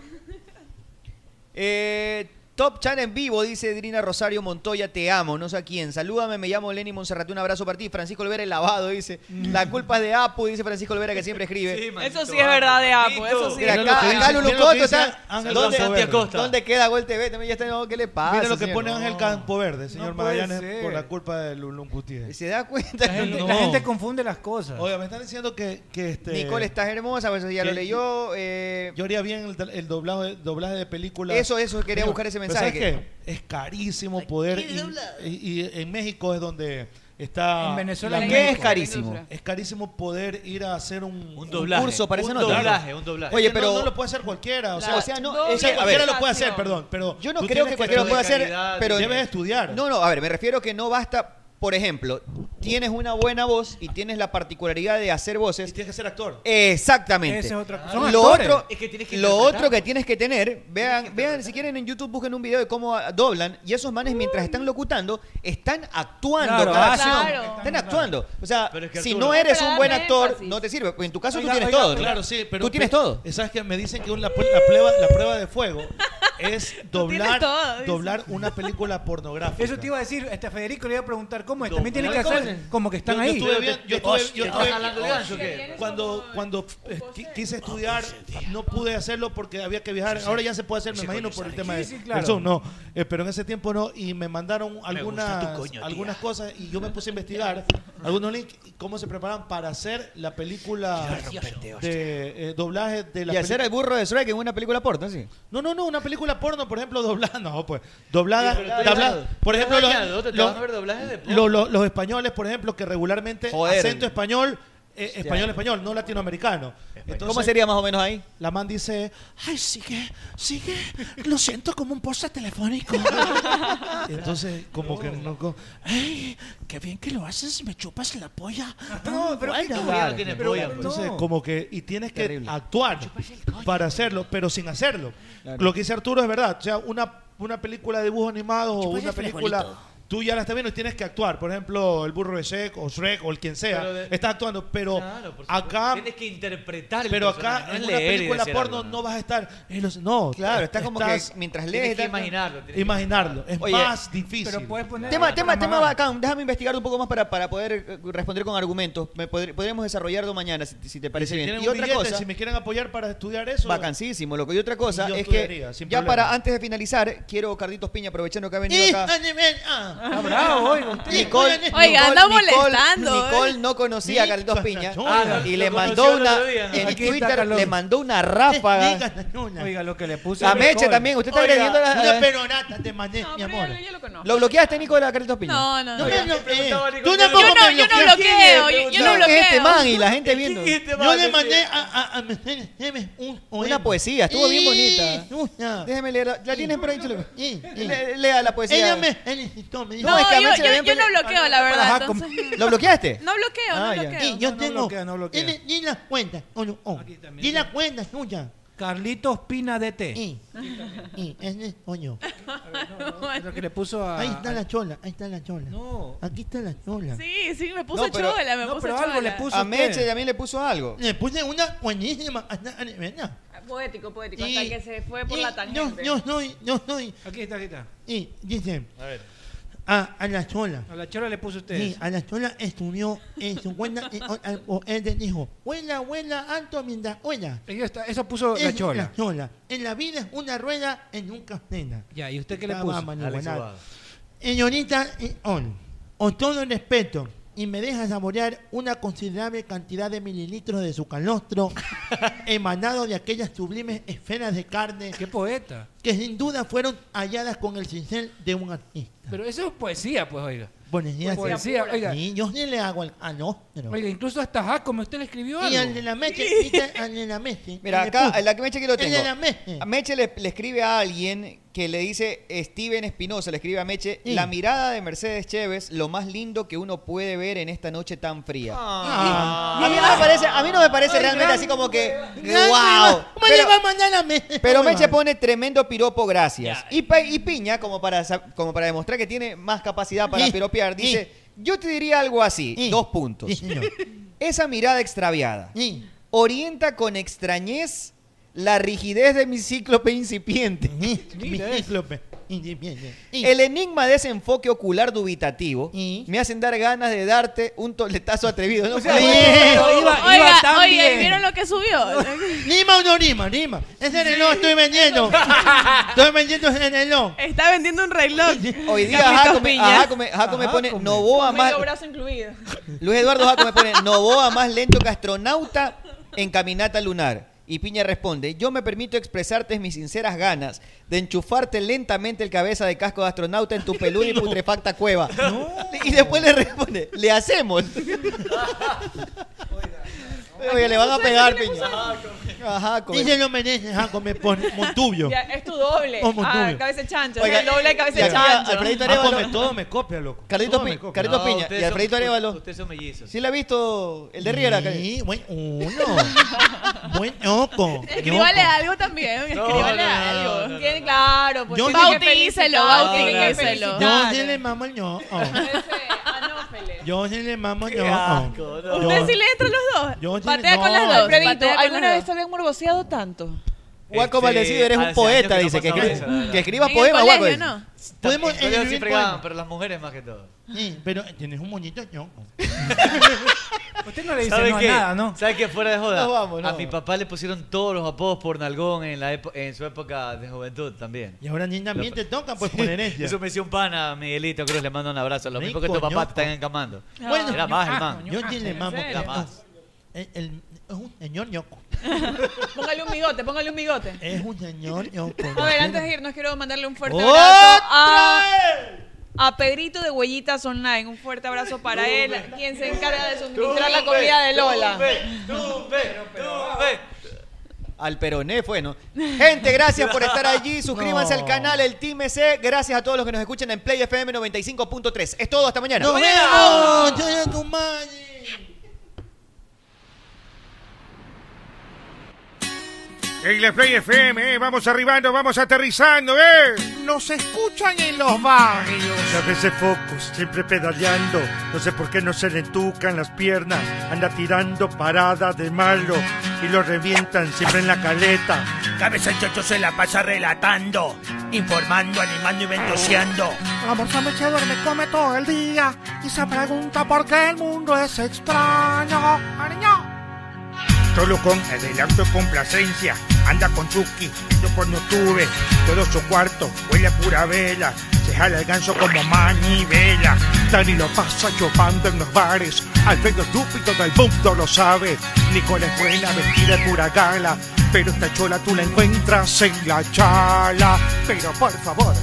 Speaker 9: Eh, Top Chan en vivo, dice Drina Rosario Montoya, te amo, no sé a quién. Salúdame, me llamo Lenny Monserrate, un abrazo para ti. Francisco Olvera el lavado, dice. La culpa es de Apu, dice Francisco Olvera que siempre escribe.
Speaker 12: Eso sí es verdad de Apu, eso sí.
Speaker 9: Mira,
Speaker 12: es verdad.
Speaker 9: acá, acá Lulu Coto está.
Speaker 5: Ángel
Speaker 9: ¿Dónde,
Speaker 5: Campo Verde.
Speaker 9: ¿Dónde queda Gol TV? También ya está. no, ¿Qué le pasa?
Speaker 5: Mira lo que
Speaker 9: señor?
Speaker 5: pone
Speaker 9: No.
Speaker 5: Ángel Campo Verde, señor
Speaker 9: puede
Speaker 5: Magallanes,
Speaker 9: ser.
Speaker 5: por la culpa de Lulun Gutiérrez.
Speaker 9: ¿Se da cuenta?
Speaker 5: La gente- la gente confunde las cosas. Oiga, me están diciendo que, que este.
Speaker 9: Nicole, estás hermosa, pues eso ya lo
Speaker 5: que-
Speaker 9: leyó.
Speaker 5: Yo haría bien el, el doblaje, doblaje de películas.
Speaker 9: Eso, eso, quería
Speaker 5: Mira,
Speaker 9: buscar
Speaker 5: pero
Speaker 9: ese mensaje
Speaker 5: ¿sabes qué? Es carísimo poder. Y, y- y en México es donde está.
Speaker 9: En Venezuela
Speaker 5: la
Speaker 9: ¿Qué es
Speaker 5: México.
Speaker 9: carísimo?
Speaker 5: Es carísimo poder ir a hacer un, un
Speaker 10: doblaje.
Speaker 5: curso para ese
Speaker 10: Un
Speaker 5: nota.
Speaker 10: doblaje, un doblaje.
Speaker 5: Oye,
Speaker 10: Es que
Speaker 5: pero.
Speaker 10: no-
Speaker 5: No,
Speaker 10: no
Speaker 5: lo puede hacer cualquiera. O
Speaker 9: La
Speaker 5: sea,
Speaker 9: no,
Speaker 5: o sea,
Speaker 9: es que- a
Speaker 5: cualquiera
Speaker 9: ver.
Speaker 5: lo puede hacer, perdón. Pero
Speaker 9: Yo no
Speaker 5: tú
Speaker 9: creo
Speaker 5: tienes
Speaker 9: que cualquiera lo pueda hacer, pero
Speaker 5: debes estudiar.
Speaker 9: No, no, a ver, me refiero que no basta, por ejemplo, tienes una buena voz y tienes la particularidad de hacer voces. Y
Speaker 5: tienes que ser actor.
Speaker 9: Exactamente.
Speaker 5: Esa es otra cosa.
Speaker 9: Lo
Speaker 5: Son actores.
Speaker 9: otro,
Speaker 5: Es que tienes que
Speaker 9: lo
Speaker 5: interpretar.
Speaker 9: otro que tienes que tener, vean, vean si quieren en YouTube busquen un video de cómo ah, doblan y esos manes mientras están locutando están actuando,
Speaker 10: Claro,
Speaker 5: ah,
Speaker 9: cada
Speaker 10: hacen-
Speaker 9: acción,
Speaker 10: Claro.
Speaker 9: están actuando. O sea,
Speaker 10: Pero es que
Speaker 9: si
Speaker 10: Arturo-
Speaker 9: no eres un buen
Speaker 10: Pero dame
Speaker 9: actor,
Speaker 10: énfasis.
Speaker 9: no te sirve. Pues, En tu caso
Speaker 5: Oiga,
Speaker 9: tú tienes
Speaker 5: oiga,
Speaker 9: todo.
Speaker 5: Claro, sí, pero
Speaker 9: tú tienes
Speaker 5: pero-
Speaker 9: todo.
Speaker 5: ¿Sabes que Me dicen que la, pu- la prueba, la prueba de fuego es doblar,
Speaker 11: todo, dice.
Speaker 5: doblar una película pornográfica.
Speaker 11: Eso te iba a decir, este Federico le iba a preguntar cómo es.
Speaker 5: No,
Speaker 11: También tiene que
Speaker 5: ¿cómo
Speaker 11: hacer
Speaker 5: es?
Speaker 11: como que están
Speaker 5: Yo-
Speaker 11: ahí.
Speaker 5: Yo estuve bien, yo estuve, yo estuve-
Speaker 11: o qué?
Speaker 5: cuando cuando eh, qui- quise estudiar no pude hacerlo porque había que viajar. Ahora ya se puede hacer, me imagino por el tema de
Speaker 11: Sí, sí, claro.
Speaker 5: del Zoom, no. Eh, pero en ese tiempo no y me mandaron algunas
Speaker 11: tu coño, tía.
Speaker 5: algunas cosas y yo me puse a investigar algunos links y cómo se preparan para hacer la película de eh, doblaje de la
Speaker 9: Y hacer
Speaker 5: peli-
Speaker 9: el burro de Shrek en una película porno, sí.
Speaker 5: no, no, no, una película porno, por ejemplo, doblada. No, pues. Doblada.
Speaker 10: Sí, pero está
Speaker 5: doblada-
Speaker 10: dañado.
Speaker 5: por
Speaker 10: Está
Speaker 5: ejemplo, los,
Speaker 10: dañado, te
Speaker 5: los-
Speaker 10: vas a ver doblajes de
Speaker 5: lo- lo- los españoles, por ejemplo, que regularmente
Speaker 9: Joder.
Speaker 5: acento español, eh,
Speaker 9: Ya.
Speaker 5: español, español, no latinoamericano. Entonces,
Speaker 9: ¿Cómo sería más o menos ahí?
Speaker 5: La man dice, ay, sigue, sigue, lo siento como un poste telefónico. Entonces, como que no. co- Ay, qué bien que lo haces, me chupas la polla.
Speaker 11: No, pero ¿qué
Speaker 5: bueno.
Speaker 11: comida
Speaker 5: Claro,
Speaker 11: tiene
Speaker 5: pero
Speaker 11: polla, pues?
Speaker 5: Entonces,
Speaker 11: No.
Speaker 5: como que, y tienes que
Speaker 11: Terrible.
Speaker 5: actuar para hacerlo, pero sin hacerlo.
Speaker 11: Claro.
Speaker 5: Lo que dice Arturo es verdad. O sea, una, una película de dibujos animados o
Speaker 11: Chupas
Speaker 5: una
Speaker 11: el
Speaker 5: película.
Speaker 11: frijolito.
Speaker 5: Tú ya la estás viendo y tienes que actuar. Por ejemplo, el burro de Shrek o Shrek o el quien sea.
Speaker 10: Pero de-
Speaker 5: está actuando, pero
Speaker 10: Claro, por supuesto.
Speaker 5: acá
Speaker 10: Tienes que interpretar el
Speaker 5: pero
Speaker 10: personaje,
Speaker 5: acá
Speaker 10: no
Speaker 5: en
Speaker 10: es
Speaker 5: una
Speaker 10: leer y
Speaker 5: película
Speaker 10: decir
Speaker 5: porno
Speaker 10: algo,
Speaker 5: no vas a estar. eh, los- no,
Speaker 9: Claro, está como que mientras lees,
Speaker 5: tienes que
Speaker 9: estás-
Speaker 5: imaginarlo.
Speaker 9: tienes
Speaker 10: que-
Speaker 5: imaginarlo. Es
Speaker 9: Oye,
Speaker 5: más difícil. Pero puedes
Speaker 11: poner.
Speaker 9: Tema, tema, tema bacán. Déjame investigar un poco más para, para poder eh, responder con argumentos. Me podr- podremos desarrollarlo mañana, si, si te parece
Speaker 5: si
Speaker 9: bien.
Speaker 5: tienen
Speaker 9: Y
Speaker 5: un
Speaker 9: otra
Speaker 5: billete,
Speaker 9: cosa,
Speaker 5: si me quieren apoyar para estudiar eso.
Speaker 9: bacancísimo, loco. Y otra cosa
Speaker 5: Yo
Speaker 9: es que,
Speaker 5: estudiaría, sin
Speaker 9: ya
Speaker 5: problema.
Speaker 9: para antes de finalizar, quiero, Carlitos Piña, aprovechando que ha venido
Speaker 5: ¡Ih!
Speaker 9: acá.
Speaker 5: Ah,
Speaker 9: bravo,
Speaker 5: oiga, usted.
Speaker 9: Nicole,
Speaker 5: Oiga,
Speaker 9: Nicole-
Speaker 13: anda
Speaker 9: Nicole-
Speaker 13: molestando,
Speaker 9: Nicole
Speaker 13: eh.
Speaker 9: no conocía a Carlitos Piña
Speaker 11: Ah,
Speaker 9: y
Speaker 11: lo conoció
Speaker 9: le mandó
Speaker 11: el
Speaker 9: una
Speaker 11: otro día, ¿no?
Speaker 9: en
Speaker 11: Aquí está,
Speaker 9: Twitter
Speaker 11: Carlos.
Speaker 9: le mandó una
Speaker 2: Eh,
Speaker 9: ráfaga.
Speaker 11: Oiga, lo que le puse.
Speaker 9: La
Speaker 11: a
Speaker 9: Meche
Speaker 11: Nicole.
Speaker 9: también, usted está
Speaker 11: Oiga,
Speaker 9: agrediendo a la-
Speaker 5: Una peronata te mandé, mi amor.
Speaker 9: ¿Lo bloqueaste, Nicole, a Carlitos Piña?
Speaker 13: No,
Speaker 5: No
Speaker 13: no, no.
Speaker 5: me
Speaker 13: no.
Speaker 5: bloquees.
Speaker 13: Nicole,
Speaker 5: Tú
Speaker 13: yo
Speaker 5: tampoco
Speaker 13: no-
Speaker 5: me
Speaker 13: yo no
Speaker 5: bloqueas.
Speaker 13: bloqueo, yo- yo no
Speaker 5: ¿Quién es este
Speaker 13: bloqueo.
Speaker 5: man?
Speaker 9: y la gente viendo.
Speaker 5: Yo le mandé a, a, a- un poema.
Speaker 9: Una poesía, estuvo bien
Speaker 5: Y-
Speaker 9: bonita.
Speaker 5: Una.
Speaker 9: Déjeme leerla. ¿La tienes por ahí, Chulo?
Speaker 5: Y- y-
Speaker 9: Le- Lea la poesía.
Speaker 5: Ella me felicitó, me dijo.
Speaker 13: No,
Speaker 9: es que a
Speaker 13: yo-
Speaker 9: Meche le
Speaker 13: yo-
Speaker 9: habían
Speaker 13: yo no
Speaker 9: pedido-
Speaker 13: bloqueo, la verdad,
Speaker 9: Ajá, com-
Speaker 13: entonces.
Speaker 9: ¿Lo bloqueaste?
Speaker 13: No bloqueo, no
Speaker 9: Ah, ya.
Speaker 13: bloqueo.
Speaker 5: Y yo
Speaker 13: No, no
Speaker 5: tengo.
Speaker 11: bloquea, no bloquea.
Speaker 5: Dile- dile la cuenta. Oh, no, oh. Dile la cuenta suya.
Speaker 11: Carlitos Pina DT.
Speaker 5: Y, y, ese, coño.
Speaker 11: Lo que le puso a.
Speaker 5: Ahí está la chola, ahí está la chola.
Speaker 11: No.
Speaker 5: Aquí está la chola.
Speaker 13: Sí, sí, me puso
Speaker 9: No, pero-
Speaker 13: chola, me
Speaker 9: no,
Speaker 13: puso
Speaker 9: pero
Speaker 13: chola.
Speaker 9: algo le puso A usted. Meche también le puso algo.
Speaker 5: Le puse una buenísima. hasta- venga.
Speaker 12: Poético, poético,
Speaker 5: Y-
Speaker 12: hasta que se fue por
Speaker 5: y
Speaker 12: la tangente.
Speaker 5: Yo, yo soy, yo soy.
Speaker 11: Aquí está, aquí está.
Speaker 5: Y dice, "Ah,
Speaker 11: A ver.
Speaker 5: a, a la chola.
Speaker 11: A la chola le puso usted.
Speaker 5: Sí, a la chola estudió eh, en su cuenta y o- al- o él le dijo, huela, huela, alto mientras huela.
Speaker 11: eso puso la
Speaker 5: Es
Speaker 11: chola.
Speaker 5: La chola. En la vida es una rueda en un castena.
Speaker 11: Ya, ¿y usted qué le
Speaker 5: Ah,
Speaker 11: puso?
Speaker 5: vamos, Alex Guanal. Señorita eh, On, con todo el respeto, y me deja saborear una considerable cantidad de mililitros de su calostro emanado de aquellas sublimes esferas de carne.
Speaker 11: ¡Qué poeta!
Speaker 5: Que sin duda fueron halladas con el cincel de un artista.
Speaker 11: Pero eso es poesía, pues, oiga.
Speaker 5: Buenos días,
Speaker 11: Poesía,
Speaker 5: señor.
Speaker 11: oiga.
Speaker 5: Sí, yo sí le hago al calostro.
Speaker 11: Oiga, incluso hasta Jaco, usted le escribió algo.
Speaker 5: Y al de la Meche, y al de la Meche.
Speaker 9: Mira,
Speaker 5: le
Speaker 9: acá,
Speaker 5: puse.
Speaker 9: la que Meche aquí lo
Speaker 5: El de
Speaker 9: tengo.
Speaker 5: la Meche.
Speaker 9: A Meche le, le escribe a alguien que le dice, Steven Espinosa le escribe a Meche, la mirada de Mercedes Chévez, lo más lindo que uno puede ver en esta noche tan fría.
Speaker 5: Ah.
Speaker 9: A, mí no me parece, a mí no me parece
Speaker 5: Ay,
Speaker 9: realmente
Speaker 5: gran-
Speaker 9: así como que,
Speaker 5: gran-
Speaker 9: wow.
Speaker 5: ¿Cómo le
Speaker 9: Pero,
Speaker 5: va a mandar a Meche?
Speaker 9: pero
Speaker 5: ¿Cómo le va
Speaker 9: Meche
Speaker 5: a-
Speaker 9: pone tremendo piropo, gracias. Y, pa- y Piña, como para, sa- como para demostrar que tiene más capacidad para
Speaker 5: Sí,
Speaker 9: piropear, dice, yo te diría algo así, dos puntos.
Speaker 5: Sí, señor.
Speaker 9: Esa mirada extraviada orienta con extrañez La rigidez de mi cíclope incipiente. El enigma de ese enfoque ocular dubitativo me hacen dar ganas de darte un toletazo atrevido. No,
Speaker 2: sea,
Speaker 9: Pero-
Speaker 2: bueno, iba- iba
Speaker 35: Oiga,
Speaker 2: tan
Speaker 35: oiga,
Speaker 2: bien.
Speaker 35: ¿vieron lo que subió?
Speaker 2: Nima o no Nima, Nima. Ese reloj estoy vendiendo. estoy vendiendo ese reloj.
Speaker 35: Está vendiendo un reloj.
Speaker 9: Hoy día Jacome, a Jacome- Jacome pone Novoa más.
Speaker 35: Medio brazo incluido.
Speaker 9: Luis Eduardo Jacome pone Novoa más lento que astronauta en caminata lunar. Y Piña responde, yo me permito expresarte mis sinceras ganas de enchufarte lentamente el cabeza de casco de astronauta en tu peluda y putrefacta cueva. Y después le responde, le hacemos. Oye, le van a pegar, Piña. Ajá,
Speaker 2: Y se lo merece, Jacome, por Montubio.
Speaker 12: Ya, es tu doble.
Speaker 2: Oh, muy
Speaker 12: ah,
Speaker 2: doble.
Speaker 12: cabeza de chancho.
Speaker 2: Oiga,
Speaker 12: es el doble de cabeza
Speaker 9: y
Speaker 12: de
Speaker 9: aquí
Speaker 12: chancho.
Speaker 9: Alfredito
Speaker 12: Ah,
Speaker 9: Arevalo.
Speaker 12: come
Speaker 5: Todo me copia, loco.
Speaker 9: Carlito,
Speaker 5: Todo
Speaker 9: Pi-
Speaker 5: me copia.
Speaker 9: Carlito
Speaker 5: No,
Speaker 9: Piña
Speaker 5: ustedes
Speaker 9: y
Speaker 5: son-
Speaker 9: Alfredito Arevalo.
Speaker 10: Ustedes son mellizos.
Speaker 9: ¿Sí le ha visto el de Riera?
Speaker 2: Sí,
Speaker 9: buen uno.
Speaker 2: Buen oco.
Speaker 35: Escríbale algo también, escríbale algo.
Speaker 12: Tiene- claro, pues
Speaker 35: Yo-
Speaker 12: tiene que
Speaker 35: Bautícelo,
Speaker 12: felicitar,
Speaker 35: bautícelo.
Speaker 12: tiene que
Speaker 35: Bautícelo.
Speaker 12: felicitar.
Speaker 2: Yo sí le mamo el ño. Yo sí le mamo el
Speaker 12: Qué
Speaker 2: ño.
Speaker 12: asco, no.
Speaker 2: Yo-
Speaker 12: ¿Usted sí le entra a los dos?
Speaker 2: Yo sí le-
Speaker 12: Patea con
Speaker 2: no.
Speaker 12: las dos. Alfredito,
Speaker 35: Patea con
Speaker 12: ¿alguna
Speaker 35: las
Speaker 12: vez te habían morboseado tanto?
Speaker 9: Guaco Valdecido, eres un
Speaker 10: hace
Speaker 9: poeta,
Speaker 10: años
Speaker 9: dice, que,
Speaker 10: que no pasaba
Speaker 9: escri-
Speaker 10: eso,
Speaker 9: que escribas
Speaker 35: En el
Speaker 9: poemas, Guaco.
Speaker 35: colegio,
Speaker 9: dice.
Speaker 35: ¿no?
Speaker 10: Podemos
Speaker 9: escribir
Speaker 10: sí
Speaker 9: poemas.
Speaker 10: fregaban, pero las mujeres más que todo.
Speaker 2: Sí, pero tienes un moñito ñoco.
Speaker 36: Usted no le dice
Speaker 10: ¿Sabe
Speaker 36: no a
Speaker 10: qué?
Speaker 36: nada, ¿no?
Speaker 10: ¿Sabe qué? Fuera de joda.
Speaker 36: Nos vamos, nos
Speaker 10: a mi papá le pusieron todos los apodos por nalgón en, la epo- en su época de juventud también.
Speaker 2: Y ahora ni también te toca, pues, poner ella.
Speaker 10: Eso me hizo un pana, Miguelito Cruz, le mando un abrazo. Lo mismo que tu
Speaker 2: Rico,
Speaker 10: papá te
Speaker 2: ñoco.
Speaker 10: están encamando.
Speaker 2: Bueno,
Speaker 10: Era más,
Speaker 12: ah,
Speaker 2: ñocazo,
Speaker 10: hermano.
Speaker 2: Yo sí le mamo.
Speaker 10: Era más.
Speaker 2: El- el- Es un señor ñoco.
Speaker 12: Póngale un bigote, póngale un bigote.
Speaker 2: Es un señor ñoco.
Speaker 12: A ver, antes de irnos quiero mandarle un fuerte
Speaker 2: ¡Otra
Speaker 12: abrazo a, a Pedrito de Huellitas Online. Un fuerte abrazo para él, quien se encarga de suministrar la comida de Lola.
Speaker 9: Al peroné fue, ¿no? Gente, gracias por estar allí. Suscríbanse al canal El Team EC. Gracias a todos los que nos escuchan en Play FM 95.3. Es todo, hasta mañana.
Speaker 2: ¡Nos vemos! ¡Yo ya tu madre!
Speaker 7: En la Play FM, eh, vamos arribando, vamos aterrizando, ¿eh? Nos escuchan en los barrios.
Speaker 3: A veces focos, siempre pedaleando. No sé por qué no se le entucan las piernas. Anda tirando parada de malo y lo revientan siempre en la caleta.
Speaker 4: Cabeza el chocho se la pasa relatando, informando, animando y ventoseando.
Speaker 7: El amor sándwich se duerme, come todo el día y se pregunta por qué el mundo es extraño.
Speaker 3: Solo con adelanto y complacencia. Anda con Chucky, yo por no tuve. Todo su cuarto huele a pura vela. Se jala el ganso como manivela. Dani lo pasa chupando en los bares. Alfredo estúpido del mundo lo sabe. Nicole es buena, vestida de pura gala. Pero esta chola tú la encuentras en la chala. Pero por favor,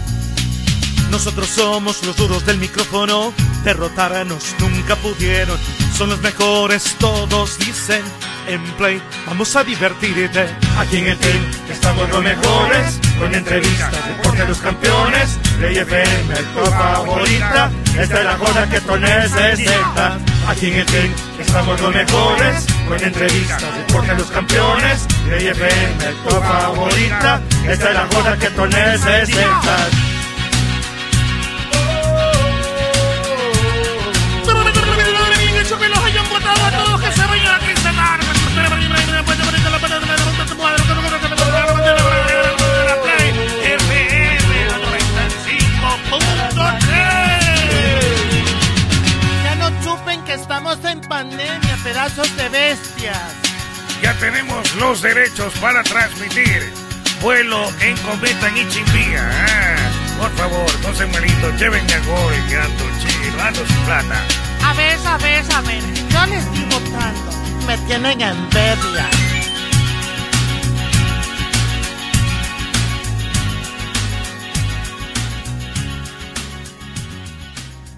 Speaker 6: Nosotros somos los duros del micrófono, derrotarnos nunca pudieron. Son los mejores, todos dicen. En Play, vamos a divertirte. Aquí en el team estamos los mejores, con entrevistas, deporte los campeones. Play FM, tu favorita, esta es la joda que tú necesitas. Aquí en el team estamos los mejores, con entrevistas, deporte los campeones. Play FM, tu favorita, esta es la joda que tú necesitas.
Speaker 37: los hayan votado a todos que se vayan a cristalar.
Speaker 2: Ya no chupen que estamos en pandemia, pedazos de bestias.
Speaker 3: Ya tenemos los derechos para transmitir vuelo en cometa en Ichimbía. Ah, por favor, no se malito, llévenme a gol, que ando chido, ando sin plata.
Speaker 2: A ver, a ver, a ver. Yo les digo tanto. Me tienen envidia.